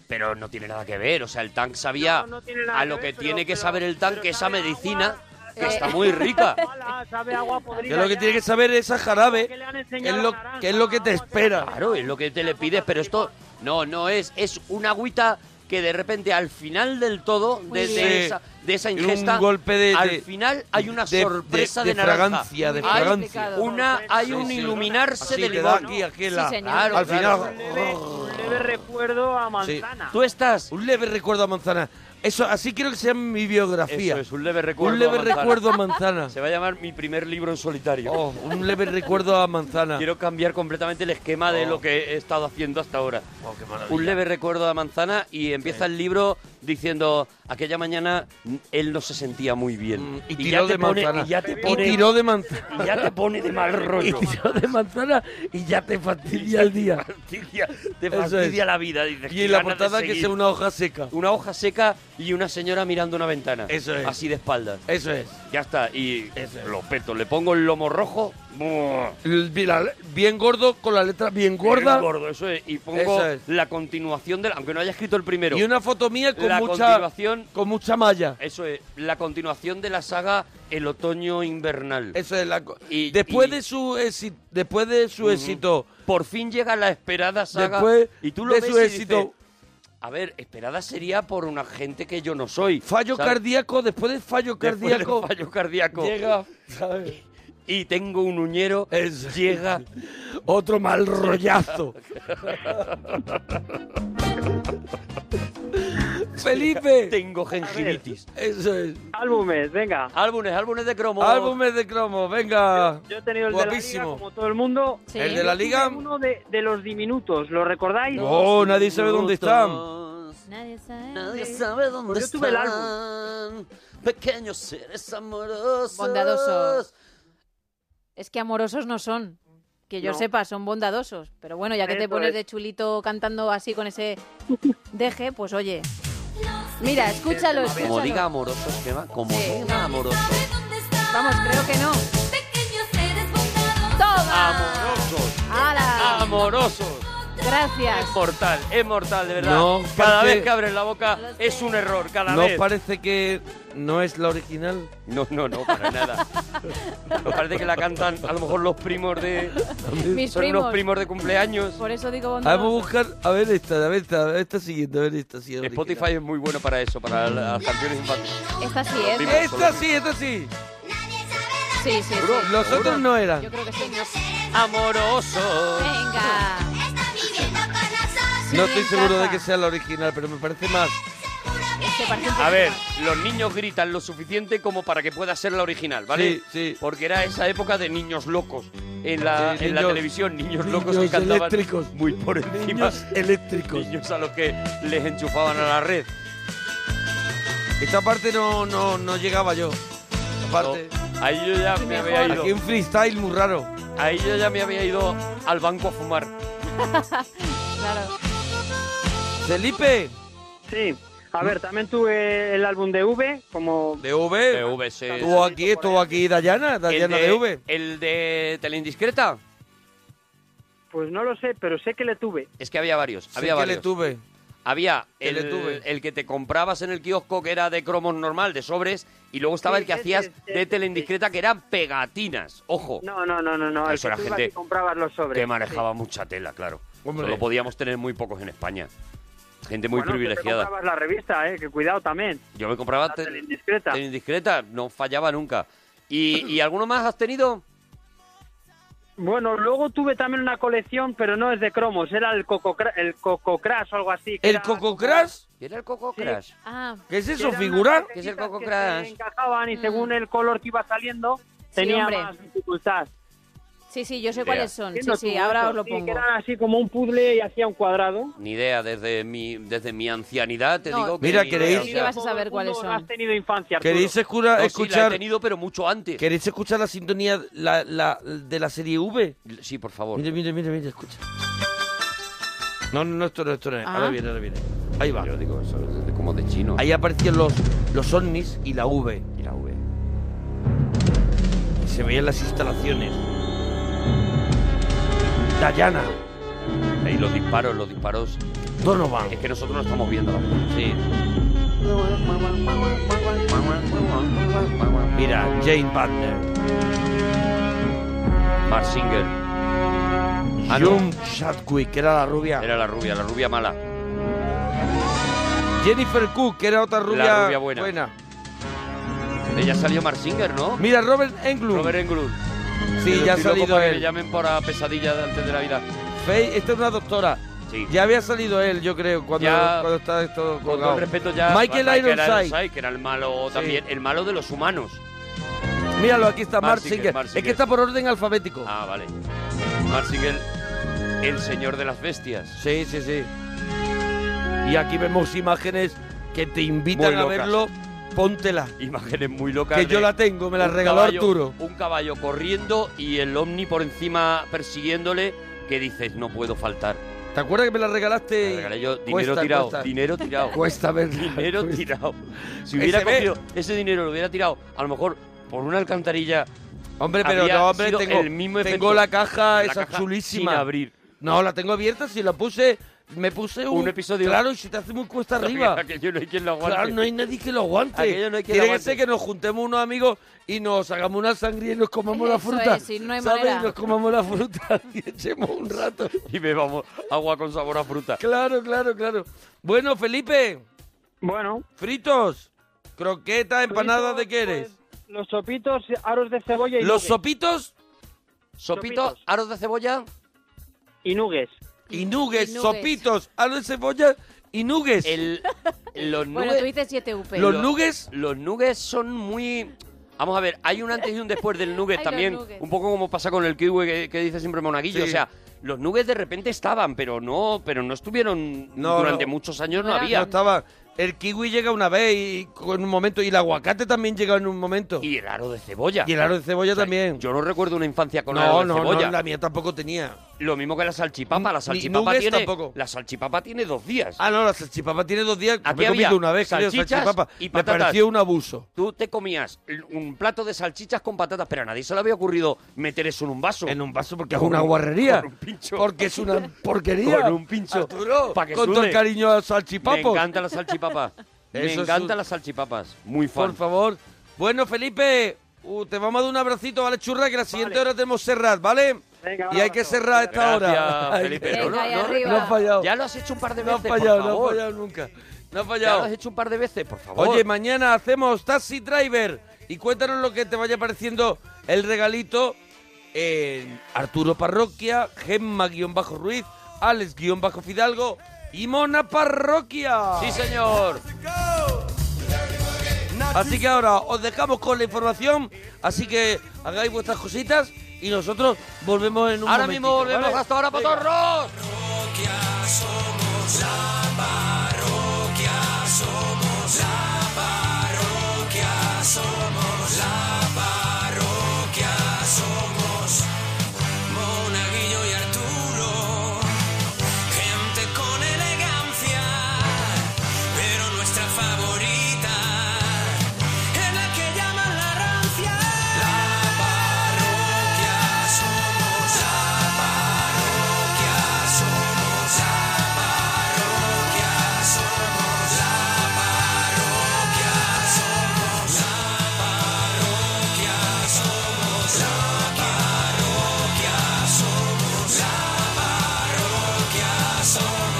[SPEAKER 3] Pero no tiene nada que ver. O sea, el tank sabía
[SPEAKER 13] No, no tiene nada
[SPEAKER 3] a lo que,
[SPEAKER 13] que ver,
[SPEAKER 3] tiene
[SPEAKER 13] pero-
[SPEAKER 3] que
[SPEAKER 13] pero-
[SPEAKER 3] saber el tank,
[SPEAKER 13] pero
[SPEAKER 3] que esa
[SPEAKER 13] sabe a
[SPEAKER 3] medicina,
[SPEAKER 13] agua,
[SPEAKER 3] que
[SPEAKER 13] sabe
[SPEAKER 3] está
[SPEAKER 13] a
[SPEAKER 3] muy
[SPEAKER 13] agua
[SPEAKER 3] rica.
[SPEAKER 13] mala, sabe a agua
[SPEAKER 1] Que
[SPEAKER 13] podrida
[SPEAKER 1] lo que
[SPEAKER 13] ya.
[SPEAKER 1] tienes que saber es a jarabe,
[SPEAKER 13] Porque le han
[SPEAKER 1] que es
[SPEAKER 13] enseñado
[SPEAKER 1] lo,
[SPEAKER 13] naranja,
[SPEAKER 1] que es lo que te
[SPEAKER 13] agua de
[SPEAKER 1] espera.
[SPEAKER 3] Claro, es lo que te le pides, pero esto... No, no es. Es una agüita que de repente al final del todo, de, de
[SPEAKER 1] bien. Sí.
[SPEAKER 3] esa, de esa
[SPEAKER 1] Un
[SPEAKER 3] ingesta,
[SPEAKER 1] golpe de-
[SPEAKER 3] al
[SPEAKER 1] de-
[SPEAKER 3] final hay una
[SPEAKER 1] de- de-
[SPEAKER 3] sorpresa
[SPEAKER 1] de
[SPEAKER 3] de, naranja.
[SPEAKER 1] fragancia, de
[SPEAKER 3] hay
[SPEAKER 1] fragancia.
[SPEAKER 3] Una, hay un
[SPEAKER 1] Sí, sí.
[SPEAKER 3] iluminarse
[SPEAKER 1] Así
[SPEAKER 3] del
[SPEAKER 1] te da
[SPEAKER 3] limón.
[SPEAKER 1] aquí, aquí en
[SPEAKER 2] Sí,
[SPEAKER 1] la...
[SPEAKER 2] señor.
[SPEAKER 3] Claro,
[SPEAKER 1] al
[SPEAKER 3] claro.
[SPEAKER 1] final...
[SPEAKER 13] Un leve, un leve recuerdo a manzana.
[SPEAKER 3] Tú estás
[SPEAKER 1] Un leve recuerdo a manzana. Eso, así quiero que sea mi biografía.
[SPEAKER 3] Eso es, un leve recuerdo.
[SPEAKER 1] Un leve
[SPEAKER 3] a manzana.
[SPEAKER 1] recuerdo a manzana.
[SPEAKER 3] Se va a llamar mi primer libro en solitario.
[SPEAKER 1] Oh, un leve recuerdo a manzana.
[SPEAKER 3] Quiero cambiar completamente el esquema de lo que he estado haciendo hasta ahora.
[SPEAKER 1] Oh, qué maravilla.
[SPEAKER 3] Un leve recuerdo a manzana y empieza el libro diciendo aquella mañana mm, él no se sentía muy bien.
[SPEAKER 1] Mm, Y tiró
[SPEAKER 3] te
[SPEAKER 1] de
[SPEAKER 3] pone-
[SPEAKER 1] manzana.
[SPEAKER 3] y ya te
[SPEAKER 1] Y
[SPEAKER 3] pone,
[SPEAKER 1] tiró de manzana.
[SPEAKER 3] y ya te pone de mal
[SPEAKER 1] Y
[SPEAKER 3] rollo.
[SPEAKER 1] tiró de manzana y ya te fastidia el día.
[SPEAKER 3] Fastidia- te
[SPEAKER 1] Eso es.
[SPEAKER 3] fastidia la vida. dices,
[SPEAKER 1] Y
[SPEAKER 3] "Qué
[SPEAKER 1] en la
[SPEAKER 3] ganas de
[SPEAKER 1] portada que
[SPEAKER 3] seguir".
[SPEAKER 1] sea una hoja seca.
[SPEAKER 3] Una hoja seca y una señora mirando una ventana.
[SPEAKER 1] Eso es.
[SPEAKER 3] Así de espaldas.
[SPEAKER 1] Eso es.
[SPEAKER 3] Ya está, y
[SPEAKER 1] Eso es.
[SPEAKER 3] lo peto, le pongo el lomo rojo
[SPEAKER 1] El- vi- la- Bien gordo, con la letra bien gorda.
[SPEAKER 3] Bien gordo, eso es. Y pongo
[SPEAKER 1] Eso es.
[SPEAKER 3] la continuación del. Aunque no haya escrito el primero.
[SPEAKER 1] Y una foto mía con
[SPEAKER 3] La
[SPEAKER 1] mucha
[SPEAKER 3] continuación-
[SPEAKER 1] con mucha malla.
[SPEAKER 3] Eso es. La continuación de la saga El Otoño Invernal.
[SPEAKER 1] Eso es. La,
[SPEAKER 3] y,
[SPEAKER 1] Después
[SPEAKER 3] y-
[SPEAKER 1] de su éxito, después de su
[SPEAKER 3] Ujú.
[SPEAKER 1] éxito,
[SPEAKER 3] por fin llega la esperada saga.
[SPEAKER 1] Después
[SPEAKER 3] y tú lo
[SPEAKER 1] de
[SPEAKER 3] ves
[SPEAKER 1] su
[SPEAKER 3] y
[SPEAKER 1] éxito.
[SPEAKER 3] dices, a ver, esperada sería por una gente que yo no soy.
[SPEAKER 1] fallo
[SPEAKER 3] ¿sabes?
[SPEAKER 1] cardíaco, después de fallo
[SPEAKER 3] Después del
[SPEAKER 1] cardíaco,
[SPEAKER 3] fallo cardíaco.
[SPEAKER 1] llega
[SPEAKER 3] Y tengo un uñero. Llega.
[SPEAKER 1] otro mal rollazo. Felipe.
[SPEAKER 3] Tengo gingivitis.
[SPEAKER 1] Eso es.
[SPEAKER 13] Álbumes, venga.
[SPEAKER 3] Álbumes, álbumes de cromo.
[SPEAKER 1] Álbumes de cromo, venga.
[SPEAKER 13] Yo he tenido el de la
[SPEAKER 1] Guapísimo.
[SPEAKER 13] liga, como todo el mundo.
[SPEAKER 1] Sí. ¿El de la
[SPEAKER 13] Yo tuve
[SPEAKER 1] liga?
[SPEAKER 13] Uno de, de los diminutos, ¿lo recordáis?
[SPEAKER 1] Oh, nadie sabe dónde están.
[SPEAKER 2] Nadie sabe.
[SPEAKER 11] Nadie sabe dónde
[SPEAKER 13] Pues yo tuve el
[SPEAKER 11] están.
[SPEAKER 3] Pequeños seres amorosos.
[SPEAKER 2] Bondadosos. Es que amorosos no son. Que yo
[SPEAKER 13] No.
[SPEAKER 2] sepa, son bondadosos. Pero bueno, ya que te
[SPEAKER 13] Eso
[SPEAKER 2] pones
[SPEAKER 13] es.
[SPEAKER 2] de chulito cantando así con ese deje, pues oye. Mira, escúchalo, escúchalo.
[SPEAKER 3] Como diga amorosos, que va. Como
[SPEAKER 2] Sí.
[SPEAKER 3] diga amorosos.
[SPEAKER 2] Vamos, creo que no. ¡Toma!
[SPEAKER 3] Amorosos.
[SPEAKER 2] ¡Hala!
[SPEAKER 3] Amorosos.
[SPEAKER 2] Gracias.
[SPEAKER 3] Es mortal, es mortal, de verdad.
[SPEAKER 1] No,
[SPEAKER 3] cada
[SPEAKER 1] parece-
[SPEAKER 3] vez que abres la boca es un error, cada
[SPEAKER 1] ¿No
[SPEAKER 3] vez.
[SPEAKER 1] parece que no es la original?
[SPEAKER 3] No, no, no, para nada. Me parece que la cantan a lo mejor los primos de.
[SPEAKER 2] Mis
[SPEAKER 3] son
[SPEAKER 2] primos.
[SPEAKER 3] unos primos de cumpleaños.
[SPEAKER 2] Por eso digo
[SPEAKER 1] Ah, Vamos a
[SPEAKER 2] bondadosos.
[SPEAKER 1] buscar, a ver esta, a ver esta, a ver esta siguiente, a ver esta siguiente.
[SPEAKER 3] Spotify es muy bueno para eso, para las canciones infantiles.
[SPEAKER 2] Esta sí es.
[SPEAKER 3] Primos,
[SPEAKER 1] Esta
[SPEAKER 3] solo
[SPEAKER 1] sí, esta sí.
[SPEAKER 2] Sí, Ah. sí, sí.
[SPEAKER 1] Los otros no eran.
[SPEAKER 2] Yo creo que sí.
[SPEAKER 11] Ah.
[SPEAKER 3] Amoroso.
[SPEAKER 2] Venga.
[SPEAKER 1] No estoy
[SPEAKER 2] Me
[SPEAKER 1] seguro de
[SPEAKER 2] encanta.
[SPEAKER 1] que sea la original, pero me parece más.
[SPEAKER 2] Se parece un
[SPEAKER 3] A ver, los niños gritan lo suficiente como para que pueda ser la original, ¿vale?
[SPEAKER 1] Sí, sí.
[SPEAKER 3] Porque era esa época de niños locos en la,
[SPEAKER 1] Sí,
[SPEAKER 3] en la
[SPEAKER 1] niños-
[SPEAKER 3] televisión, niños, locos que
[SPEAKER 1] niños
[SPEAKER 3] cantaban
[SPEAKER 1] eléctricos.
[SPEAKER 3] muy por encima.
[SPEAKER 1] Niños eléctricos.
[SPEAKER 3] Niños a los que les enchufaban a la red.
[SPEAKER 1] Esta parte no, no, no llegaba yo. Esta parte.
[SPEAKER 3] Ahí yo ya me había ido.
[SPEAKER 1] Aquí un freestyle muy raro.
[SPEAKER 3] Ahí yo ya me había ido al banco a fumar.
[SPEAKER 2] Claro.
[SPEAKER 1] Felipe,
[SPEAKER 13] Sí. A ver, también tuve el álbum de V, como...
[SPEAKER 1] de V.
[SPEAKER 3] PV, sí.
[SPEAKER 1] Estuvo aquí, estuvo aquí Dayana, Dayana de, V.
[SPEAKER 3] ¿El de Teleindiscreta?
[SPEAKER 13] Pues no lo sé, pero sé que le tuve.
[SPEAKER 3] Es que había varios.
[SPEAKER 1] Sí
[SPEAKER 3] había
[SPEAKER 1] que
[SPEAKER 3] varios.
[SPEAKER 1] le tuve.
[SPEAKER 3] Había
[SPEAKER 1] Que
[SPEAKER 3] el,
[SPEAKER 1] le tuve.
[SPEAKER 3] el que te comprabas en el kiosco que era de cromos normal, de sobres, y luego estaba
[SPEAKER 13] Sí,
[SPEAKER 3] el que
[SPEAKER 13] sí,
[SPEAKER 3] hacías
[SPEAKER 13] sí, sí,
[SPEAKER 3] de
[SPEAKER 13] sí,
[SPEAKER 3] teleindiscreta que eran pegatinas. Ojo,
[SPEAKER 13] No, no, no, no, no. el
[SPEAKER 3] Eso era
[SPEAKER 13] que tú ibas
[SPEAKER 3] gente
[SPEAKER 13] y comprabas los sobres.
[SPEAKER 3] que manejaba mucha tela, claro.
[SPEAKER 1] Hombre.
[SPEAKER 3] Solo podíamos tener muy pocos en España. Gente muy
[SPEAKER 13] Bueno, que te
[SPEAKER 3] privilegiada.
[SPEAKER 13] comprabas la revista, eh, que cuidado también.
[SPEAKER 3] Yo me compraba
[SPEAKER 13] La
[SPEAKER 3] te-
[SPEAKER 13] teleindiscreta.
[SPEAKER 3] teleindiscreta, no fallaba nunca. ¿Y, ¿Y alguno más has tenido?
[SPEAKER 13] Bueno, luego tuve también una colección, pero no es de cromos, era el Coco, Cra- el Coco Crash o algo así. que
[SPEAKER 1] ¿El
[SPEAKER 13] era-
[SPEAKER 1] Coco Crash?
[SPEAKER 3] ¿Y era el Coco
[SPEAKER 13] Sí.
[SPEAKER 3] Crash?
[SPEAKER 2] Ah,
[SPEAKER 1] ¿Qué es
[SPEAKER 13] que
[SPEAKER 1] eso,
[SPEAKER 13] eran
[SPEAKER 1] figura?
[SPEAKER 13] unas
[SPEAKER 3] ¿Qué es el
[SPEAKER 13] tarjetitas
[SPEAKER 3] Coco
[SPEAKER 13] que
[SPEAKER 3] Crash?
[SPEAKER 13] se encajaban y
[SPEAKER 2] Mm.
[SPEAKER 13] según el color que iba saliendo, tenía
[SPEAKER 2] hombre.
[SPEAKER 13] más dificultad.
[SPEAKER 2] sí, sí, yo sé
[SPEAKER 3] Idea.
[SPEAKER 2] cuáles son.
[SPEAKER 13] ¿Quién
[SPEAKER 2] Sí,
[SPEAKER 13] lo
[SPEAKER 2] sí,
[SPEAKER 13] tuvo
[SPEAKER 2] ahora
[SPEAKER 13] eso?
[SPEAKER 2] os lo
[SPEAKER 13] Sí, que
[SPEAKER 2] pongo.
[SPEAKER 13] eran así como un puzzle y hacía un cuadrado.
[SPEAKER 3] Ni idea, desde mi, desde mi ancianidad te
[SPEAKER 2] No,
[SPEAKER 3] digo que.
[SPEAKER 1] Mira,
[SPEAKER 3] ni
[SPEAKER 1] queréis-
[SPEAKER 3] idea, o
[SPEAKER 2] Sí,
[SPEAKER 3] sea,
[SPEAKER 2] vas a saber
[SPEAKER 13] Todo el mundo
[SPEAKER 2] cuáles son.
[SPEAKER 13] Has tenido infancia, Arturo.
[SPEAKER 1] ¿Queréis escura-
[SPEAKER 3] no, sí, la he
[SPEAKER 1] escuchar?
[SPEAKER 3] tenido, pero mucho antes.
[SPEAKER 1] ¿Queréis escuchar la sintonía la, la, de la serie V?
[SPEAKER 3] Sí, por favor.
[SPEAKER 1] Mire, mire, mire, mire, escucha. No, no, no, esto no, esto no. es.
[SPEAKER 2] Ah.
[SPEAKER 1] Ahora viene, ahora viene. Ahí va.
[SPEAKER 3] Yo digo eso, desde como de chino.
[SPEAKER 1] Ahí aparecían los, los ovnis y la V.
[SPEAKER 3] Y la V.
[SPEAKER 1] Y se veían las instalaciones. Dayana,
[SPEAKER 3] Ahí los disparos, los disparos.
[SPEAKER 1] Donovan.
[SPEAKER 3] Es que nosotros no estamos viendo la película.
[SPEAKER 1] Sí. Mira, Jane Butler,
[SPEAKER 3] Mark Singer. Ah, no.
[SPEAKER 1] June Chadwick, que era la rubia,
[SPEAKER 3] Era la rubia, la rubia mala.
[SPEAKER 1] Jennifer Cook, que era otra rubia,
[SPEAKER 3] rubia buena. Ella salió Mark Singer, ¿no?
[SPEAKER 1] Mira, Robert Englund.
[SPEAKER 3] Robert Englund.
[SPEAKER 1] sí,
[SPEAKER 3] Pero
[SPEAKER 1] ya ha
[SPEAKER 3] estoy loco
[SPEAKER 1] salido
[SPEAKER 3] para Que me
[SPEAKER 1] él.
[SPEAKER 3] llamen por la pesadilla de antes de Navidad.
[SPEAKER 1] Faye, esta es una doctora.
[SPEAKER 3] Sí.
[SPEAKER 1] Ya había salido él, yo creo, cuando,
[SPEAKER 3] Ya-
[SPEAKER 1] cuando está esto
[SPEAKER 3] Con todo
[SPEAKER 1] colgado.
[SPEAKER 3] el respeto ya.
[SPEAKER 1] Michael
[SPEAKER 3] Michael
[SPEAKER 1] Ironside.
[SPEAKER 3] que era el malo
[SPEAKER 1] Sí.
[SPEAKER 3] también. El malo de los humanos.
[SPEAKER 1] Míralo, aquí está
[SPEAKER 3] Mark
[SPEAKER 1] Mark
[SPEAKER 3] Singer,
[SPEAKER 1] Singer.
[SPEAKER 3] Mark
[SPEAKER 1] Es
[SPEAKER 3] Singer.
[SPEAKER 1] que está por orden alfabético.
[SPEAKER 3] Ah, vale. Mark Singer, el señor de las bestias.
[SPEAKER 1] Sí, sí, sí. Y aquí vemos imágenes que te invitan
[SPEAKER 3] Muy
[SPEAKER 1] a
[SPEAKER 3] locas.
[SPEAKER 1] verlo. Póntela.
[SPEAKER 3] Imágenes muy locas.
[SPEAKER 1] Que
[SPEAKER 3] de-
[SPEAKER 1] yo la tengo, me la
[SPEAKER 3] un
[SPEAKER 1] regaló
[SPEAKER 3] caballo-
[SPEAKER 1] Arturo.
[SPEAKER 3] Un caballo corriendo y el ovni por encima persiguiéndole que dices, no puedo faltar.
[SPEAKER 1] ¿Te acuerdas que me la regalaste?
[SPEAKER 3] Me regalé yo dinero
[SPEAKER 1] Cuesta,
[SPEAKER 3] tirado,
[SPEAKER 1] cuesta.
[SPEAKER 3] dinero tirado.
[SPEAKER 1] Cuesta verla.
[SPEAKER 3] dinero
[SPEAKER 1] cuesta.
[SPEAKER 3] tirado. Si
[SPEAKER 1] Ese
[SPEAKER 3] hubiera
[SPEAKER 1] ve.
[SPEAKER 3] cogido ese dinero, lo hubiera tirado a lo mejor por una alcantarilla
[SPEAKER 1] Hombre, pero
[SPEAKER 3] habría
[SPEAKER 1] no, hombre,
[SPEAKER 3] sido
[SPEAKER 1] tengo,
[SPEAKER 3] el mismo
[SPEAKER 1] tengo
[SPEAKER 3] efecto.
[SPEAKER 1] la caja
[SPEAKER 3] La
[SPEAKER 1] esa
[SPEAKER 3] caja
[SPEAKER 1] chulísima.
[SPEAKER 3] sin abrir.
[SPEAKER 1] No, la tengo abierta, si la puse, me puse un,
[SPEAKER 3] Un episodio.
[SPEAKER 1] Claro, y se te hace muy cuesta arriba.
[SPEAKER 3] Aquello no hay quien lo aguante.
[SPEAKER 1] Claro, no hay nadie que lo aguante.
[SPEAKER 3] Aquello no hay quien
[SPEAKER 1] Tiene
[SPEAKER 3] lo
[SPEAKER 1] que ser que nos juntemos unos amigos y nos hagamos una sangría y nos comamos la
[SPEAKER 2] Eso
[SPEAKER 1] fruta.
[SPEAKER 2] es, sí, no hay
[SPEAKER 1] ¿Sabes?
[SPEAKER 2] manera.
[SPEAKER 1] Y nos comamos la fruta y echemos un rato.
[SPEAKER 3] Y bebamos agua con sabor a fruta.
[SPEAKER 1] Claro, claro, claro. Bueno, Felipe.
[SPEAKER 13] Bueno.
[SPEAKER 1] Fritos, croquetas, empanadas,
[SPEAKER 13] Fritos,
[SPEAKER 1] ¿de qué eres?
[SPEAKER 13] Los sopitos, aros de cebolla y
[SPEAKER 1] Los
[SPEAKER 13] nuggets.
[SPEAKER 1] sopitos
[SPEAKER 3] Sopitos, aros de cebolla
[SPEAKER 13] y nugues.
[SPEAKER 1] y nuggets,
[SPEAKER 2] Y nuggets.
[SPEAKER 1] sopitos, aros de cebolla y nuggets.
[SPEAKER 3] los
[SPEAKER 2] Bueno, tú dices 7UP.
[SPEAKER 1] nuggets?
[SPEAKER 3] Los nuggets son muy... Vamos a ver, hay un antes y un después del nugget
[SPEAKER 2] Ay, los
[SPEAKER 3] también.
[SPEAKER 2] nuggets.
[SPEAKER 3] Un poco como pasa con el kiwi que, que dice siempre Monaguillo.
[SPEAKER 1] Sí.
[SPEAKER 3] O sea, los nuggets de repente estaban, pero no pero no estuvieron...
[SPEAKER 1] No,
[SPEAKER 3] durante
[SPEAKER 1] no.
[SPEAKER 3] muchos años no había.
[SPEAKER 1] estaba. El kiwi llega una vez y con un momento y el aguacate también llega en un momento.
[SPEAKER 3] Y el aro de cebolla.
[SPEAKER 1] Y el aro de cebolla también.
[SPEAKER 3] Yo no recuerdo una infancia con
[SPEAKER 1] No,
[SPEAKER 3] aro de
[SPEAKER 1] no,
[SPEAKER 3] cebolla.
[SPEAKER 1] no, la mía tampoco tenía.
[SPEAKER 3] Lo mismo que la salchipapa. La
[SPEAKER 1] Ni
[SPEAKER 3] salchipapa
[SPEAKER 1] nuggets
[SPEAKER 3] tiene...
[SPEAKER 1] tampoco.
[SPEAKER 3] La salchipapa tiene dos días.
[SPEAKER 1] Ah, no, la salchipapa tiene dos días.
[SPEAKER 3] Aquí
[SPEAKER 1] me he comido
[SPEAKER 3] había
[SPEAKER 1] una vez, creo,
[SPEAKER 3] salchichas
[SPEAKER 1] salchipapa.
[SPEAKER 3] y
[SPEAKER 1] me
[SPEAKER 3] patatas.
[SPEAKER 1] pareció un abuso.
[SPEAKER 3] Tú te comías l- un plato de salchichas con patatas, pero a nadie se le había ocurrido meter eso en un vaso. En
[SPEAKER 1] un vaso porque es una guarrería.
[SPEAKER 3] Con un pincho.
[SPEAKER 1] Porque es una porquería.
[SPEAKER 3] Con un pincho.
[SPEAKER 1] Arturo,
[SPEAKER 3] Pa' que
[SPEAKER 1] con todo el
[SPEAKER 3] sude.
[SPEAKER 1] cariño a los
[SPEAKER 3] Me
[SPEAKER 1] salchipapos.
[SPEAKER 3] encantan las salchipapas. Me
[SPEAKER 1] Eso es
[SPEAKER 3] encantan
[SPEAKER 1] un-
[SPEAKER 3] las salchipapas. Muy
[SPEAKER 1] Por
[SPEAKER 3] fan.
[SPEAKER 1] favor. Bueno, Felipe, uh, te vamos a dar un abracito, ¿vale, churra? Que la siguiente hora tenemos cerrar, ¿vale? y hay que cerrar esta hora.
[SPEAKER 3] Gracias,
[SPEAKER 1] Hay
[SPEAKER 3] Felipe.
[SPEAKER 1] que-
[SPEAKER 3] No, no,
[SPEAKER 1] Venga, ahí
[SPEAKER 3] no,
[SPEAKER 1] arriba.
[SPEAKER 3] no
[SPEAKER 1] ha fallado.
[SPEAKER 3] Ya lo has hecho un par de
[SPEAKER 1] No ha
[SPEAKER 3] veces,
[SPEAKER 1] fallado,
[SPEAKER 3] por
[SPEAKER 1] no ha
[SPEAKER 3] favor.
[SPEAKER 1] fallado nunca. No ha
[SPEAKER 3] Ya lo
[SPEAKER 1] fallado.
[SPEAKER 3] has hecho un par de veces, por favor.
[SPEAKER 1] Oye, mañana hacemos Taxi Driver y cuéntanos lo que te vaya pareciendo el regalito en Arturo Parroquia, Gemma-Ruiz, Alex-Fidalgo y Mona Parroquia.
[SPEAKER 3] Sí, señor.
[SPEAKER 1] Así que ahora os dejamos con la información, así que hagáis vuestras cositas y nosotros volvemos en un
[SPEAKER 3] Ahora mismo
[SPEAKER 1] momentito,
[SPEAKER 3] volvemos.
[SPEAKER 1] ¿vale?
[SPEAKER 3] Hasta ahora,
[SPEAKER 1] Venga.
[SPEAKER 3] potorros.
[SPEAKER 11] Somos la parroquia, somos la parroquia, somos la parroquia, somos Monaguillo y Arturo, gente con elegancia, pero nuestra favorita es la que llaman la rancia. La parroquia, somos la parroquia, somos la parroquia, somos la parroquia, somos la parroquia, somos la parroquia, somos la parroquia, somos la parroquia, somos.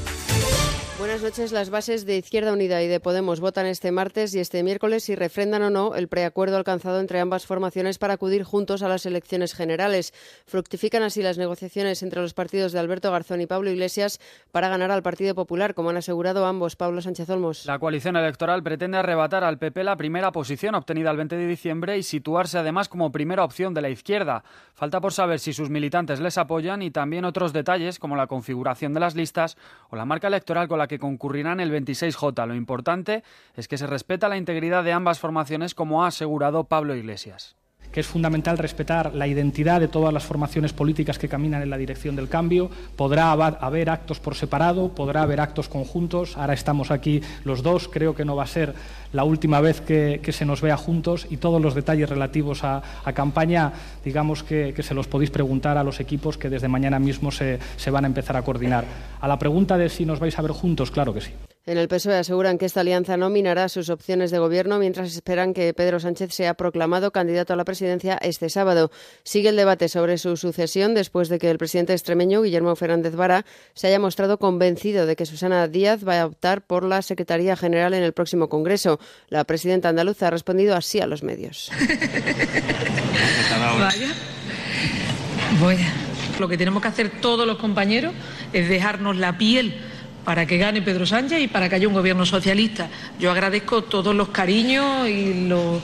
[SPEAKER 14] Buenas noches. Las bases de Izquierda Unida y de Podemos votan este martes y este miércoles si refrendan o no el preacuerdo alcanzado entre ambas formaciones para acudir juntos a las elecciones generales. Fructifican así las negociaciones entre los partidos de Alberto Garzón y Pablo Iglesias para ganar al Partido Popular, como han asegurado ambos. Pablo Sánchez Olmos.
[SPEAKER 15] La coalición electoral pretende arrebatar al PP la primera posición obtenida el 20 de diciembre y situarse además como primera opción de la izquierda. Falta por saber si sus militantes les apoyan y también otros detalles como la configuración de las listas o la marca electoral con la que concurrirán el 26J. Lo importante es que se respeta la integridad de ambas formaciones como ha asegurado Pablo Iglesias.
[SPEAKER 16] que es fundamental respetar la identidad de todas las formaciones políticas que caminan en la dirección del cambio. Podrá haba- haber actos por separado, podrá haber actos conjuntos. Ahora estamos aquí los dos, creo que no va a ser la última vez que, que se nos vea juntos y todos los detalles relativos a, a campaña, digamos que, que se los podéis preguntar a los equipos que desde mañana mismo se- se van a empezar a coordinar. A la pregunta de si nos vais a ver juntos, claro que sí.
[SPEAKER 14] En el PSOE E aseguran que esta alianza no minará sus opciones de gobierno mientras esperan que Pedro Sánchez sea proclamado candidato a la presidencia este sábado. Sigue el debate sobre su sucesión después de que el presidente extremeño Guillermo Fernández Vara se haya mostrado convencido de que Susana Díaz va a optar por la Secretaría General en el próximo Congreso. La presidenta andaluza ha respondido así a los medios.
[SPEAKER 17] Vaya. Vaya. Lo que tenemos que hacer todos los compañeros es dejarnos la piel para que gane Pedro Sánchez y para que haya un gobierno socialista. Yo agradezco todos los cariños y, lo,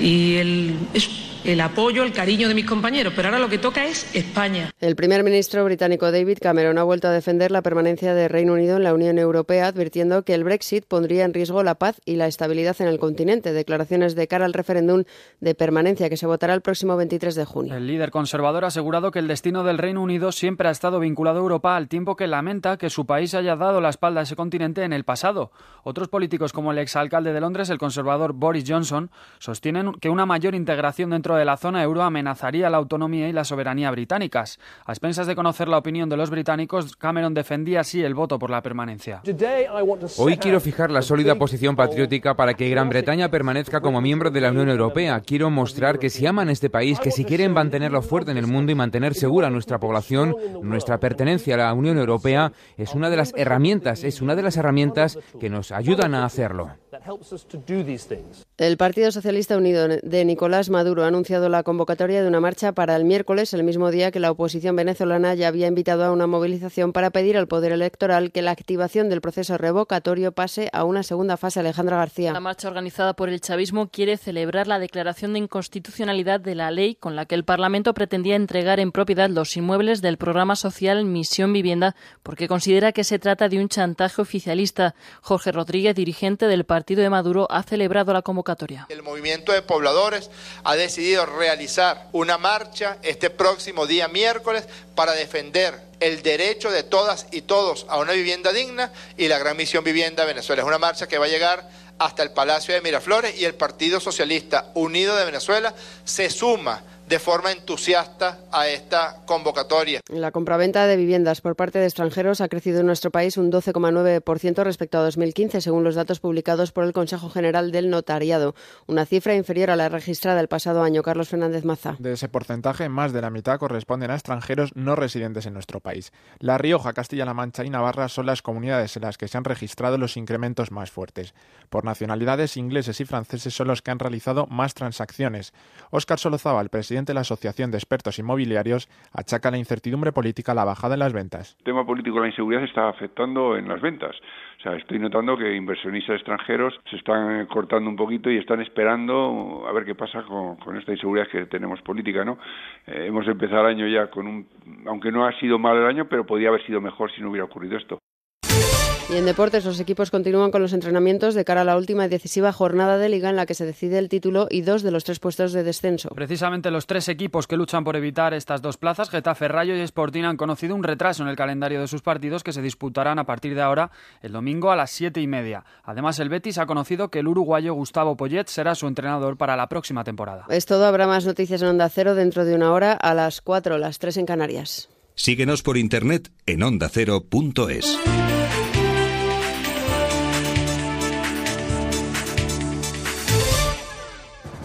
[SPEAKER 17] y el, eso, el apoyo, el cariño de mis compañeros, pero ahora lo que toca es España.
[SPEAKER 14] El primer ministro británico David Cameron ha vuelto a defender la permanencia de Reino Unido en la Unión Europea, advirtiendo que el Brexit pondría en riesgo la paz y la estabilidad en el continente. Declaraciones de cara al referéndum de permanencia que se votará el próximo 23 de junio.
[SPEAKER 15] El líder conservador ha asegurado que el destino del Reino Unido siempre ha estado vinculado a Europa al tiempo que lamenta que su país haya dado la espalda a ese continente en el pasado. Otros políticos como el exalcalde de Londres, el conservador Boris Johnson, sostienen que una mayor integración dentro de la zona euro amenazaría la autonomía y la soberanía británicas. A expensas de conocer la opinión de los británicos, Cameron defendía así el voto por la permanencia.
[SPEAKER 18] Hoy quiero fijar la sólida posición patriótica para que Gran Bretaña permanezca como miembro de la Unión Europea. Quiero mostrar que si aman este país, que si quieren mantenerlo fuerte en el mundo y mantener segura nuestra población, nuestra pertenencia a la Unión Europea es una de las herramientas, es una de las herramientas que nos ayudan a hacerlo.
[SPEAKER 14] El Partido Socialista Unido de Nicolás Maduro ha anunciado la convocatoria de una marcha para el miércoles, el mismo día que la oposición venezolana ya había invitado a una movilización para pedir al Poder Electoral que la activación del proceso revocatorio pase a una segunda fase. Alejandra García.
[SPEAKER 19] La marcha organizada por el chavismo quiere celebrar la declaración de inconstitucionalidad de la ley con la que el Parlamento pretendía entregar en propiedad los inmuebles del programa social Misión Vivienda, porque considera que se trata de un chantaje oficialista. Jorge Rodríguez, dirigente del Partido de Maduro, ha celebrado la convocatoria.
[SPEAKER 20] El movimiento de pobladores ha decidido realizar una marcha este próximo día miércoles para defender el derecho de todas y todos a una vivienda digna y la gran misión Vivienda Venezuela. Es una marcha que va a llegar hasta el Palacio de Miraflores y el Partido Socialista Unido de Venezuela se suma de forma entusiasta a esta convocatoria.
[SPEAKER 14] La compraventa de viviendas por parte de extranjeros ha crecido en nuestro país un 12,9% respecto a 2015, según los datos publicados por el Consejo General del Notariado, una cifra inferior a la registrada el pasado año. Carlos Fernández Maza.
[SPEAKER 21] De ese porcentaje, más de la mitad corresponden a extranjeros no residentes en nuestro país. La Rioja, Castilla-La Mancha y Navarra son las comunidades en las que se han registrado los incrementos más fuertes. Por nacionalidades, ingleses y franceses son los que han realizado más transacciones. Óscar Solozábal, presidente de la Asociación de Expertos Inmobiliarios, achaca la incertidumbre política a la bajada en las ventas.
[SPEAKER 22] El tema político de la inseguridad se está afectando en las ventas. O sea, estoy notando que inversionistas extranjeros se están eh, cortando un poquito y están esperando a ver qué pasa con, con esta inseguridad que tenemos política, ¿no? Eh, hemos empezado el año ya con un... aunque no ha sido mal el año, pero podía haber sido mejor si no hubiera ocurrido esto.
[SPEAKER 14] Y en deportes, los equipos continúan con los entrenamientos de cara a la última y decisiva jornada de liga en la que se decide el título y dos de los tres puestos de descenso.
[SPEAKER 15] Precisamente los tres equipos que luchan por evitar estas dos plazas, Getafe, Rayo y Sporting, han conocido un retraso en el calendario de sus partidos que se disputarán a partir de ahora, el domingo a las siete y media. Además, el Betis ha conocido que el uruguayo Gustavo Poyet será su entrenador para la próxima temporada.
[SPEAKER 14] Es todo, habrá más noticias en Onda Cero dentro de una hora a las cuatro, las tres en Canarias.
[SPEAKER 23] Síguenos por internet en ondacero.es.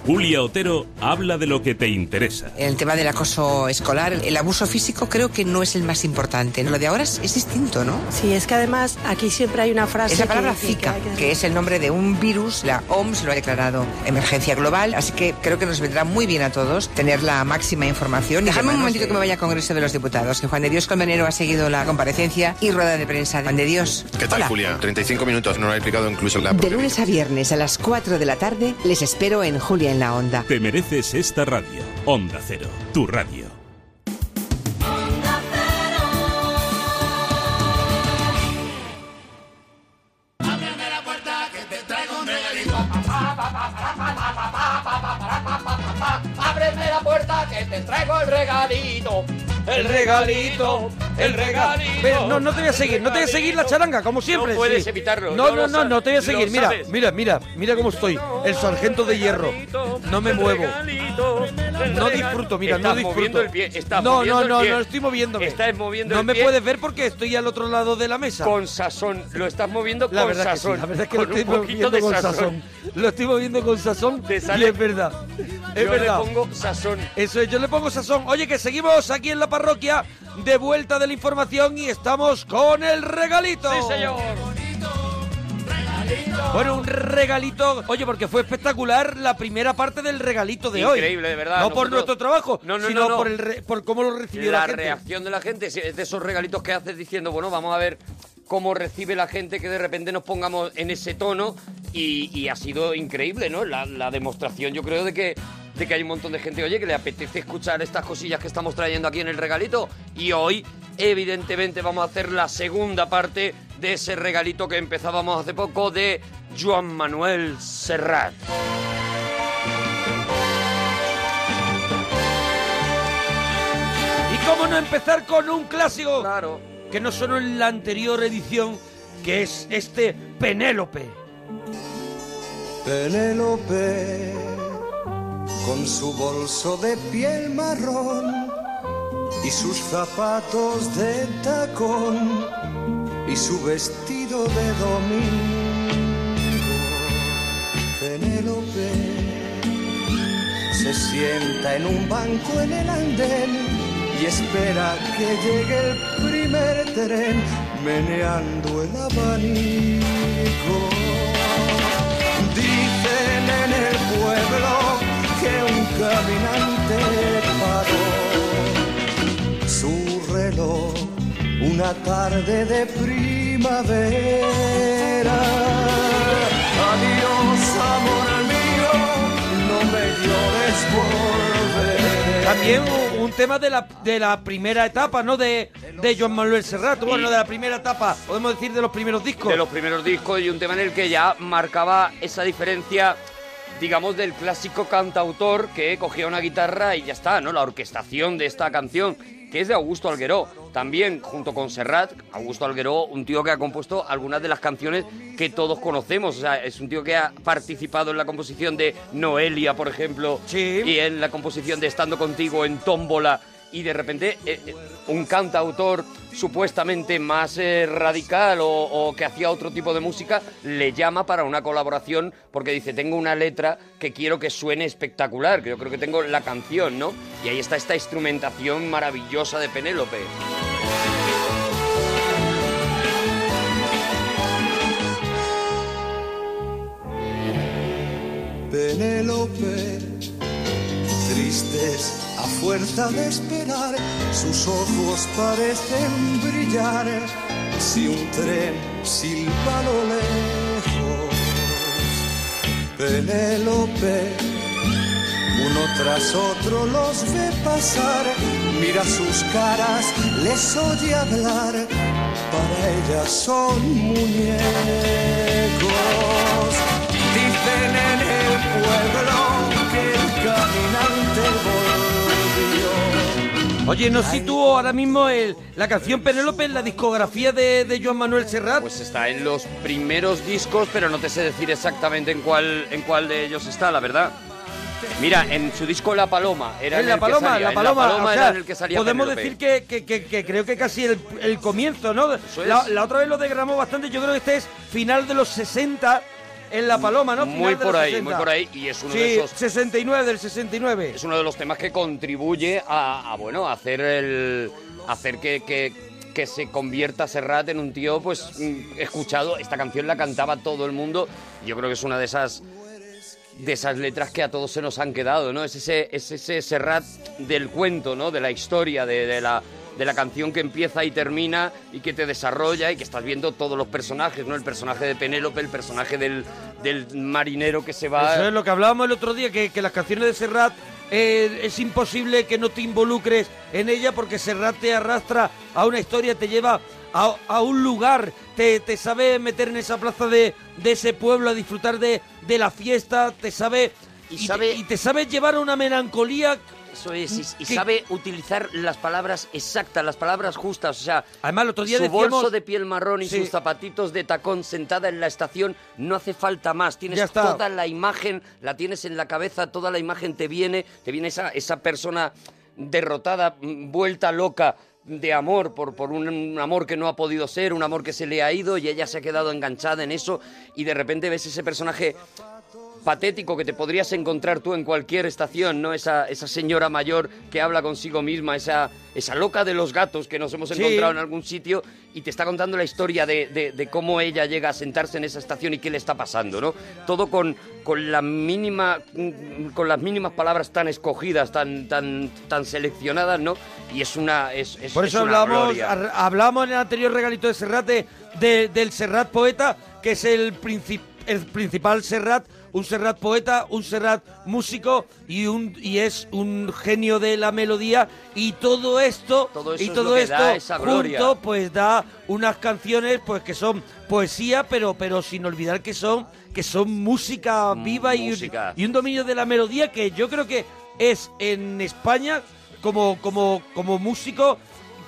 [SPEAKER 23] Julia Otero habla de lo que te interesa.
[SPEAKER 24] El tema del acoso escolar, el abuso físico creo que no es el más importante. Lo de ahora es, es distinto, ¿no?
[SPEAKER 25] Sí, es que además aquí siempre hay una frase...
[SPEAKER 24] Es la palabra
[SPEAKER 25] que,
[SPEAKER 24] Zika, Ah, que, que, que, es el nombre de un virus. La OMS lo ha declarado emergencia global, así que creo que nos vendrá muy bien a todos tener la máxima información. Déjame un momentito de... que me vaya al Congreso de los Diputados, que Juan de Dios Colmenero ha seguido la comparecencia y rueda de prensa. Juan de Dios.
[SPEAKER 26] ¿Qué tal, Hola. Julia? 35 minutos, no lo ha explicado incluso la...
[SPEAKER 24] De lunes a viernes a las 4 de la tarde les espero en Julia en la Onda.
[SPEAKER 23] Te mereces esta radio. Onda Cero, tu radio.
[SPEAKER 27] Ábreme la puerta que te traigo el regalito. El regalito, el regalito.
[SPEAKER 1] Ve, no, no te voy a seguir, no te voy a seguir la charanga, como siempre.
[SPEAKER 3] No puedes
[SPEAKER 1] sí.
[SPEAKER 3] evitarlo.
[SPEAKER 1] No,
[SPEAKER 3] ya
[SPEAKER 1] no,
[SPEAKER 3] lo
[SPEAKER 1] no,
[SPEAKER 3] sabes,
[SPEAKER 1] no te voy a
[SPEAKER 3] lo
[SPEAKER 1] seguir. Mira,
[SPEAKER 3] sabes.
[SPEAKER 1] mira, mira, mira cómo estoy. El sargento de hierro. No me muevo. No disfruto, mira,
[SPEAKER 3] Estás
[SPEAKER 1] no disfruto.
[SPEAKER 3] moviendo el pie, estás
[SPEAKER 1] no,
[SPEAKER 3] moviendo
[SPEAKER 1] no,
[SPEAKER 3] el
[SPEAKER 1] no,
[SPEAKER 3] pie.
[SPEAKER 1] no estoy moviéndome.
[SPEAKER 3] Estás moviendo
[SPEAKER 1] No
[SPEAKER 3] el
[SPEAKER 1] me
[SPEAKER 3] pie.
[SPEAKER 1] puedes ver porque estoy al otro lado de la mesa.
[SPEAKER 3] Con sazón, lo estás moviendo
[SPEAKER 1] La
[SPEAKER 3] con
[SPEAKER 1] verdad que sí,
[SPEAKER 3] sazón.
[SPEAKER 1] la verdad es que
[SPEAKER 3] con
[SPEAKER 1] lo estoy
[SPEAKER 3] un poquito
[SPEAKER 1] moviendo
[SPEAKER 3] de
[SPEAKER 1] con
[SPEAKER 3] sazón.
[SPEAKER 1] sazón. Lo estoy moviendo con sazón y
[SPEAKER 3] sale-
[SPEAKER 1] es verdad. Es
[SPEAKER 3] Yo
[SPEAKER 1] verdad.
[SPEAKER 3] le pongo sazón.
[SPEAKER 1] Eso es, yo le pongo sazón. Oye, que seguimos aquí en la parroquia de vuelta de la información y estamos con el regalito.
[SPEAKER 3] Sí, señor.
[SPEAKER 1] Bueno, un regalito. Oye, porque fue espectacular la primera parte del regalito de hoy.
[SPEAKER 3] Increíble, de verdad.
[SPEAKER 1] No por
[SPEAKER 3] Nosotros-
[SPEAKER 1] nuestro trabajo,
[SPEAKER 3] No, no,
[SPEAKER 1] sino
[SPEAKER 3] no, no.
[SPEAKER 1] Por, el re- por cómo lo recibió la,
[SPEAKER 3] La
[SPEAKER 1] gente.
[SPEAKER 3] reacción de la gente sí, es de esos regalitos que haces diciendo, bueno, vamos a ver cómo recibe la gente que de repente nos pongamos en ese tono y, y ha sido increíble, ¿no? La, la demostración, yo creo, de que de que hay un montón de gente, oye, que le apetece escuchar estas cosillas que estamos trayendo aquí en el regalito. Y hoy, evidentemente, vamos a hacer la segunda parte de ese regalito que empezábamos hace poco de Joan Manuel Serrat.
[SPEAKER 1] ¿Y cómo no empezar con un clásico? Claro. Que no sonó en la anterior edición, que es este Penélope.
[SPEAKER 5] Penélope, con su bolso de piel marrón y sus zapatos de tacón y su vestido de domingo. Penélope se sienta en un banco en el andén y espera que llegue el primer tren meneando el abanico. Dicen en el pueblo que un caminante paró su reloj una tarde de primavera. Adiós, amor mío, no me llores volver.
[SPEAKER 1] También un- un tema de la, de la primera etapa, ¿no? De, de Joan Manuel Serrat, bueno, de la primera etapa, podemos decir de los primeros discos.
[SPEAKER 3] De los primeros discos y un tema en el que ya marcaba esa diferencia, digamos, del clásico cantautor que cogía una guitarra y ya está, ¿no? La orquestación de esta canción, que es de Augusto Algueró. También, junto con Serrat, Augusto Algueró, un tío que ha compuesto algunas de las canciones que todos conocemos. O sea, es un tío que ha participado en la composición de Noelia, por ejemplo, y en la composición de Estando Contigo en Tómbola y de repente eh, eh, un cantautor supuestamente más eh, radical o, o que hacía otro tipo de música le llama para una colaboración porque dice tengo una letra que quiero que suene espectacular, que yo creo que tengo la canción, ¿no? Y ahí está esta instrumentación maravillosa de Penélope.
[SPEAKER 5] Penélope, tristes a fuerza de esperar, sus ojos parecen brillar si un tren silba a lo lejos. Penélope, uno tras otro los ve pasar, mira sus caras, les oye hablar, para ellas son muñecos. Dicen en el pueblo que el caminante volvió.
[SPEAKER 1] Oye, nos sitúo ahora mismo el, la canción Penélope en la discografía de, de Joan Manuel Serrat.
[SPEAKER 3] Pues está en los primeros discos, pero no te sé decir exactamente en cuál, en cuál de ellos está, la verdad. Mira, en su disco La Paloma era
[SPEAKER 1] en
[SPEAKER 3] en
[SPEAKER 1] la
[SPEAKER 3] el que
[SPEAKER 1] paloma,
[SPEAKER 3] salía,
[SPEAKER 1] la
[SPEAKER 3] en
[SPEAKER 1] paloma, o
[SPEAKER 3] era
[SPEAKER 1] sea,
[SPEAKER 3] en el que salía
[SPEAKER 1] podemos
[SPEAKER 3] Penélope.
[SPEAKER 1] decir que, que- que- que creo que casi el, el comienzo, ¿no?
[SPEAKER 3] es.
[SPEAKER 1] La, la otra vez lo degramó bastante, yo creo que este es final de los 60 en La Paloma, ¿no? Final
[SPEAKER 3] muy
[SPEAKER 1] de los
[SPEAKER 3] por ahí,
[SPEAKER 1] 60.
[SPEAKER 3] muy por ahí, y es uno
[SPEAKER 1] Sí,
[SPEAKER 3] de esos
[SPEAKER 1] 69 del 69.
[SPEAKER 3] es uno de los temas que contribuye a, a, bueno, a hacer el hacer que, que- que se convierta Serrat en un tío pues mm, escuchado. Esta canción la cantaba todo el mundo. Yo creo que es una de esas de esas letras que a todos se nos han quedado, ¿no? Es ese, es ese Serrat del cuento, ¿no? De la historia, de, de la de la canción que empieza y termina y que te desarrolla y que estás viendo todos los personajes, ¿no? El personaje de Penélope, el personaje del, del marinero que se va...
[SPEAKER 1] Eso es lo que hablábamos el otro día, que, que las canciones de Serrat eh, es imposible que no te involucres en ella porque Serrat te arrastra a una historia, te lleva a, a un lugar, te, te sabe meter en esa plaza de, de ese pueblo a disfrutar de, de la fiesta, te sabe... Y, te, y te sabe llevar a una melancolía...
[SPEAKER 3] Eso es, y sabe utilizar las palabras exactas, las palabras justas, o sea...
[SPEAKER 1] Además, el otro día
[SPEAKER 3] su
[SPEAKER 1] decíamos...
[SPEAKER 3] bolso de piel marrón y
[SPEAKER 1] Sí.
[SPEAKER 3] sus zapatitos de tacón sentada en la estación no hace falta más tienes
[SPEAKER 1] Ya está.
[SPEAKER 3] toda la imagen la tienes en la cabeza toda la imagen te viene te viene esa esa persona derrotada mm, vuelta loca de amor por por un, un amor que no ha podido ser un amor que se le ha ido y ella se ha quedado enganchada en eso y de repente ves ese personaje patético que te podrías encontrar tú en cualquier estación, ¿no? Esa, esa señora mayor que habla consigo misma, esa, esa loca de los gatos que nos hemos
[SPEAKER 1] Sí.
[SPEAKER 3] encontrado en algún sitio y te está contando la historia de, de- de cómo ella llega a sentarse en esa estación y qué le está pasando, ¿no? Todo con, con, la mínima, con las mínimas palabras tan escogidas, tan, tan, tan seleccionadas, ¿no? Y es una... Es, es-
[SPEAKER 1] Por
[SPEAKER 3] es
[SPEAKER 1] eso
[SPEAKER 3] una
[SPEAKER 1] hablamos,
[SPEAKER 3] gloria.
[SPEAKER 1] ar- hablamos en el anterior regalito de Serrat de- de- del Serrat poeta, que es el princip- el principal Serrat, un Serrat poeta, un Serrat músico y un y es un genio de la melodía y todo esto
[SPEAKER 3] Todo eso
[SPEAKER 1] y
[SPEAKER 3] es
[SPEAKER 1] todo
[SPEAKER 3] lo que
[SPEAKER 1] esto
[SPEAKER 3] da esa gloria.
[SPEAKER 1] junto pues da unas canciones pues que son poesía, pero pero sin olvidar que son que son música viva y un-
[SPEAKER 3] Mm, música.
[SPEAKER 1] y un dominio de la melodía que yo creo que es en España como como como músico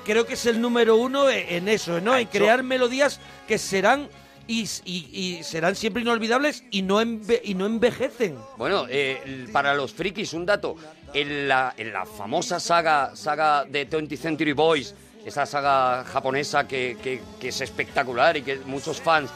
[SPEAKER 1] creo que es el número uno e- en eso, ¿no? En crear melodías que serán y, y- y serán siempre inolvidables y no enve- y no envejecen.
[SPEAKER 3] Bueno, eh, el- para los frikis, un dato. En la, en la famosa saga, saga de 20th Century Boys, esa saga japonesa que, que- que es espectacular y que muchos fans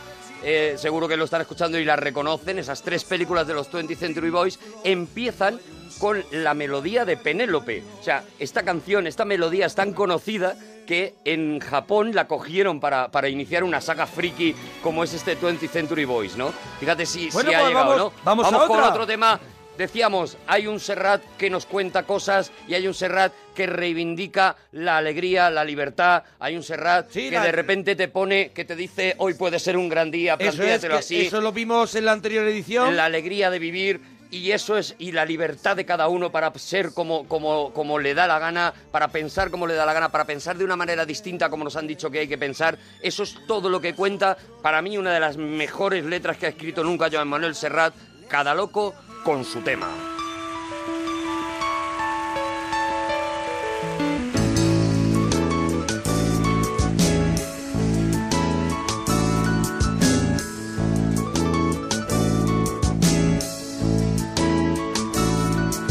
[SPEAKER 3] eh, seguro que lo están escuchando y la reconocen, esas tres películas de los 20th Century Boys empiezan con la melodía de Penélope. O sea, esta canción, esta melodía es tan conocida que en Japón la cogieron para, para iniciar una saga friki como es este 20th Century Boys, ¿no? Fíjate si,
[SPEAKER 1] Bueno,
[SPEAKER 3] si ha
[SPEAKER 1] pues
[SPEAKER 3] llegado,
[SPEAKER 1] vamos-
[SPEAKER 3] ¿no?
[SPEAKER 1] vamos a
[SPEAKER 3] con
[SPEAKER 1] otra.
[SPEAKER 3] otro tema. Decíamos, hay un Serrat que nos cuenta cosas y hay un Serrat que reivindica la alegría, la libertad. Hay un Serrat que
[SPEAKER 1] la-
[SPEAKER 3] de repente te pone, que te dice, hoy puede ser un gran día,
[SPEAKER 1] Eso es,
[SPEAKER 3] plantéatelo
[SPEAKER 1] que-
[SPEAKER 3] así.
[SPEAKER 1] eso lo vimos en la anterior edición.
[SPEAKER 3] La alegría de vivir y eso es, y la libertad de cada uno para ser como, como, como le da la gana, para pensar como le da la gana, para pensar de una manera distinta como nos han dicho que hay que pensar. Eso es todo lo que cuenta. Para mí, una de las mejores letras que ha escrito nunca Joan Manuel Serrat, cada loco con su tema.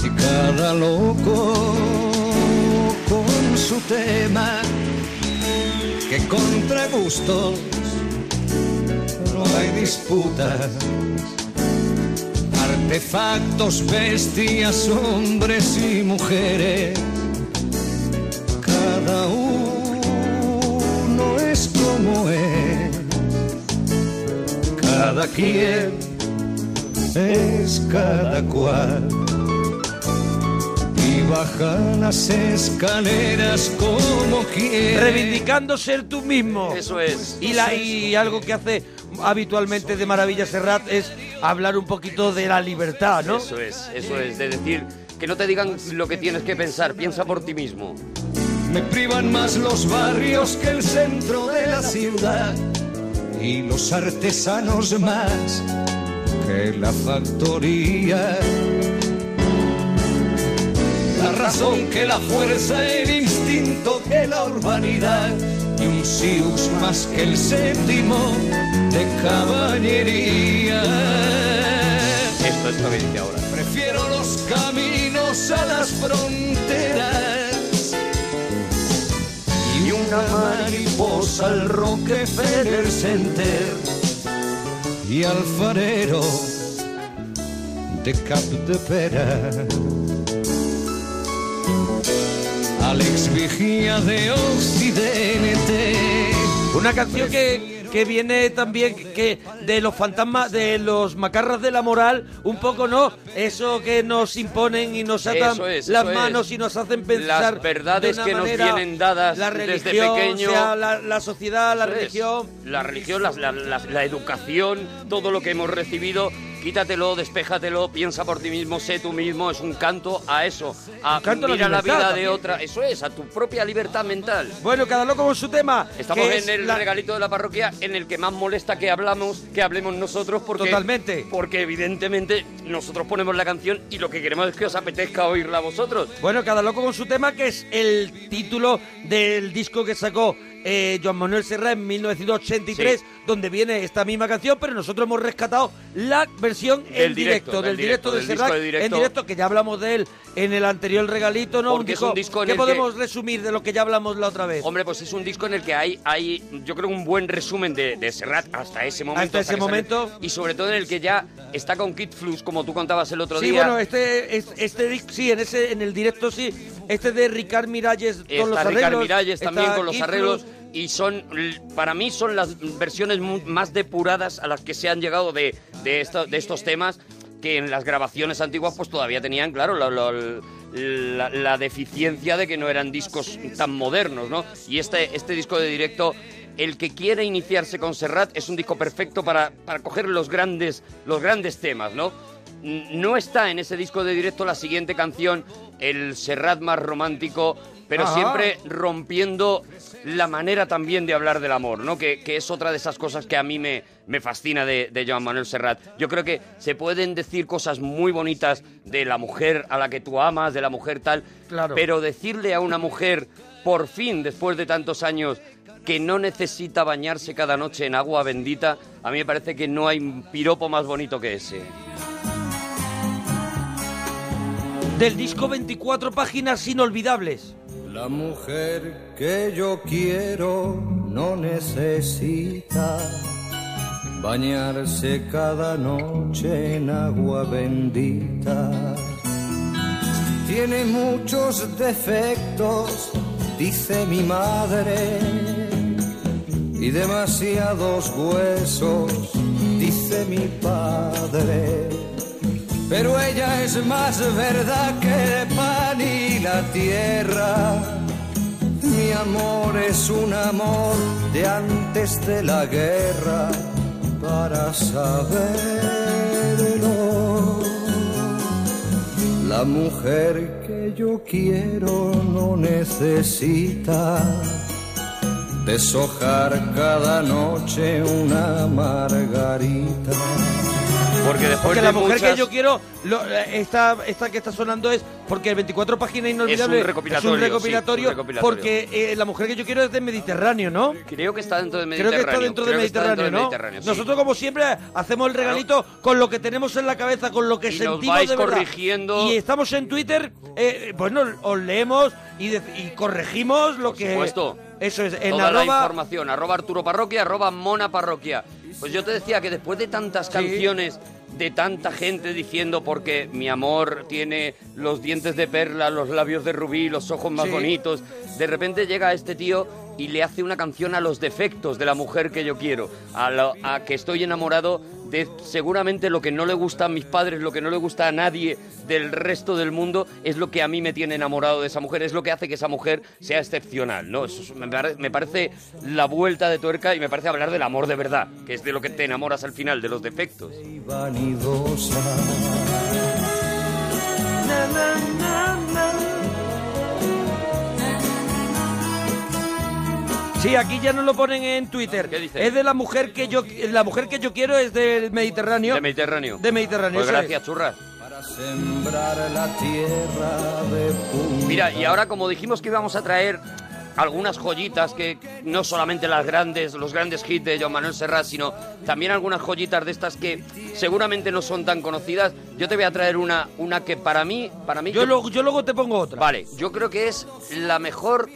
[SPEAKER 5] y cada loco con su tema que contra gustos no hay disputas artefactos bestias hombres y mujeres cada uno es como es cada quien es cada cual y baja las escaleras como quiere.
[SPEAKER 1] Reivindicando ser tú mismo.
[SPEAKER 3] Eso es.
[SPEAKER 1] Y, la, y algo que hace habitualmente de Maravilla Serrat es hablar un poquito de la libertad, Ah, ¿no?
[SPEAKER 3] Eso es, eso es, de decir, que no te digan lo que tienes que pensar, piensa por ti mismo.
[SPEAKER 5] Me privan más los barrios que el centro de la ciudad y los artesanos más que la factoría. La razón que la fuerza, el instinto que la urbanidad y un sius más que el séptimo de caballería.
[SPEAKER 3] Esto es lo que dice ahora.
[SPEAKER 5] Prefiero los caminos a las fronteras y una mariposa al Rockefeller Center y alfarero de Cap de Pera. Alex Vigía de Occidente.
[SPEAKER 1] Una canción que, que viene también que de los fantasmas, de los macarras de la moral, un poco, ¿no? Eso que nos imponen y nos atan
[SPEAKER 3] Eso es,
[SPEAKER 1] las
[SPEAKER 3] eso es.
[SPEAKER 1] manos y nos hacen pensar.
[SPEAKER 3] Las verdades
[SPEAKER 1] de una
[SPEAKER 3] que nos
[SPEAKER 1] manera,
[SPEAKER 3] vienen dadas
[SPEAKER 1] la
[SPEAKER 3] desde
[SPEAKER 1] religión,
[SPEAKER 3] pequeño.
[SPEAKER 1] sea la, la sociedad, la
[SPEAKER 3] Eso es.
[SPEAKER 1] religión.
[SPEAKER 3] La religión, las- la, la- la educación, todo lo que hemos recibido, quítatelo, despéjatelo, piensa por ti mismo, sé tú mismo, es un canto a eso, a
[SPEAKER 1] Un canto a la
[SPEAKER 3] mira la, vida
[SPEAKER 1] libertad
[SPEAKER 3] de
[SPEAKER 1] también.
[SPEAKER 3] otra, eso es, a tu propia libertad mental.
[SPEAKER 1] Bueno, cada loco con su tema.
[SPEAKER 3] Estamos
[SPEAKER 1] que
[SPEAKER 3] en
[SPEAKER 1] es
[SPEAKER 3] el
[SPEAKER 1] la-
[SPEAKER 3] regalito de la parroquia en el que más molesta que hablamos, que hablemos nosotros porque
[SPEAKER 1] Totalmente.
[SPEAKER 3] porque evidentemente nosotros ponemos la canción y lo que queremos es que os apetezca oírla a vosotros.
[SPEAKER 1] Bueno, cada loco con su tema, que es el título del disco que sacó eh, Joan Manuel Serra en 1983,
[SPEAKER 3] Sí.
[SPEAKER 1] donde viene esta misma canción, pero nosotros hemos rescatado la versión en
[SPEAKER 3] Del
[SPEAKER 1] directo,
[SPEAKER 3] directo,
[SPEAKER 1] del
[SPEAKER 3] del directo,
[SPEAKER 1] directo,
[SPEAKER 3] del
[SPEAKER 1] de
[SPEAKER 3] disco
[SPEAKER 1] Serra
[SPEAKER 3] de directo.
[SPEAKER 1] en directo, que ya hablamos de él en el anterior regalito, ¿no?
[SPEAKER 3] Porque es un disco en
[SPEAKER 1] que
[SPEAKER 3] el
[SPEAKER 1] podemos resumir de lo que ya hablamos la otra vez.
[SPEAKER 3] Hombre, pues es un disco en el que hay, hay yo creo, un buen resumen de, de Serrat hasta ese momento.
[SPEAKER 1] Hasta ese
[SPEAKER 3] que sale.
[SPEAKER 1] momento.
[SPEAKER 3] Y sobre todo en el que ya está con Kid Flux, como tú contabas el otro
[SPEAKER 1] sí,
[SPEAKER 3] día.
[SPEAKER 1] bueno, este, es- este disc- sí, en ese, en el directo sí, este de Ricard Miralles con los
[SPEAKER 3] está
[SPEAKER 1] arreglos.
[SPEAKER 3] Ricard Miralles también
[SPEAKER 1] está
[SPEAKER 3] con los
[SPEAKER 1] Kid Flux,
[SPEAKER 3] arreglos. Y son, l- para mí, son las versiones mu- más depuradas a las que se han llegado de, de, esto- de estos temas que en las grabaciones antiguas pues todavía tenían, claro, la, la- la- la deficiencia de que no eran discos tan modernos, ¿no? Y este, este disco de directo el que quiera iniciarse con Serrat es un disco perfecto para, para coger los grandes, los grandes temas, ¿no? N- No está en ese disco de directo la siguiente canción, el Serrat más romántico, pero
[SPEAKER 1] Ajá.
[SPEAKER 3] siempre rompiendo la manera también de hablar del amor, ¿no? Que, que es otra de esas cosas que a mí me, me fascina de, de Joan Manuel Serrat. Yo creo que se pueden decir cosas muy bonitas de la mujer a la que tú amas, de la mujer tal,
[SPEAKER 1] Claro.
[SPEAKER 3] pero decirle a una mujer, por fin, después de tantos años, que no necesita bañarse cada noche en agua bendita, a mí me parece que no hay un piropo más bonito que ese.
[SPEAKER 1] Del disco 24 páginas inolvidables.
[SPEAKER 5] La mujer que yo quiero no necesita bañarse cada noche en agua bendita. Tiene muchos defectos, dice mi madre, y demasiados huesos, dice mi padre. Pero ella es más verdad que el pan y la tierra. Mi amor es un amor de antes de la guerra para saberlo. La mujer que yo quiero no necesita deshojar cada noche una margarita.
[SPEAKER 3] Porque después
[SPEAKER 1] Porque la mujer que yo quiero, lo- eh, esta, esta que está sonando es porque el 24 páginas inolvidables
[SPEAKER 3] Es un recopilatorio,
[SPEAKER 1] es un recopilatorio
[SPEAKER 3] sí, es un recopilatorio.
[SPEAKER 1] porque eh, la mujer que yo quiero es de Mediterráneo, ¿no?
[SPEAKER 3] Creo que está dentro de
[SPEAKER 1] Creo que
[SPEAKER 3] Mediterráneo.
[SPEAKER 1] está dentro de
[SPEAKER 3] creo que está dentro
[SPEAKER 1] Mediterráneo, ¿no?
[SPEAKER 3] de Mediterráneo, sí.
[SPEAKER 1] Nosotros, como siempre, hacemos el regalito con lo que tenemos en la cabeza, con lo
[SPEAKER 3] Y
[SPEAKER 1] que
[SPEAKER 3] nos
[SPEAKER 1] sentimos
[SPEAKER 3] vais
[SPEAKER 1] de verdad.
[SPEAKER 3] corrigiendo.
[SPEAKER 1] Y estamos en Twitter, eh, bueno, os leemos y, de- y corregimos lo que...
[SPEAKER 3] supuesto.
[SPEAKER 1] Eso es, en
[SPEAKER 3] Toda la
[SPEAKER 1] arroba...
[SPEAKER 3] información, arroba Arturo Parroquia, arroba Mona Parroquia. Pues yo te decía que después de tantas canciones, de tanta gente diciendo porque mi amor tiene los dientes de perla, los labios de rubí, los ojos más
[SPEAKER 1] Sí.
[SPEAKER 3] bonitos, de repente llega este tío y le hace una canción a los defectos de la mujer que yo quiero, a, la- a que estoy enamorado de seguramente lo que no le gusta a mis padres, lo que no le gusta a nadie del resto del mundo, es lo que a mí me tiene enamorado de esa mujer, es lo que hace que esa mujer sea excepcional, ¿no? Eso es- me, pare- me parece la vuelta de tuerca y me parece hablar del amor de verdad, que es de lo que te enamoras al final, de los defectos.
[SPEAKER 5] vanidosa.
[SPEAKER 1] Sí, aquí ya nos lo ponen en Twitter. Es de la mujer que yo la mujer que yo quiero es del Mediterráneo. De
[SPEAKER 3] Mediterráneo.
[SPEAKER 1] De Mediterráneo.
[SPEAKER 3] Pues
[SPEAKER 1] eso es.
[SPEAKER 3] gracias, churras.
[SPEAKER 5] Sembrar la tierra de punta.
[SPEAKER 3] Mira, y ahora como dijimos que íbamos a traer algunas joyitas que no solamente las grandes, los grandes hits de Joan Manuel Serrat, sino también algunas joyitas de estas que seguramente no son tan conocidas. Yo te voy a traer una, una que para mí, para mí.
[SPEAKER 1] Yo luego- yo luego te pongo otra.
[SPEAKER 3] Vale, yo creo que es la mejor,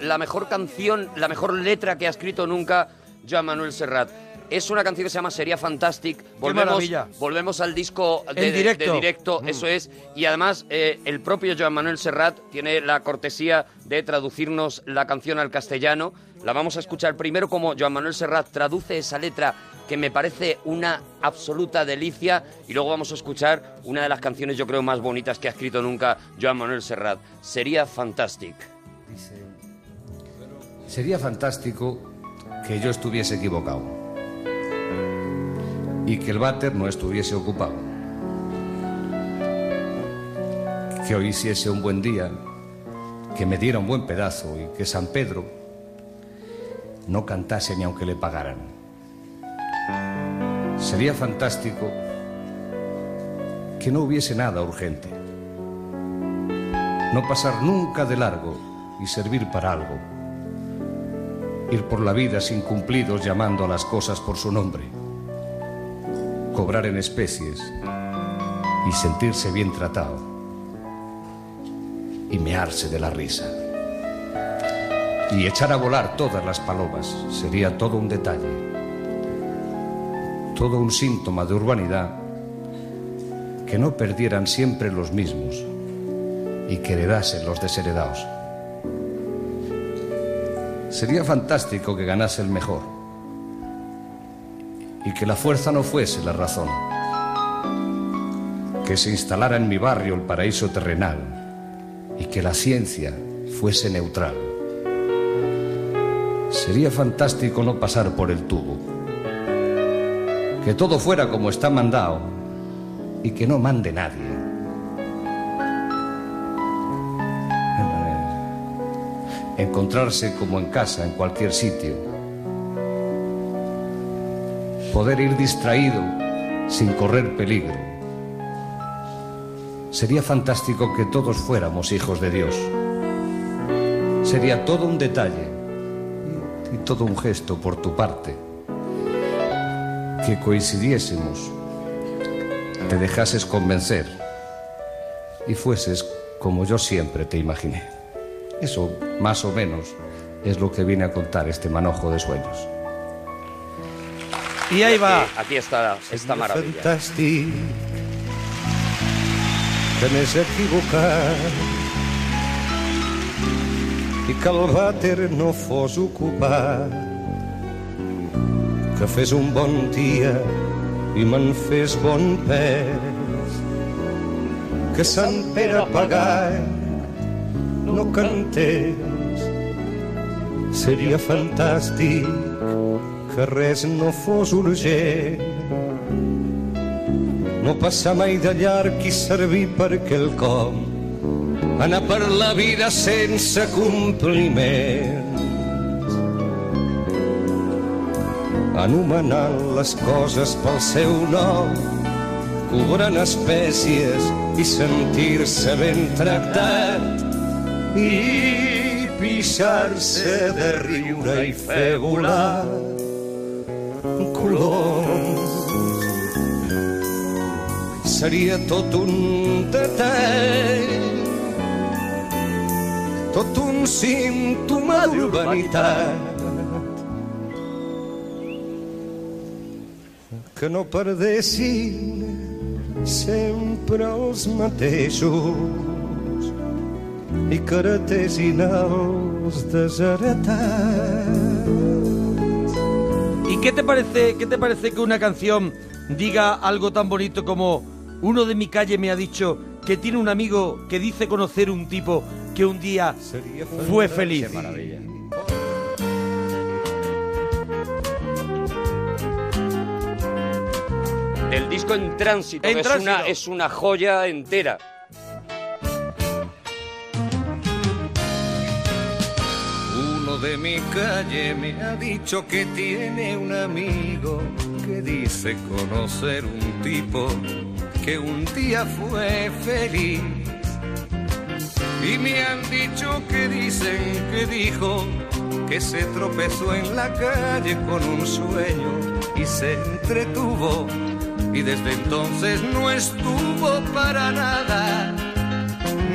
[SPEAKER 3] la mejor canción, la mejor letra que ha escrito nunca Joan Manuel Serrat. Es una canción que se llama Sería Fantastic. Volvemos,
[SPEAKER 1] maravilla.
[SPEAKER 3] volvemos al disco de, de-
[SPEAKER 1] En directo. Mm.
[SPEAKER 3] de directo, eso es. Y además, eh, el propio Joan Manuel Serrat tiene la cortesía de traducirnos la canción al castellano. La vamos a escuchar primero como Joan Manuel Serrat traduce esa letra que me parece una absoluta delicia y luego vamos a escuchar una de las canciones yo creo más bonitas que ha escrito nunca Joan Manuel Serrat. Sería Fantastic.
[SPEAKER 6] Sería fantástico que yo estuviese equivocado y que el váter no estuviese ocupado. Que hoy hiciese un buen día, que me diera un buen pedazo y que San Pedro no cantase ni aunque le pagaran. Sería fantástico que no hubiese nada urgente. No pasar nunca de largo y servir para algo ir por la vida sin cumplidos llamando a las cosas por su nombre, cobrar en especies y sentirse bien tratado y mearse de la risa. Y echar a volar todas las palomas sería todo un detalle, todo un síntoma de urbanidad que no perdieran siempre los mismos y que heredasen los desheredados. Sería fantástico que ganase el mejor y que la fuerza no fuese la razón. Que se instalara en mi barrio el paraíso terrenal y que la ciencia fuese neutral. Sería fantástico no pasar por el tubo. Que todo fuera como está mandado y que no mande nadie. Encontrarse como en casa, en cualquier sitio. Poder ir distraído sin correr peligro. Sería fantástico que todos fuéramos hijos de Dios. Sería todo un detalle y todo un gesto por tu parte. Que coincidiésemos, te dejases convencer y fueses como yo siempre te imaginé. Eso, más o menos, es lo que viene a contar este manojo de sueños.
[SPEAKER 1] Y ahí va.
[SPEAKER 3] Aquí, aquí está esta maravilla.
[SPEAKER 5] Fantàstic que m'és equivocat i que el vàter no fos ocupat que fes un bon dia i me'n fes bon pes que Sant Pere Pagai no cantés seria fantàstic que res no fos urgent no passar mai de llarg i servir per quelcom anar per la vida sense compliments. Anomenant les coses pel seu nom, cobrant espècies i sentir-se ben tractat i pixar-se de riure i fer volar colors. Seria tot un detall tot un símptoma d'urbanitat que no perdessin sempre els mateixos i caretessin els desheretats.
[SPEAKER 1] ¿Y qué te parece, qué te parece que una canción diga algo tan bonito como uno de mi calle me ha dicho que tiene un amigo que dice conocer un tipo que un día fue feliz?
[SPEAKER 3] Del disco En Tránsito,
[SPEAKER 1] En
[SPEAKER 3] que
[SPEAKER 1] Tránsito.
[SPEAKER 3] Es, una, es una joya entera.
[SPEAKER 5] Uno de mi calle me ha dicho que tiene un amigo que dice conocer un tipo que un día fue feliz. Y me han dicho que dicen que dijo que se tropezó en la calle con un sueño y se entretuvo y desde entonces no estuvo para nada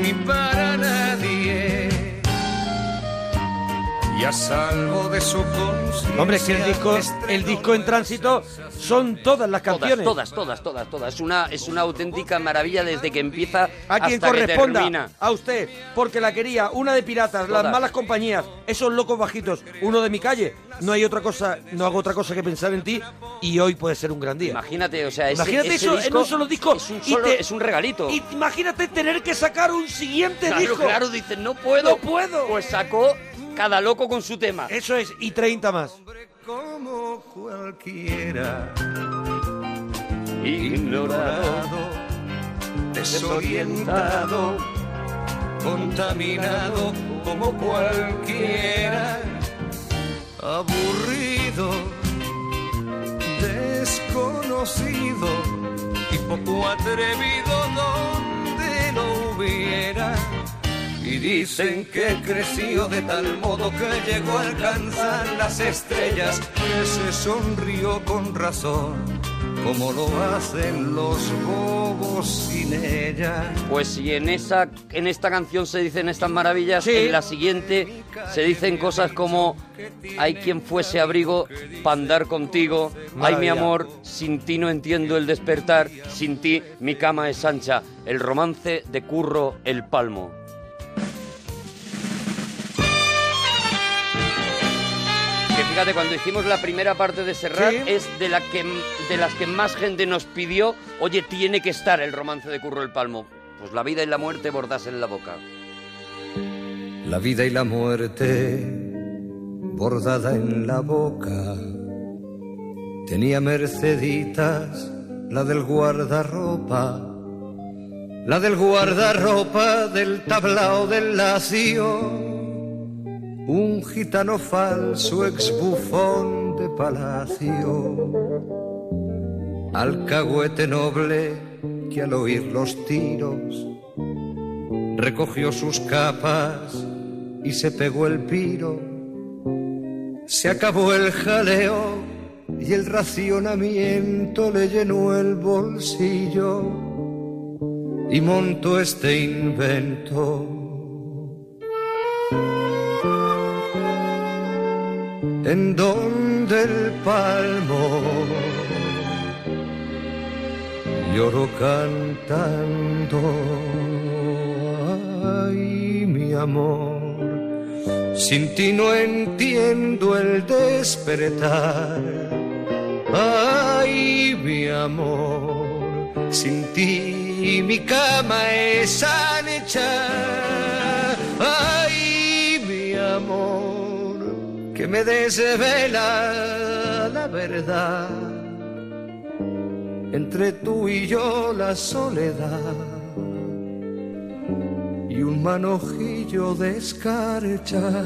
[SPEAKER 5] ni para nadie. Y a salvo de su conciencia.
[SPEAKER 1] Hombre, es que el disco, el disco en tránsito son todas las
[SPEAKER 3] Todas,
[SPEAKER 1] canciones.
[SPEAKER 3] todas, todas, todas, todas. Es una, es una auténtica maravilla desde que empieza
[SPEAKER 1] A quien
[SPEAKER 3] hasta que
[SPEAKER 1] corresponda,
[SPEAKER 3] termina.
[SPEAKER 1] a usted, porque la quería, una de piratas, las
[SPEAKER 3] Todas.
[SPEAKER 1] malas compañías, esos locos bajitos, uno de mi calle. No hay otra cosa, no hago otra cosa que pensar en ti y hoy puede ser un gran día.
[SPEAKER 3] Imagínate, o sea, ese-
[SPEAKER 1] Imagínate
[SPEAKER 3] ese
[SPEAKER 1] eso en
[SPEAKER 3] disco
[SPEAKER 1] un solo disco.
[SPEAKER 3] Es un,
[SPEAKER 1] y
[SPEAKER 3] solo-
[SPEAKER 1] te-
[SPEAKER 3] es un regalito.
[SPEAKER 1] y imagínate tener que sacar un siguiente
[SPEAKER 3] Claro,
[SPEAKER 1] disco.
[SPEAKER 3] claro, dices, no puedo.
[SPEAKER 1] No puedo.
[SPEAKER 3] Pues sacó cada loco con su tema.
[SPEAKER 1] Eso es, y 30 más.
[SPEAKER 5] Como cualquiera, ignorado, desorientado, contaminado como cualquiera, aburrido, desconocido y poco atrevido donde lo hubiera. Y dicen que creció de tal modo que llegó a alcanzar las estrellas, que se sonrió con razón, como lo hacen los bobos sin ella.
[SPEAKER 3] Pues si en esa en esta canción se dicen estas maravillas, en la siguiente se dicen cosas como hay quien fuese abrigo para andar contigo, ay mi
[SPEAKER 1] Maravilla.
[SPEAKER 3] amor, sin ti no entiendo el despertar, sin ti mi cama es ancha, el romance de Curro el Palmo. Que fíjate cuando hicimos la primera parte de Serrat
[SPEAKER 1] Sí.
[SPEAKER 3] es de la que de las que más gente nos pidió, oye, tiene que estar el romance de Curro el Palmo. Pues la vida y la muerte bordas en la boca.
[SPEAKER 5] La vida y la muerte bordada en la boca. Tenía Merceditas, la del guardarropa, la del guardarropa del tablao del lacio. Un gitano falso ex bufón de palacio, alcahuete noble que al oír los tiros recogió sus capas y se pegó el piro. Se acabó el jaleo y el racionamiento le llenó el bolsillo y montó este invento. En don del palmo lloro cantando, ay mi amor. Sin ti no entiendo el despertar. Ay, mi amor, sin ti mi cama es anhecha. Ay, mi amor, que me desvela la verdad. Entre tú y yo la soledad y un manojillo de escarcha.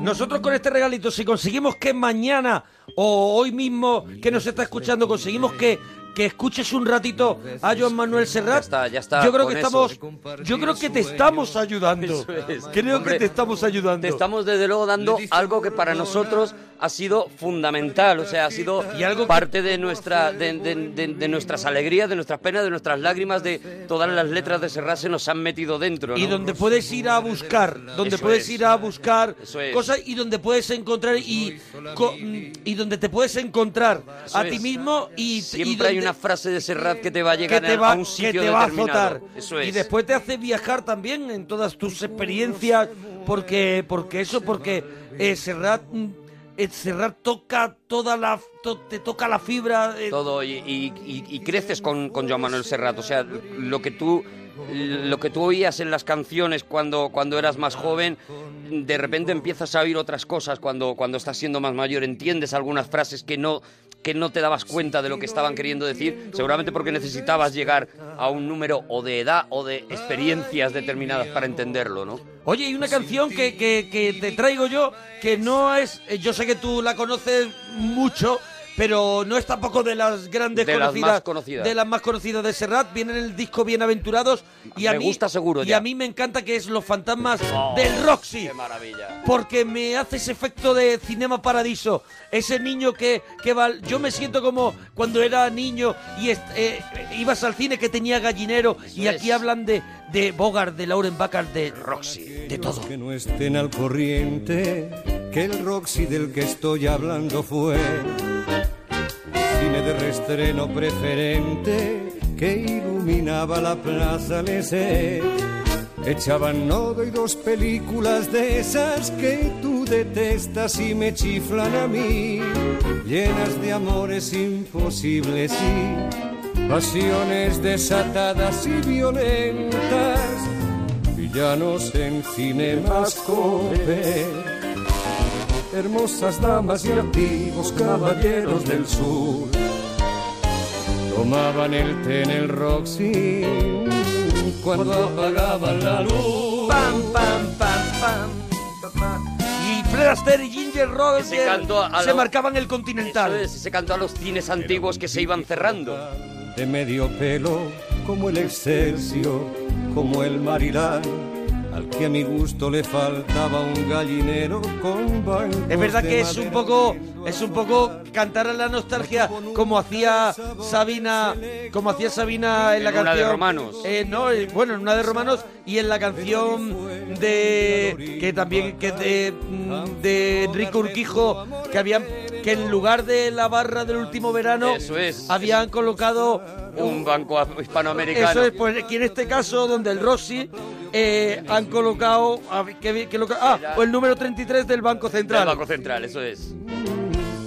[SPEAKER 1] Nosotros con este regalito, si conseguimos que mañana o hoy mismo que nos está escuchando, conseguimos que, que escuches un ratito a Joan Manuel Serrat,
[SPEAKER 3] ya está,
[SPEAKER 1] yo creo
[SPEAKER 3] con
[SPEAKER 1] que
[SPEAKER 3] eso.
[SPEAKER 1] estamos, yo creo que te estamos ayudando. Creo que
[SPEAKER 3] Hombre,
[SPEAKER 1] te estamos ayudando.
[SPEAKER 3] Te estamos desde luego dando algo que para nosotros ha sido fundamental, o sea, ha sido parte de nuestra de, de- de- de nuestras alegrías, de nuestras penas, de nuestras lágrimas, de todas las letras de Serrat se nos han metido dentro.
[SPEAKER 1] Y
[SPEAKER 3] ¿no?
[SPEAKER 1] donde puedes ir a buscar, donde
[SPEAKER 3] Eso
[SPEAKER 1] puedes
[SPEAKER 3] es.
[SPEAKER 1] ir a buscar
[SPEAKER 3] Eso es.
[SPEAKER 1] cosas y donde puedes encontrar y co- y donde te puedes encontrar
[SPEAKER 3] Eso
[SPEAKER 1] a ti
[SPEAKER 3] es.
[SPEAKER 1] mismo y y
[SPEAKER 3] Siempre hay
[SPEAKER 1] donde-
[SPEAKER 3] una frase de Serrat que te va a llegar
[SPEAKER 1] que te
[SPEAKER 3] a-
[SPEAKER 1] va,
[SPEAKER 3] a un sitio
[SPEAKER 1] que te va a
[SPEAKER 3] determinado.
[SPEAKER 1] azotar.
[SPEAKER 3] Eso es.
[SPEAKER 1] Y después te hace viajar también en todas tus experiencias, porque, porque eso, porque eh, Serrat, mm, eh, Serrat toca toda la, to- te toca la fibra. eh,
[SPEAKER 3] todo y, y- y- y creces con, con Joan Manuel Serrat. O sea, lo que tú lo que tú oías en las canciones cuando, cuando eras más joven, de repente empiezas a oír otras cosas cuando, cuando estás siendo más mayor, entiendes algunas frases que no que no te dabas cuenta de lo que estaban queriendo decir, seguramente porque necesitabas llegar a un número o de edad o de experiencias determinadas para entenderlo, ¿no?
[SPEAKER 1] Oye, hay una canción que, que- que te traigo yo que no es. eh, Yo sé que tú la conoces mucho, pero no es tampoco de las grandes
[SPEAKER 3] De las
[SPEAKER 1] conocidas.
[SPEAKER 3] más conocidas.
[SPEAKER 1] De las más conocidas de Serrat. Viene en el disco Bienaventurados. Y a
[SPEAKER 3] Me
[SPEAKER 1] mí,
[SPEAKER 3] gusta seguro
[SPEAKER 1] Y
[SPEAKER 3] ya. Oh.
[SPEAKER 1] a mí me encanta que es Los Fantasmas del Roxy.
[SPEAKER 3] ¡Qué maravilla!
[SPEAKER 1] Porque me hace ese efecto de Cinema Paradiso. Ese niño que, que va. al- Yo me siento como cuando era niño y est- eh, ibas al cine que tenía gallinero. y aquí hablan de, de Bogart, de Lauren Bacard, de Roxy, de todo.
[SPEAKER 5] que no estén al corriente que el Roxy del que estoy hablando fue cine de restreno preferente que iluminaba la plaza Lesé. Echaban nodo y dos películas de esas que tú detestas y me chiflan a mí, llenas de amores imposibles y pasiones desatadas y violentas villanos en cinemascope. Hermosas damas y activos caballeros del sur tomaban el té en el Roxy cuando apagaban la luz.
[SPEAKER 1] Pam, pam, pam, pam. Y Fred Astaire y Ginger Rogers
[SPEAKER 3] Ese canto a- a
[SPEAKER 1] se
[SPEAKER 3] lo-
[SPEAKER 1] marcaban el continental.
[SPEAKER 3] Eso es, ese canto a los cines antiguos que se iban cerrando.
[SPEAKER 5] de medio pelo, como el Excelsior, como el Marilán, al que a mi gusto le faltaba un gallinero con bancos
[SPEAKER 1] Es verdad
[SPEAKER 5] de
[SPEAKER 1] que es un
[SPEAKER 5] madera.
[SPEAKER 1] poco, es un poco cantar a la nostalgia como hacía Sabina, como hacía Sabina en la
[SPEAKER 3] En una de
[SPEAKER 1] canción.
[SPEAKER 3] Romanos.
[SPEAKER 1] Eh, no, eh, bueno, en una de Romanos y en la canción de que también que de, mm, de Enrique Urquijo que habían que en lugar de la barra del último verano
[SPEAKER 3] Eso es.
[SPEAKER 1] habían colocado
[SPEAKER 3] Un banco hispanoamericano.
[SPEAKER 1] eso es, pues aquí en este caso, donde el Rossi eh, han colocado. a ver, ¿qué vi- qué loca- ah, o el número 33 del Banco Central.
[SPEAKER 3] El Banco Central, eso es.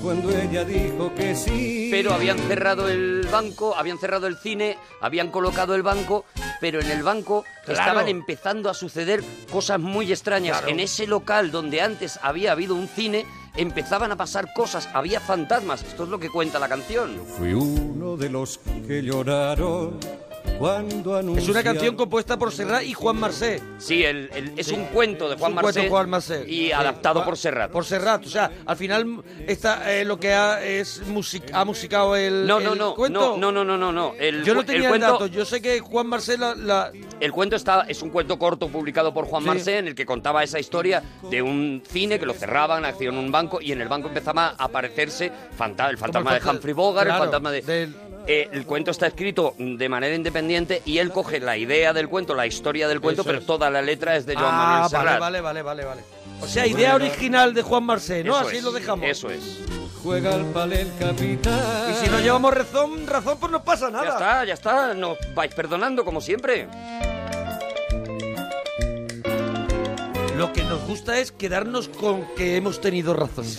[SPEAKER 5] Cuando ella dijo que sí.
[SPEAKER 3] Pero habían cerrado el banco, habían cerrado el cine, habían colocado el banco pero en el banco
[SPEAKER 1] Claro.
[SPEAKER 3] estaban empezando a suceder cosas muy extrañas.
[SPEAKER 1] Claro.
[SPEAKER 3] En ese local donde antes había habido un cine, empezaban a pasar cosas, había fantasmas. Esto es lo que cuenta la canción.
[SPEAKER 5] Fui uno de los que lloraron cuando anunciaron...
[SPEAKER 1] Es una canción compuesta por Serrat y Juan Marsé.
[SPEAKER 3] Sí, el- el- es un cuento de
[SPEAKER 1] Es
[SPEAKER 3] Juan
[SPEAKER 1] un cuento de
[SPEAKER 3] Marcet
[SPEAKER 1] Juan Marsé.
[SPEAKER 3] y adaptado por Serrat.
[SPEAKER 1] Por Serrat, o sea, al final está eh, lo que ha, es music- ha musicado el,
[SPEAKER 3] No, no,
[SPEAKER 1] el
[SPEAKER 3] no,
[SPEAKER 1] cuento.
[SPEAKER 3] no, no, no, no, no. El,
[SPEAKER 1] Yo
[SPEAKER 3] cu-
[SPEAKER 1] no
[SPEAKER 3] el
[SPEAKER 1] tenía el
[SPEAKER 3] cuento,
[SPEAKER 1] dato, yo sé que Juan Marcela la...
[SPEAKER 3] El cuento está, es un cuento corto publicado por Juan
[SPEAKER 1] Sí.
[SPEAKER 3] Marsé en el que contaba esa historia de un cine que lo cerraban, acción un banco y en el banco empezaba a aparecerse fanta- el fantasma de
[SPEAKER 1] fantasma-
[SPEAKER 3] Humphrey Bogart,
[SPEAKER 1] claro,
[SPEAKER 3] el fantasma de... Eh, el cuento está escrito de manera independiente y él coge la idea del cuento, la historia del cuento,
[SPEAKER 1] Eso
[SPEAKER 3] pero
[SPEAKER 1] es.
[SPEAKER 3] toda la letra es de Joan
[SPEAKER 1] ah,
[SPEAKER 3] Manuel
[SPEAKER 1] vale,
[SPEAKER 3] Serrat.
[SPEAKER 1] vale, vale, vale, vale. O sea, idea original de Juan Marcé, ¿no?
[SPEAKER 3] Eso
[SPEAKER 1] Así
[SPEAKER 3] es,
[SPEAKER 1] lo dejamos.
[SPEAKER 3] Eso es.
[SPEAKER 5] Juega al palé el capitán.
[SPEAKER 1] Y si no llevamos razón, razón pues no pasa nada.
[SPEAKER 3] Ya está, ya está, nos vais perdonando como siempre.
[SPEAKER 1] Lo que nos gusta es quedarnos con que hemos tenido razón.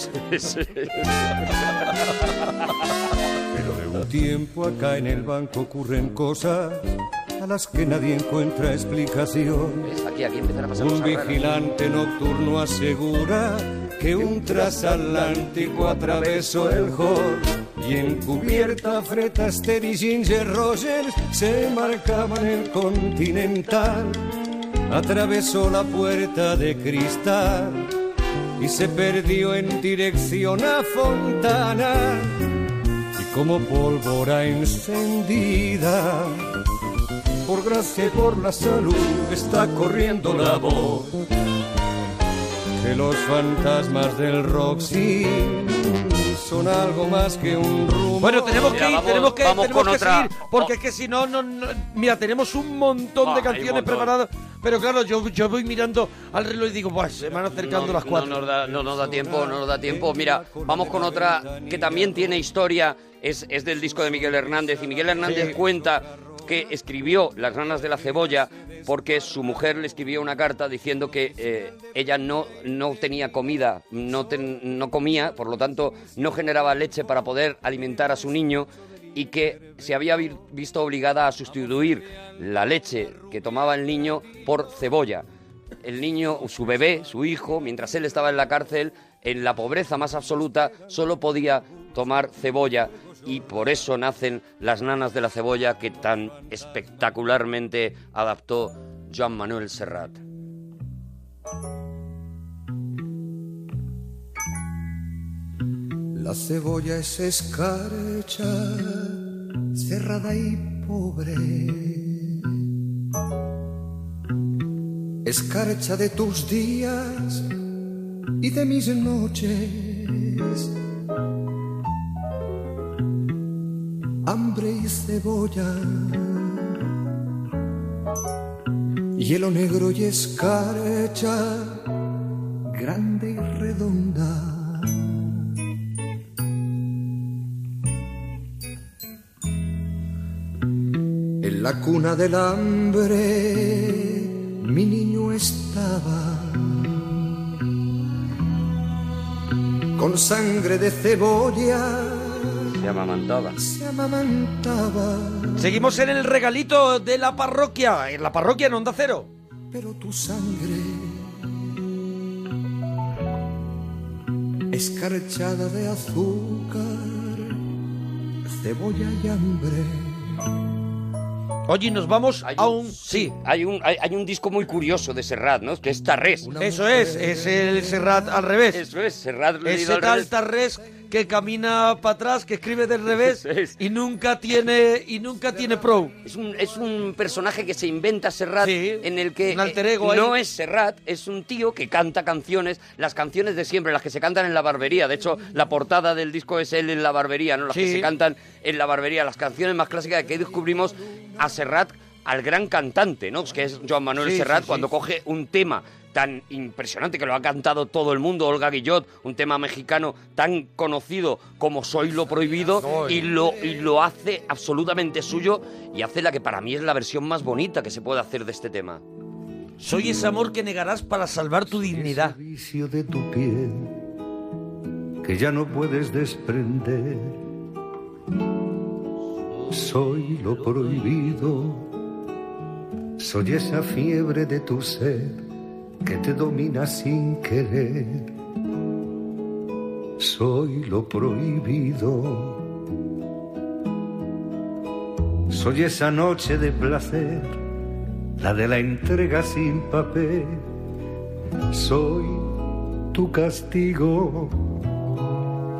[SPEAKER 5] Pero de un tiempo acá en el banco ocurren cosas a las que nadie encuentra explicación.
[SPEAKER 3] Aquí, aquí empiezan a pasar
[SPEAKER 5] Un
[SPEAKER 3] cosas raras.
[SPEAKER 5] vigilante nocturno asegura que un trasatlántico atravesó el hall y en cubierta Fred Astaire y Ginger Rogers se marcaban el continental. Atravesó la puerta de cristal y se perdió en dirección a Fontana y como pólvora encendida. Por gracia y por la salud está corriendo la voz que los fantasmas del Roxy son algo más que un rumor.
[SPEAKER 1] Bueno, tenemos que ir, tenemos que, tenemos que
[SPEAKER 5] otra.
[SPEAKER 1] seguir, porque es que si no, no, no- mira, tenemos un montón
[SPEAKER 3] Oh. Ah,
[SPEAKER 1] de
[SPEAKER 3] hay
[SPEAKER 1] canciones
[SPEAKER 3] un montón.
[SPEAKER 1] preparadas, pero claro, yo, yo voy mirando al reloj y digo, pues se van acercando
[SPEAKER 3] No,
[SPEAKER 1] las cuatro.
[SPEAKER 3] No nos, da, no nos da tiempo, no nos da tiempo. Mira, vamos con otra que también tiene historia, es, es del disco de Miguel Hernández. Y Miguel Hernández
[SPEAKER 1] Sí.
[SPEAKER 3] cuenta que escribió Las ranas de la cebolla porque su mujer le escribió una carta diciendo que eh, ella no, no tenía comida, no, ten- no comía, por lo tanto no generaba leche para poder alimentar a su niño y que se había vi- visto obligada a sustituir la leche que tomaba el niño por cebolla el niño, su bebé, su hijo, mientras él estaba en la cárcel, en la pobreza más absoluta, solo podía tomar cebolla y por eso nacen las nanas de la cebolla que tan espectacularmente adaptó Joan Manuel Serrat.
[SPEAKER 4] La cebolla es escarcha, cerrada y pobre. Escarcha de tus días y de mis noches. Hambre y cebolla. Hielo negro y escarcha, grande y redonda. En la cuna del hambre mi niño estaba. Con sangre de cebolla
[SPEAKER 3] Se amamantaba.
[SPEAKER 4] se amamantaba,
[SPEAKER 1] Seguimos en el regalito de la parroquia, en la parroquia en Onda Cero.
[SPEAKER 4] pero tu sangre escarchada de azúcar, cebolla y hambre.
[SPEAKER 1] Oye, nos vamos
[SPEAKER 3] a un... Sí. Hay un, hay, hay un disco muy curioso de Serrat, ¿no? Que es Tarrés.
[SPEAKER 1] Eso es, es el Serrat al revés. Eso
[SPEAKER 3] es, Serrat leído
[SPEAKER 1] Ese
[SPEAKER 3] al
[SPEAKER 1] tal
[SPEAKER 3] revés.
[SPEAKER 1] Tarrés que camina para atrás, que escribe del revés y nunca tiene y nunca tiene pro.
[SPEAKER 3] Es un, es un personaje que se inventa Serrat en el que
[SPEAKER 1] un alter
[SPEAKER 3] eh,
[SPEAKER 1] ego ahí.
[SPEAKER 3] no es Serrat, es un tío que canta canciones, las canciones de siempre, las que se cantan en la barbería. De hecho, la portada del disco es él en la barbería, ¿no? Las que
[SPEAKER 1] Sí.
[SPEAKER 3] se cantan en la barbería, las canciones más clásicas que descubrimos a Serrat, al gran cantante, ¿no? Que es Joan Manuel
[SPEAKER 1] Sí,
[SPEAKER 3] Serrat,
[SPEAKER 1] sí, sí.
[SPEAKER 3] cuando coge un tema tan impresionante que lo ha cantado todo el mundo, Olga Guillot, un tema mexicano tan conocido como Soy lo prohibido, y lo, y lo hace absolutamente suyo y hace la que para mí es la versión más bonita que se puede hacer de este tema.
[SPEAKER 1] Soy ese amor que negarás para salvar tu dignidad.
[SPEAKER 4] Vicio de tu piel que ya no puedes desprender. Soy lo prohibido, Soy esa fiebre de tu ser que te domina sin querer. Soy lo prohibido. Soy esa noche de placer, la de la entrega sin papel. Soy tu castigo,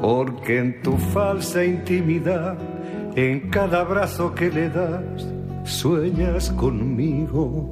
[SPEAKER 4] porque en tu falsa intimidad, en cada abrazo que le das, sueñas conmigo.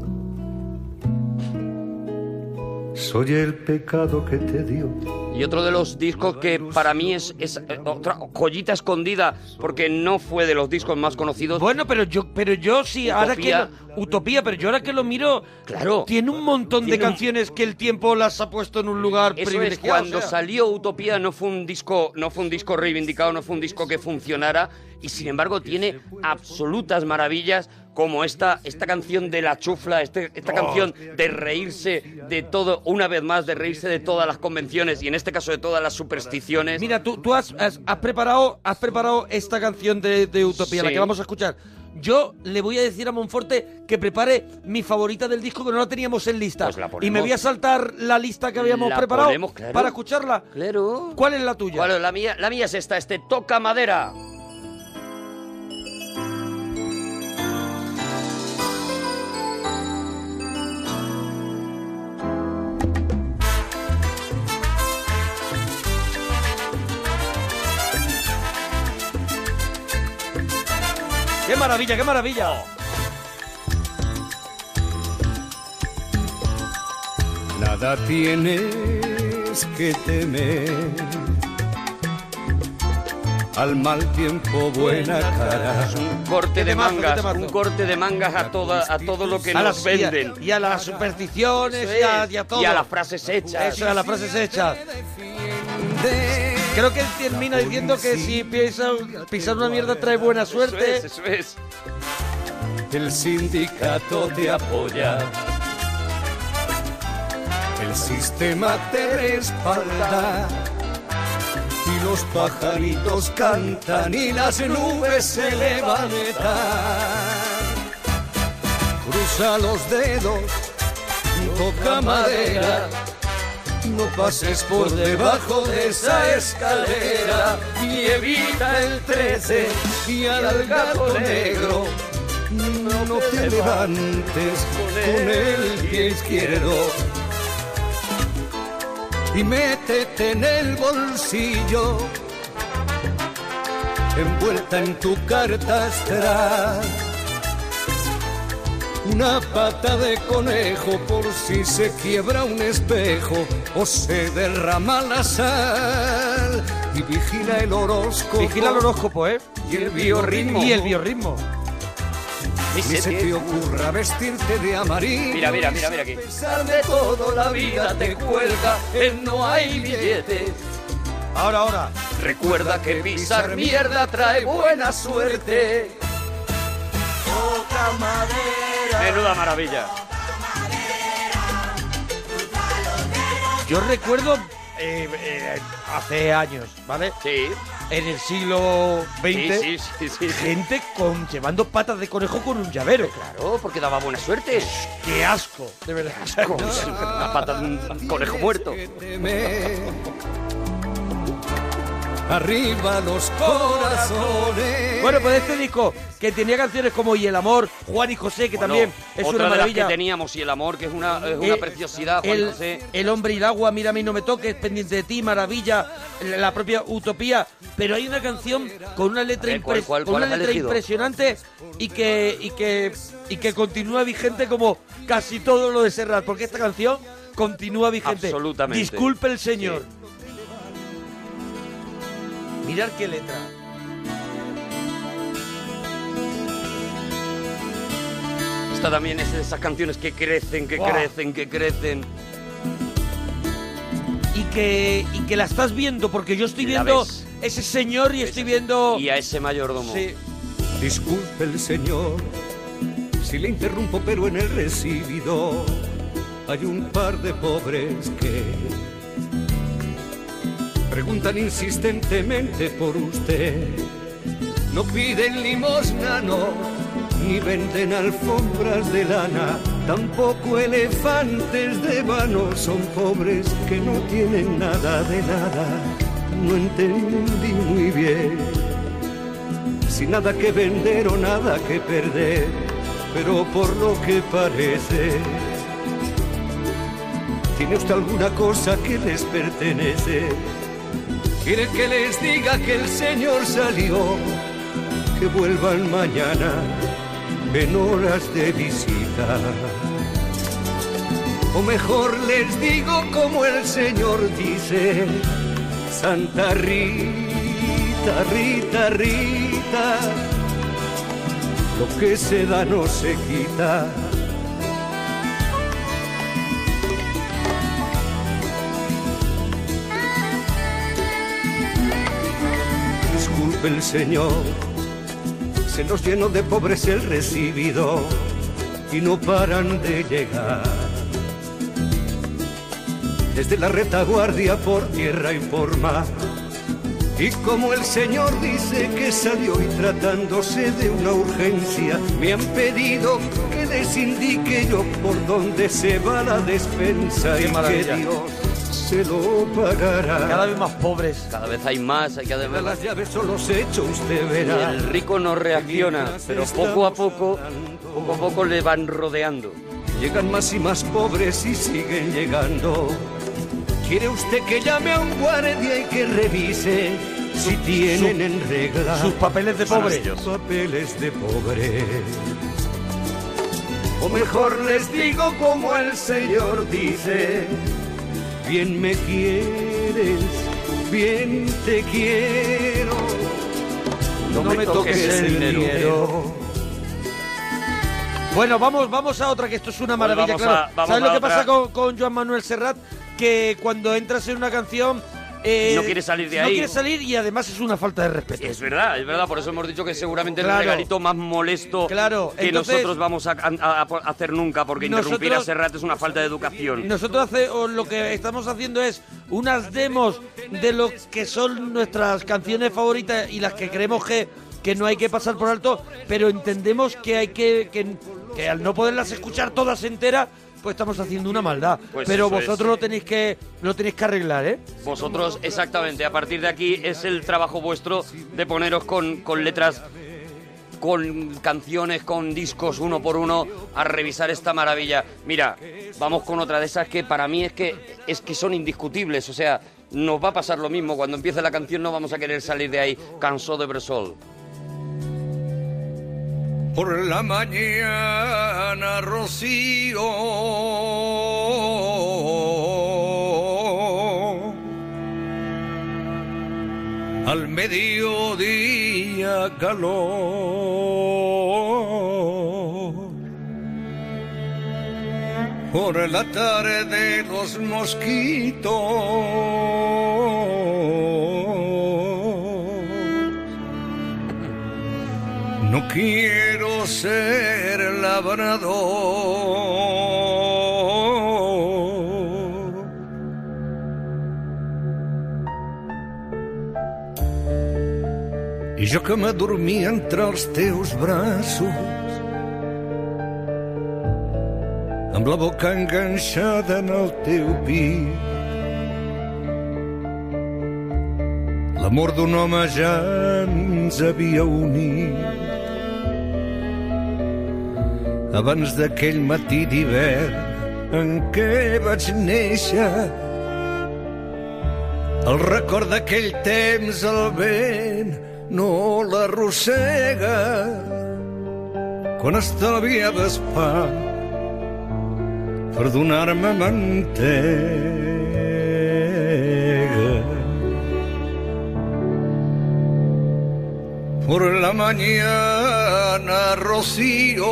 [SPEAKER 4] Soy el pecado que te dio.
[SPEAKER 3] Y otro de los discos que para mí es, es, eh, otra joyita escondida, porque no fue de los discos más conocidos.
[SPEAKER 1] Bueno, pero yo, pero yo sí, ahora que lo- Utopía, pero yo ahora que lo miro,
[SPEAKER 3] Claro.
[SPEAKER 1] tiene un montón de
[SPEAKER 3] Tiene un-
[SPEAKER 1] canciones que el tiempo las ha puesto en un lugar
[SPEAKER 3] Eso es,
[SPEAKER 1] privilegiado.
[SPEAKER 3] cuando
[SPEAKER 1] o sea.
[SPEAKER 3] salió Utopía no fue un disco, no fue un disco reivindicado, no fue un disco que funcionara y sin embargo tiene absolutas maravillas como esta, esta canción de la chufla, este-
[SPEAKER 1] Oh.
[SPEAKER 3] esta canción de reírse de todo, una vez más, de reírse de todas las convenciones y en este caso de todas las supersticiones.
[SPEAKER 1] Mira, tú, tú has, has- has preparado, has preparado esta canción de, de Utopía, la
[SPEAKER 3] Sí.
[SPEAKER 1] que vamos a escuchar. Yo le voy a decir a Monforte que prepare mi favorita del disco que no la teníamos en lista. y me voy a saltar la lista que habíamos
[SPEAKER 3] Pues La
[SPEAKER 1] preparado
[SPEAKER 3] ponemos, claro.
[SPEAKER 1] para escucharla.
[SPEAKER 3] Claro.
[SPEAKER 1] ¿Cuál es la tuya?
[SPEAKER 3] ¿Cuál es la mía? La mía es esta, este toca madera.
[SPEAKER 1] ¡Qué maravilla, qué maravilla!
[SPEAKER 5] Nada tienes que temer. Al mal tiempo buena cara.
[SPEAKER 3] Corte de
[SPEAKER 1] temazo, qué
[SPEAKER 3] mangas,
[SPEAKER 1] Este temazo.
[SPEAKER 3] un corte de mangas a toda, a todo lo que
[SPEAKER 1] A
[SPEAKER 3] nos
[SPEAKER 1] las- y a-
[SPEAKER 3] venden.
[SPEAKER 1] Y a las supersticiones,
[SPEAKER 3] Eso
[SPEAKER 1] y, a,
[SPEAKER 3] es,
[SPEAKER 1] y a todo.
[SPEAKER 3] y a las frases hechas.
[SPEAKER 1] Eso, a las frases hechas. Creo que él termina diciendo que si pisa- pisar una mierda trae buena suerte.
[SPEAKER 3] Eso es.
[SPEAKER 5] El sindicato te apoya. El sistema te respalda. Y los pajaritos cantan y las nubes se levantan. Cruza los dedos, toca madera. No pases por debajo de esa escalera y evita el 13 y al gato negro. No, no te levantes con el pie izquierdo y métete en el bolsillo, envuelta en tu carta astral. Una pata de conejo por si se quiebra un espejo o se derrama la sal. Y vigila el horóscopo.
[SPEAKER 1] Vigila el horóscopo, ¿eh?
[SPEAKER 5] Y el biorritmo.
[SPEAKER 1] Y el biorritmo.
[SPEAKER 5] Ni se te ocurra vestirte de amarillo.
[SPEAKER 3] Mira, mira, mira, mira aquí.
[SPEAKER 5] A pesar de todo, la vida te cuelga en no hay billetes.
[SPEAKER 1] Ahora, ahora.
[SPEAKER 3] Recuerda que pisar
[SPEAKER 5] mierda trae buena suerte.
[SPEAKER 3] Menuda maravilla.
[SPEAKER 1] Yo recuerdo eh, eh, hace años, ¿vale?
[SPEAKER 3] Sí.
[SPEAKER 1] En el siglo XX,
[SPEAKER 3] Sí, sí, sí, sí.
[SPEAKER 1] gente con, llevando patas de conejo con un llavero.
[SPEAKER 3] Claro, porque daba buena suerte.
[SPEAKER 1] ¡Qué asco! De verdad.
[SPEAKER 3] Una pata de un conejo muerto.
[SPEAKER 5] Arriba los corazones.
[SPEAKER 1] Bueno, pues este disco que tenía canciones como Y el amor, Juan y José, que también es
[SPEAKER 3] Otra
[SPEAKER 1] una
[SPEAKER 3] de las
[SPEAKER 1] maravilla.
[SPEAKER 3] que teníamos y el amor, que es una, es una
[SPEAKER 1] Eh,
[SPEAKER 3] preciosidad, Juan
[SPEAKER 1] el,
[SPEAKER 3] José.
[SPEAKER 1] el hombre y el agua, mira a mí no me toques, pendiente de ti, maravilla, la la propia utopía. Pero hay una canción con una letra,
[SPEAKER 3] A ver, ¿cuál,
[SPEAKER 1] impres-
[SPEAKER 3] cuál,
[SPEAKER 1] con
[SPEAKER 3] cuál
[SPEAKER 1] una
[SPEAKER 3] has
[SPEAKER 1] letra
[SPEAKER 3] elegido?
[SPEAKER 1] impresionante y que, y, que, y que continúa vigente como casi todo lo de Serrat, porque esta canción continúa vigente.
[SPEAKER 3] Absolutamente.
[SPEAKER 1] Disculpe el señor. Mirad qué letra.
[SPEAKER 3] Esta también es de esas canciones que crecen, que
[SPEAKER 1] Buah.
[SPEAKER 3] crecen, que crecen.
[SPEAKER 1] Y que, y que la estás viendo, porque yo estoy
[SPEAKER 3] La
[SPEAKER 1] viendo
[SPEAKER 3] ves.
[SPEAKER 1] ese señor y estoy viendo...
[SPEAKER 3] Y a ese mayordomo.
[SPEAKER 1] Sí.
[SPEAKER 5] Disculpe el señor si le interrumpo, pero en el recibido hay un par de pobres que preguntan insistentemente por usted. No piden limosna, no, y venden alfombras de lana. Tampoco elefantes de vano son pobres que no tienen nada de nada. No entendí muy bien sin nada que vender o nada que perder, pero por lo que parece, tiene usted alguna cosa que les pertenece. Quiere que les diga que el Señor salió, que vuelvan mañana en horas de visita. O mejor les digo como el Señor dice, Santa Rita, Rita, Rita, lo que se da no se quita. Disculpe el Señor, se nos llenó de pobres el recibido y no paran de llegar. Desde la retaguardia por tierra y por mar. Y como el Señor dice que salió y tratándose de una urgencia, me han pedido que les indique yo por dónde se va la despensa
[SPEAKER 1] Qué
[SPEAKER 5] y
[SPEAKER 1] maravilla.
[SPEAKER 5] que Dios se lo pagará.
[SPEAKER 1] Cada vez más pobres.
[SPEAKER 3] Cada vez hay más, hay que además...
[SPEAKER 5] Las llaves solo se hecho usted verá.
[SPEAKER 3] El rico no reacciona, pero poco a poco, poco a poco le van rodeando.
[SPEAKER 5] Llegan más y más pobres y siguen llegando. ¿Quiere usted que llame a un guardia y que revise si tienen
[SPEAKER 1] su-
[SPEAKER 5] en regla
[SPEAKER 1] sus papeles de pobre?
[SPEAKER 5] Sus papeles de pobre. O mejor les digo como el Señor dice, bien me quieres, bien te quiero, no, me toques, el dinero.
[SPEAKER 1] Bueno, vamos, vamos a otra, que esto es una
[SPEAKER 3] Bueno,
[SPEAKER 1] maravilla,
[SPEAKER 3] vamos
[SPEAKER 1] claro.
[SPEAKER 3] a- vamos
[SPEAKER 1] ¿Sabes
[SPEAKER 3] a
[SPEAKER 1] lo que
[SPEAKER 3] otra.
[SPEAKER 1] pasa con, con Joan Manuel Serrat? Que cuando entras en una canción... eh,
[SPEAKER 3] No quiere salir de
[SPEAKER 1] no
[SPEAKER 3] ahí.
[SPEAKER 1] quiere salir y además es una falta de respeto.
[SPEAKER 3] Es verdad, es verdad, por eso hemos dicho que seguramente
[SPEAKER 1] Claro.
[SPEAKER 3] es el regalito más molesto que
[SPEAKER 1] entonces-
[SPEAKER 3] nosotros vamos a, a- a hacer nunca, porque interrumpir a
[SPEAKER 1] Nosotros-
[SPEAKER 3] Serrat es una falta de educación.
[SPEAKER 1] Nosotros hace- o lo que estamos haciendo es unas demos de lo que son nuestras canciones favoritas y las que creemos que, que no hay que pasar por alto, pero entendemos que hay que, que, que al no poderlas escuchar todas enteras, pues estamos haciendo una maldad.
[SPEAKER 3] Pues
[SPEAKER 1] pero
[SPEAKER 3] eso es.
[SPEAKER 1] vosotros lo tenéis que lo tenéis que arreglar, ¿eh?
[SPEAKER 3] Vosotros, exactamente, a partir de aquí es el trabajo vuestro de poneros con, con letras, con canciones, con discos uno por uno a revisar esta maravilla. Mira, vamos con otra de esas que para mí es que, es que son indiscutibles, o sea, nos va a pasar lo mismo, cuando empiece la canción no vamos a querer salir de ahí, cansó de Bresol.
[SPEAKER 2] Por la mañana, Rocío. Al mediodía, calor. Por la tarde, los mosquitos. No quiero ser labrador.
[SPEAKER 5] I jo que m'adormia entre els teus braços amb la boca enganxada en el teu pit L'amor d'un home ja ens havia unit abans d'aquell matí d'hivern en què vaig néixer el record d'aquell temps el vent no l'arrossega quan estalviaves pa per donar-me mantega.
[SPEAKER 2] Por la mañana, Rocío.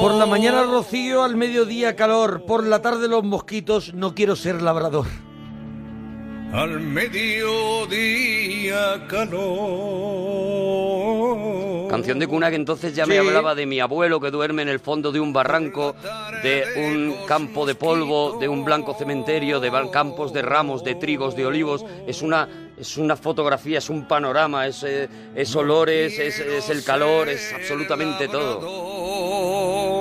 [SPEAKER 1] Por la mañana rocío, al mediodía calor, por la tarde los mosquitos, no quiero ser labrador.
[SPEAKER 5] al mediodía calor.
[SPEAKER 3] Canción de cuna que entonces ya me
[SPEAKER 5] Sí.
[SPEAKER 3] hablaba de mi abuelo que duerme en el fondo de un barranco, de un campo de polvo, de un blanco cementerio, de val- campos de ramos, de trigos, de olivos. Es una, es una fotografía, es un panorama, es, eh, es olores, es, es el calor, es absolutamente todo.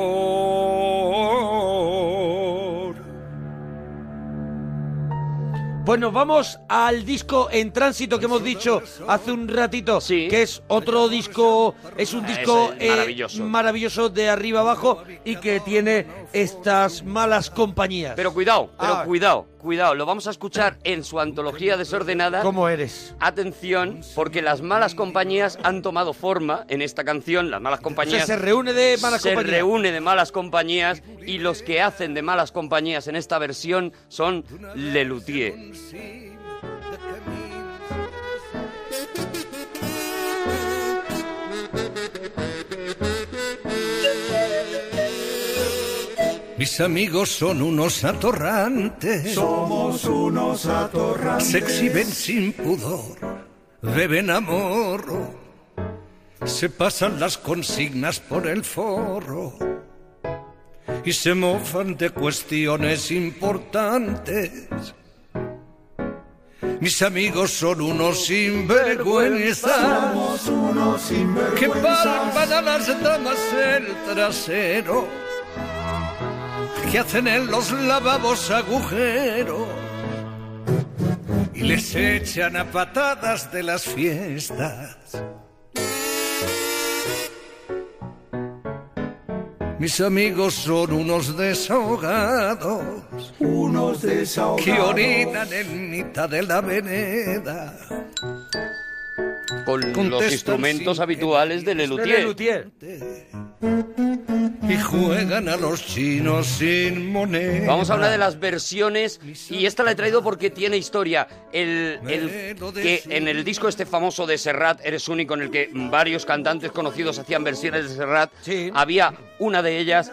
[SPEAKER 1] Pues nos vamos al disco en tránsito que hemos dicho hace un ratito, que es otro disco, es un disco
[SPEAKER 3] Ah,
[SPEAKER 1] eh,
[SPEAKER 3] Ese, maravilloso.
[SPEAKER 1] maravilloso de arriba abajo y que tiene estas malas compañías.
[SPEAKER 3] Pero cuidado, pero
[SPEAKER 1] Ah.
[SPEAKER 3] cuidado, cuidado. Lo vamos a escuchar en su antología desordenada.
[SPEAKER 1] ¿Cómo eres?
[SPEAKER 3] Atención, porque las malas compañías han tomado forma en esta canción. Las malas compañías.
[SPEAKER 1] O sea, se reúne de malas
[SPEAKER 3] se
[SPEAKER 1] compañías.
[SPEAKER 3] reúne de malas compañías y los que hacen de malas compañías en esta versión son Lelutier.
[SPEAKER 5] Mis amigos son unos atorrantes.
[SPEAKER 6] Somos unos atorrantes.
[SPEAKER 5] Se exhiben sin pudor, beben amor. Se pasan las consignas por el forro. Y se mofan de cuestiones importantes. Mis amigos son unos sinvergüenzas.
[SPEAKER 6] Somos unos
[SPEAKER 5] Que
[SPEAKER 6] sinvergüenzas.
[SPEAKER 5] palpan a las damas el trasero. Que hacen en los lavabos agujeros. Y les echan a patadas de las fiestas. Mis amigos son unos desahogados.
[SPEAKER 6] Unos desahogados.
[SPEAKER 5] Que orinan en mitad de la vereda.
[SPEAKER 3] Con los
[SPEAKER 5] Contestan
[SPEAKER 3] instrumentos
[SPEAKER 5] sin-
[SPEAKER 3] habituales de Lelutier.
[SPEAKER 5] Y juegan a los chinos sin moneda.
[SPEAKER 3] Vamos a una de las versiones y esta la he traído porque tiene historia. El, el- que en el disco este famoso de Serrat, Eres único, en el que varios cantantes conocidos hacían versiones de Serrat, había una de ellas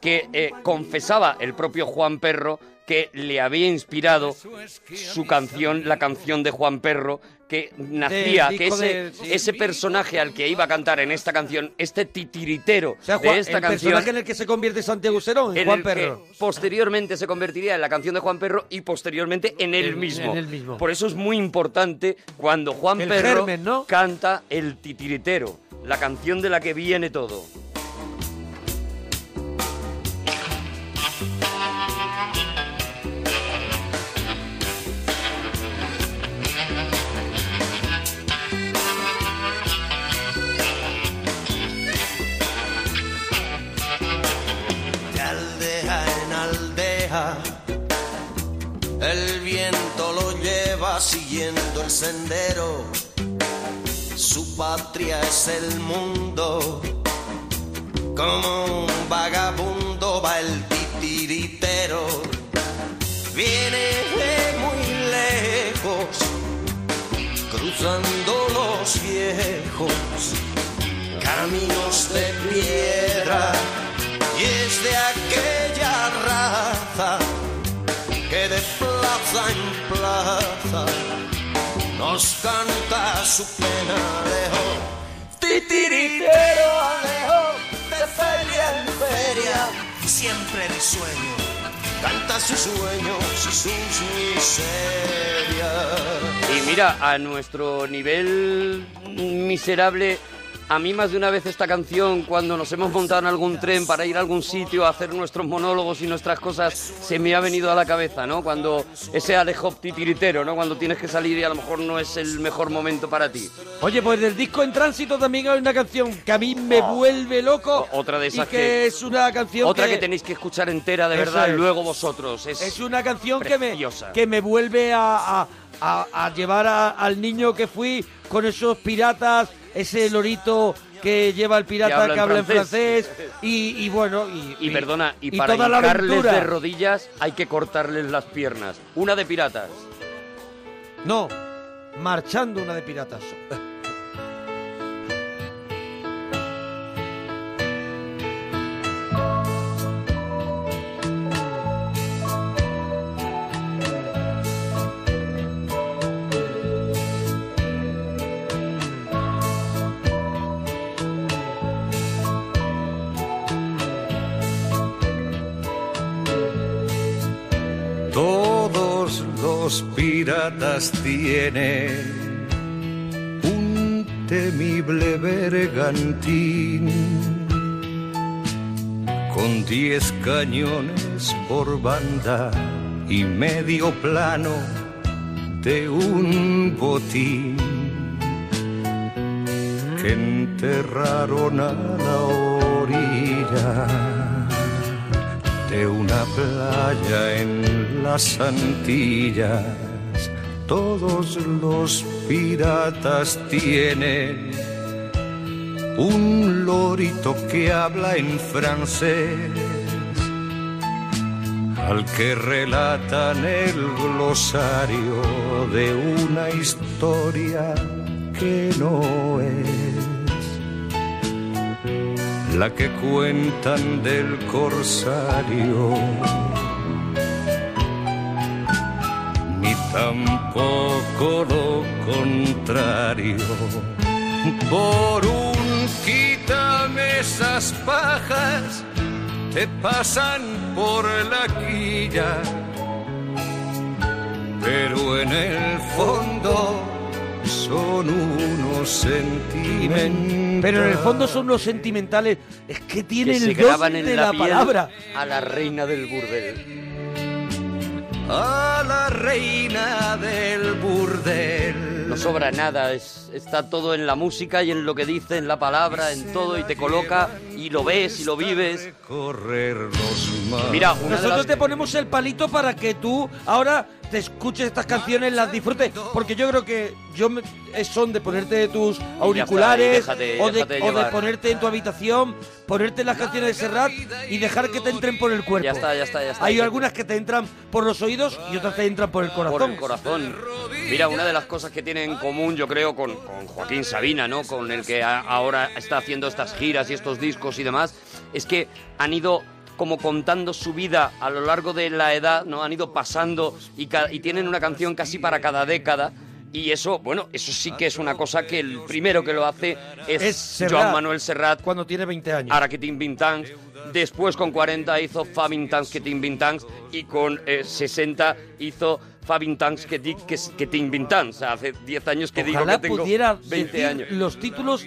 [SPEAKER 3] que eh, confesaba el propio Juan Perro que le había inspirado su canción, la canción de Juan Perro, que nacía, que
[SPEAKER 1] disco
[SPEAKER 3] ese,
[SPEAKER 1] de- sí.
[SPEAKER 3] ese personaje al que iba a cantar en esta canción, este titiritero
[SPEAKER 1] O sea, Juan-
[SPEAKER 3] de esta
[SPEAKER 1] el
[SPEAKER 3] canción,
[SPEAKER 1] personaje en el que se convierte Santiago Serón, en
[SPEAKER 3] en
[SPEAKER 1] Juan
[SPEAKER 3] el
[SPEAKER 1] Perro.
[SPEAKER 3] que posteriormente se convertiría en la canción de Juan Perro y posteriormente en él
[SPEAKER 1] En-
[SPEAKER 3] mismo.
[SPEAKER 1] en él mismo.
[SPEAKER 3] Por eso es muy importante cuando Juan
[SPEAKER 1] El
[SPEAKER 3] Perro
[SPEAKER 1] germen,
[SPEAKER 3] canta El Titiritero, la canción de la que viene todo.
[SPEAKER 11] De aldea en aldea, el viento lo lleva siguiendo el sendero. Su patria es el mundo, como un vagabundo va el titiritero. Viene de muy lejos, cruzando los viejos caminos de piedra y es de aquella raza que de plaza en plaza nos canta su pena lejos. Titiritero alejo, de feria en feria, siempre de sueño, canta sus sueños y sus miserias.
[SPEAKER 3] Y mira, a nuestro nivel miserable, a mí más de una vez esta canción, cuando nos hemos montado en algún tren para ir a algún sitio a hacer nuestros monólogos y nuestras cosas, se me ha venido a la cabeza, ¿no? Cuando ese Alejo titiritero, ¿no? Cuando tienes que salir y a lo mejor no es el mejor momento para ti.
[SPEAKER 1] Oye, pues del disco en tránsito también hay una canción que a mí me vuelve loco.
[SPEAKER 3] Oh. Otra de esas
[SPEAKER 1] y que,
[SPEAKER 3] que-
[SPEAKER 1] es una canción
[SPEAKER 3] Otra que... tenéis que escuchar entera, de
[SPEAKER 1] Eso
[SPEAKER 3] verdad,
[SPEAKER 1] es.
[SPEAKER 3] luego vosotros. Es,
[SPEAKER 1] Es una canción que me,
[SPEAKER 3] preciosa.
[SPEAKER 1] que me vuelve a, a- a- a llevar a- al niño que fui con esos piratas, ese lorito que lleva el pirata
[SPEAKER 3] habla en
[SPEAKER 1] que habla en
[SPEAKER 3] francés.
[SPEAKER 1] francés. y, y bueno, y,
[SPEAKER 3] Y perdona, y,
[SPEAKER 1] y
[SPEAKER 3] para
[SPEAKER 1] toda la
[SPEAKER 3] hincarles
[SPEAKER 1] aventura.
[SPEAKER 3] de rodillas hay que cortarles las piernas. Una de piratas.
[SPEAKER 1] No, marchando una de piratas.
[SPEAKER 5] piratas tiene un temible bergantín con diez cañones por banda y medio plano de un botín que enterraron a la orilla de una playa en las Antillas. Todos los piratas tienen un lorito que habla en francés, al que relatan el glosario de una historia que no es la que cuentan del corsario. Ni tampoco lo contrario. Por un quítame esas pajas, te pasan por la quilla. Pero en el fondo son unos sentimentales.
[SPEAKER 1] Pero en el fondo son los sentimentales. Es que tienen
[SPEAKER 3] se
[SPEAKER 1] el
[SPEAKER 3] graban
[SPEAKER 1] dosing
[SPEAKER 3] en
[SPEAKER 1] de
[SPEAKER 3] la
[SPEAKER 1] la,
[SPEAKER 3] piel.
[SPEAKER 1] palabra.
[SPEAKER 3] A la reina del burdel.
[SPEAKER 5] a la reina del burdel.
[SPEAKER 3] No sobra nada, es- está todo en la música y en lo que dice, en la palabra, en todo, y te coloca y lo ves y lo vives.
[SPEAKER 5] Correr los mares.
[SPEAKER 3] Mira, una de
[SPEAKER 1] Nosotros
[SPEAKER 3] las-
[SPEAKER 1] te ponemos el palito para que tú ahora te escuches estas canciones, las disfrutes, porque yo creo que yo me- eh, son de ponerte tus auriculares
[SPEAKER 3] está, y déjate-
[SPEAKER 1] o, de,
[SPEAKER 3] déjate
[SPEAKER 1] o de
[SPEAKER 3] llevar.
[SPEAKER 1] ponerte en tu habitación, ponerte las canciones de Serrat y dejar que te entren por el cuerpo.
[SPEAKER 3] Ya está, ya está, ya está.
[SPEAKER 1] Hay algunas que te entran por los oídos y otras te entran por el corazón.
[SPEAKER 3] Por el corazón. Mira, una de las cosas que tienen en común, yo creo, con, con Joaquín Sabina, ¿no? Con el que a- ahora está haciendo estas giras y estos discos y demás, es que han ido como contando su vida a lo largo de la edad, ¿no? Han ido pasando y, ca- y tienen una canción casi para cada década. Y eso, bueno, eso sí que es una cosa que el primero que lo hace es,
[SPEAKER 1] Es Serrat,
[SPEAKER 3] Joan Manuel Serrat.
[SPEAKER 1] Cuando tiene 20 años.
[SPEAKER 3] Ahora que Tim Bintangs. Después con 40 hizo Fabin Tanks que Tim Bintangs. Y con eh, 60 hizo Fabin Tanks que, Dick- que, que Tim Bintangs. O sea, hace 10 años que digo
[SPEAKER 1] Ojalá
[SPEAKER 3] que tengo
[SPEAKER 1] pudiera
[SPEAKER 3] 20
[SPEAKER 1] decir
[SPEAKER 3] años.
[SPEAKER 1] los títulos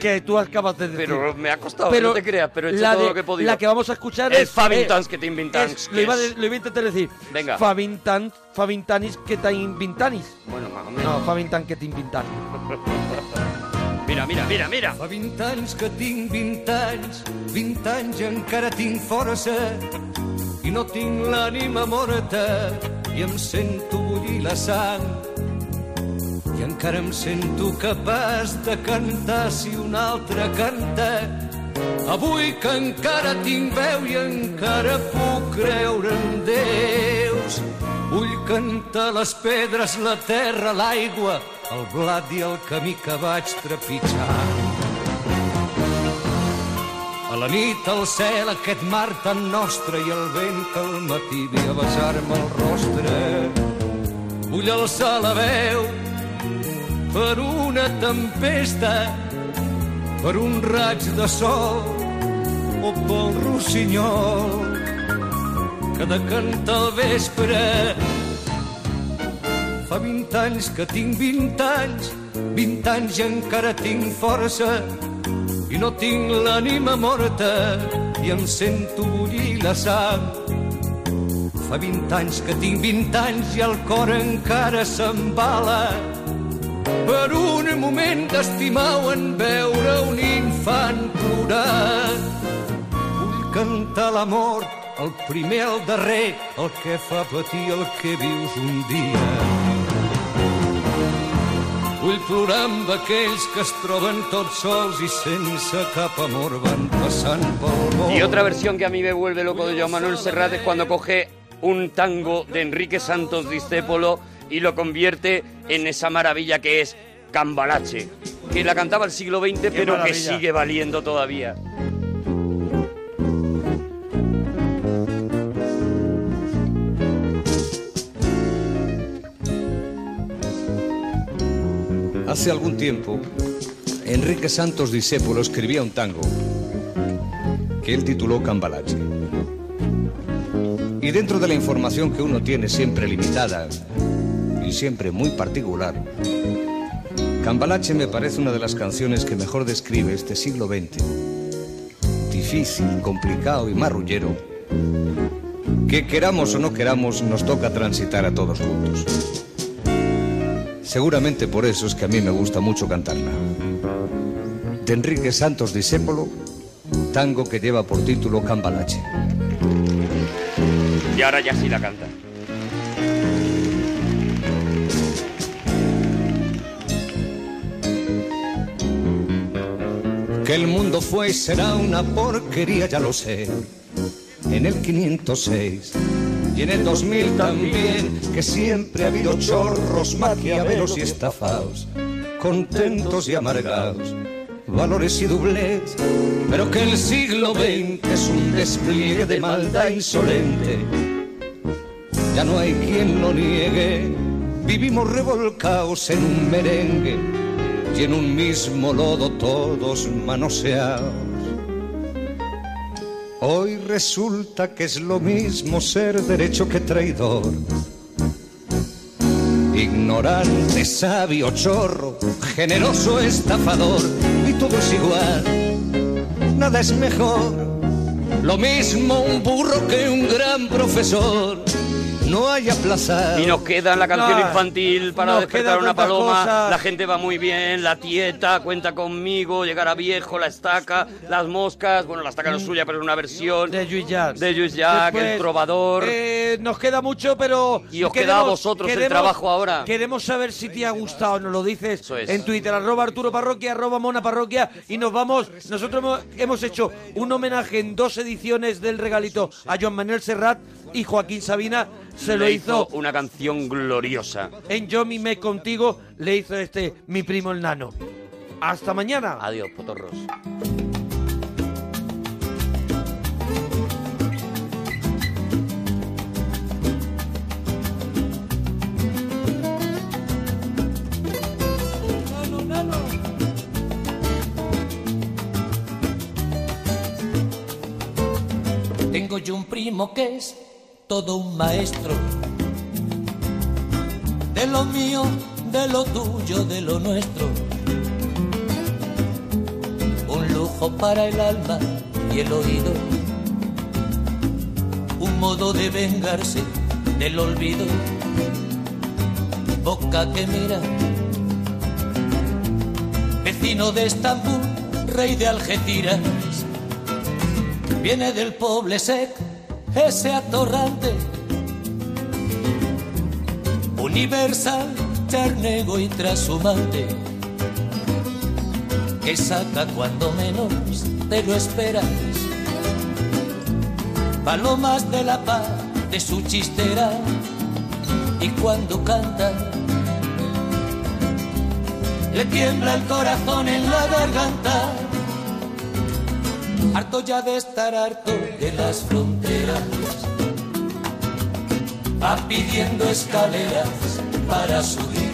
[SPEAKER 1] que tú acabas de decir.
[SPEAKER 3] Pero me ha costado, no te creas, pero he hecho
[SPEAKER 1] la
[SPEAKER 3] todo
[SPEAKER 1] de-
[SPEAKER 3] lo que he podido.
[SPEAKER 1] La que vamos a escuchar
[SPEAKER 3] Es
[SPEAKER 1] es...
[SPEAKER 3] Fabin
[SPEAKER 1] eh,
[SPEAKER 3] Tanks que Tim Bintangs,
[SPEAKER 1] es-
[SPEAKER 3] que
[SPEAKER 1] Lo iba, a
[SPEAKER 3] es-
[SPEAKER 1] de- lo iba a intentar decir.
[SPEAKER 3] Venga.
[SPEAKER 1] Fabin, Tan- Fabin Tanis que Tim Bintanis.
[SPEAKER 3] Bueno, más o
[SPEAKER 1] No,
[SPEAKER 3] menos.
[SPEAKER 1] Fabin Tan que Tim Bintanis.
[SPEAKER 3] Mira, mira, mira, mira.
[SPEAKER 5] Fa 20 anys que tinc 20 anys, 20 anys i encara tinc força i no tinc l'ànima morta i em sento bullir la sang i encara em sento capaç de cantar si un altre canta avui que encara tinc veu i encara puc creure en Déus vull cantar les pedres, la terra, l'aigua el blat i el camí que vaig trepitjant a la nit al cel aquest mar tan nostre i el vent que al matí ve a besar-me el rostre. Vull alçar la veu per una tempesta, per un raig de sol o pel rossinyol que de cantar al vespre. Fa 20 anys que tinc 20 anys, 20 anys i encara tinc força, i no tinc l'ànima morta i em sento bullir la sang. Fa 20 anys que tinc 20 anys i el cor encara s'embala per un moment d'estimar-ho en veure un infant plorar. Vull cantar l'amor, el primer, el darrer, el que fa patir el que vius un dia. Vull plorar amb aquells que es troben tots sols i sense cap amor van passant pel
[SPEAKER 1] Oh.
[SPEAKER 5] món.
[SPEAKER 3] Y otra versión que a mí me vuelve loco de Joan Manuel Serrat es cuando coge un tango de Enrique Santos Discépolo y lo convierte en esa maravilla que es Cambalache, que la cantaba el siglo XX pero que
[SPEAKER 1] maravilla.
[SPEAKER 3] sigue valiendo todavía.
[SPEAKER 5] Hace algún tiempo, Enrique Santos Discépolo escribía un tango que él tituló Cambalache. Y dentro de la información que uno tiene siempre limitada, y y siempre muy particular, Cambalache me parece una de las canciones que mejor describe este siglo XX. Difícil, complicado y marrullero, que queramos o no queramos nos toca transitar a todos juntos. Seguramente por eso es que a mí me gusta mucho cantarla. De Enrique Santos Discépolo, tango que lleva por título Cambalache.
[SPEAKER 3] Y ahora ya sí la canta.
[SPEAKER 5] Que el mundo fue y será una porquería, ya lo sé. En el 506 y en el 2000 también, que siempre ha habido chorros, maquiavelos y estafados, contentos y amargados, valores y doblez. Pero que el siglo XX es un despliegue de maldad insolente. Ya no hay quien lo niegue, vivimos revolcados en un merengue y en un mismo lodo todos manoseados. Hoy resulta que es lo mismo ser derecho que traidor. Ignorante, sabio, chorro, generoso, estafador, y todo es igual, nada es mejor. Lo mismo un burro que un gran profesor, no hay aplazado.
[SPEAKER 3] Y nos queda la canción
[SPEAKER 5] Ah,
[SPEAKER 3] infantil para
[SPEAKER 5] nos
[SPEAKER 3] despertar
[SPEAKER 5] quedan
[SPEAKER 3] una
[SPEAKER 5] tantas
[SPEAKER 3] paloma.
[SPEAKER 5] cosas.
[SPEAKER 3] La gente va muy bien, la tieta cuenta conmigo, llegar a viejo, la estaca, las moscas. Bueno, la
[SPEAKER 1] Mm.
[SPEAKER 3] estaca no es suya, pero es una versión. De
[SPEAKER 1] Juiz Jacques.
[SPEAKER 3] De Juiz Jacques, el
[SPEAKER 1] Después,
[SPEAKER 3] trovador.
[SPEAKER 1] eh, nos queda mucho, pero...
[SPEAKER 3] Y os queda a vosotros el trabajo ahora.
[SPEAKER 1] Queremos saber si te ha gustado, nos lo dices en Twitter, arroba Arturo Parroquia, arroba Mona Parroquia, y nos vamos. Nosotros hemos, hemos hecho un homenaje en dos ediciones del regalito a Joan Manuel Serrat y Joaquín Sabina. Se lo
[SPEAKER 3] Le
[SPEAKER 1] hizo
[SPEAKER 3] una canción gloriosa.
[SPEAKER 1] en Yo Mimé Contigo, le hizo este mi primo el nano. Hasta mañana.
[SPEAKER 3] Adiós, potorros.
[SPEAKER 11] Tengo yo un primo que es todo un maestro. De lo mío, de lo tuyo, de lo nuestro. Un lujo para el alma y el oído. Un modo de vengarse del olvido. Boca que mira. Vecino de Estambul, rey de Algeciras viene del poble sec, ese atorrante. Universal, charnego y trashumante, que saca cuando menos te lo esperas. Palomas de la paz de su chistera, y cuando canta, le tiembla el corazón en la garganta harto ya de estar harto de las fronteras. Va pidiendo escaleras para subir.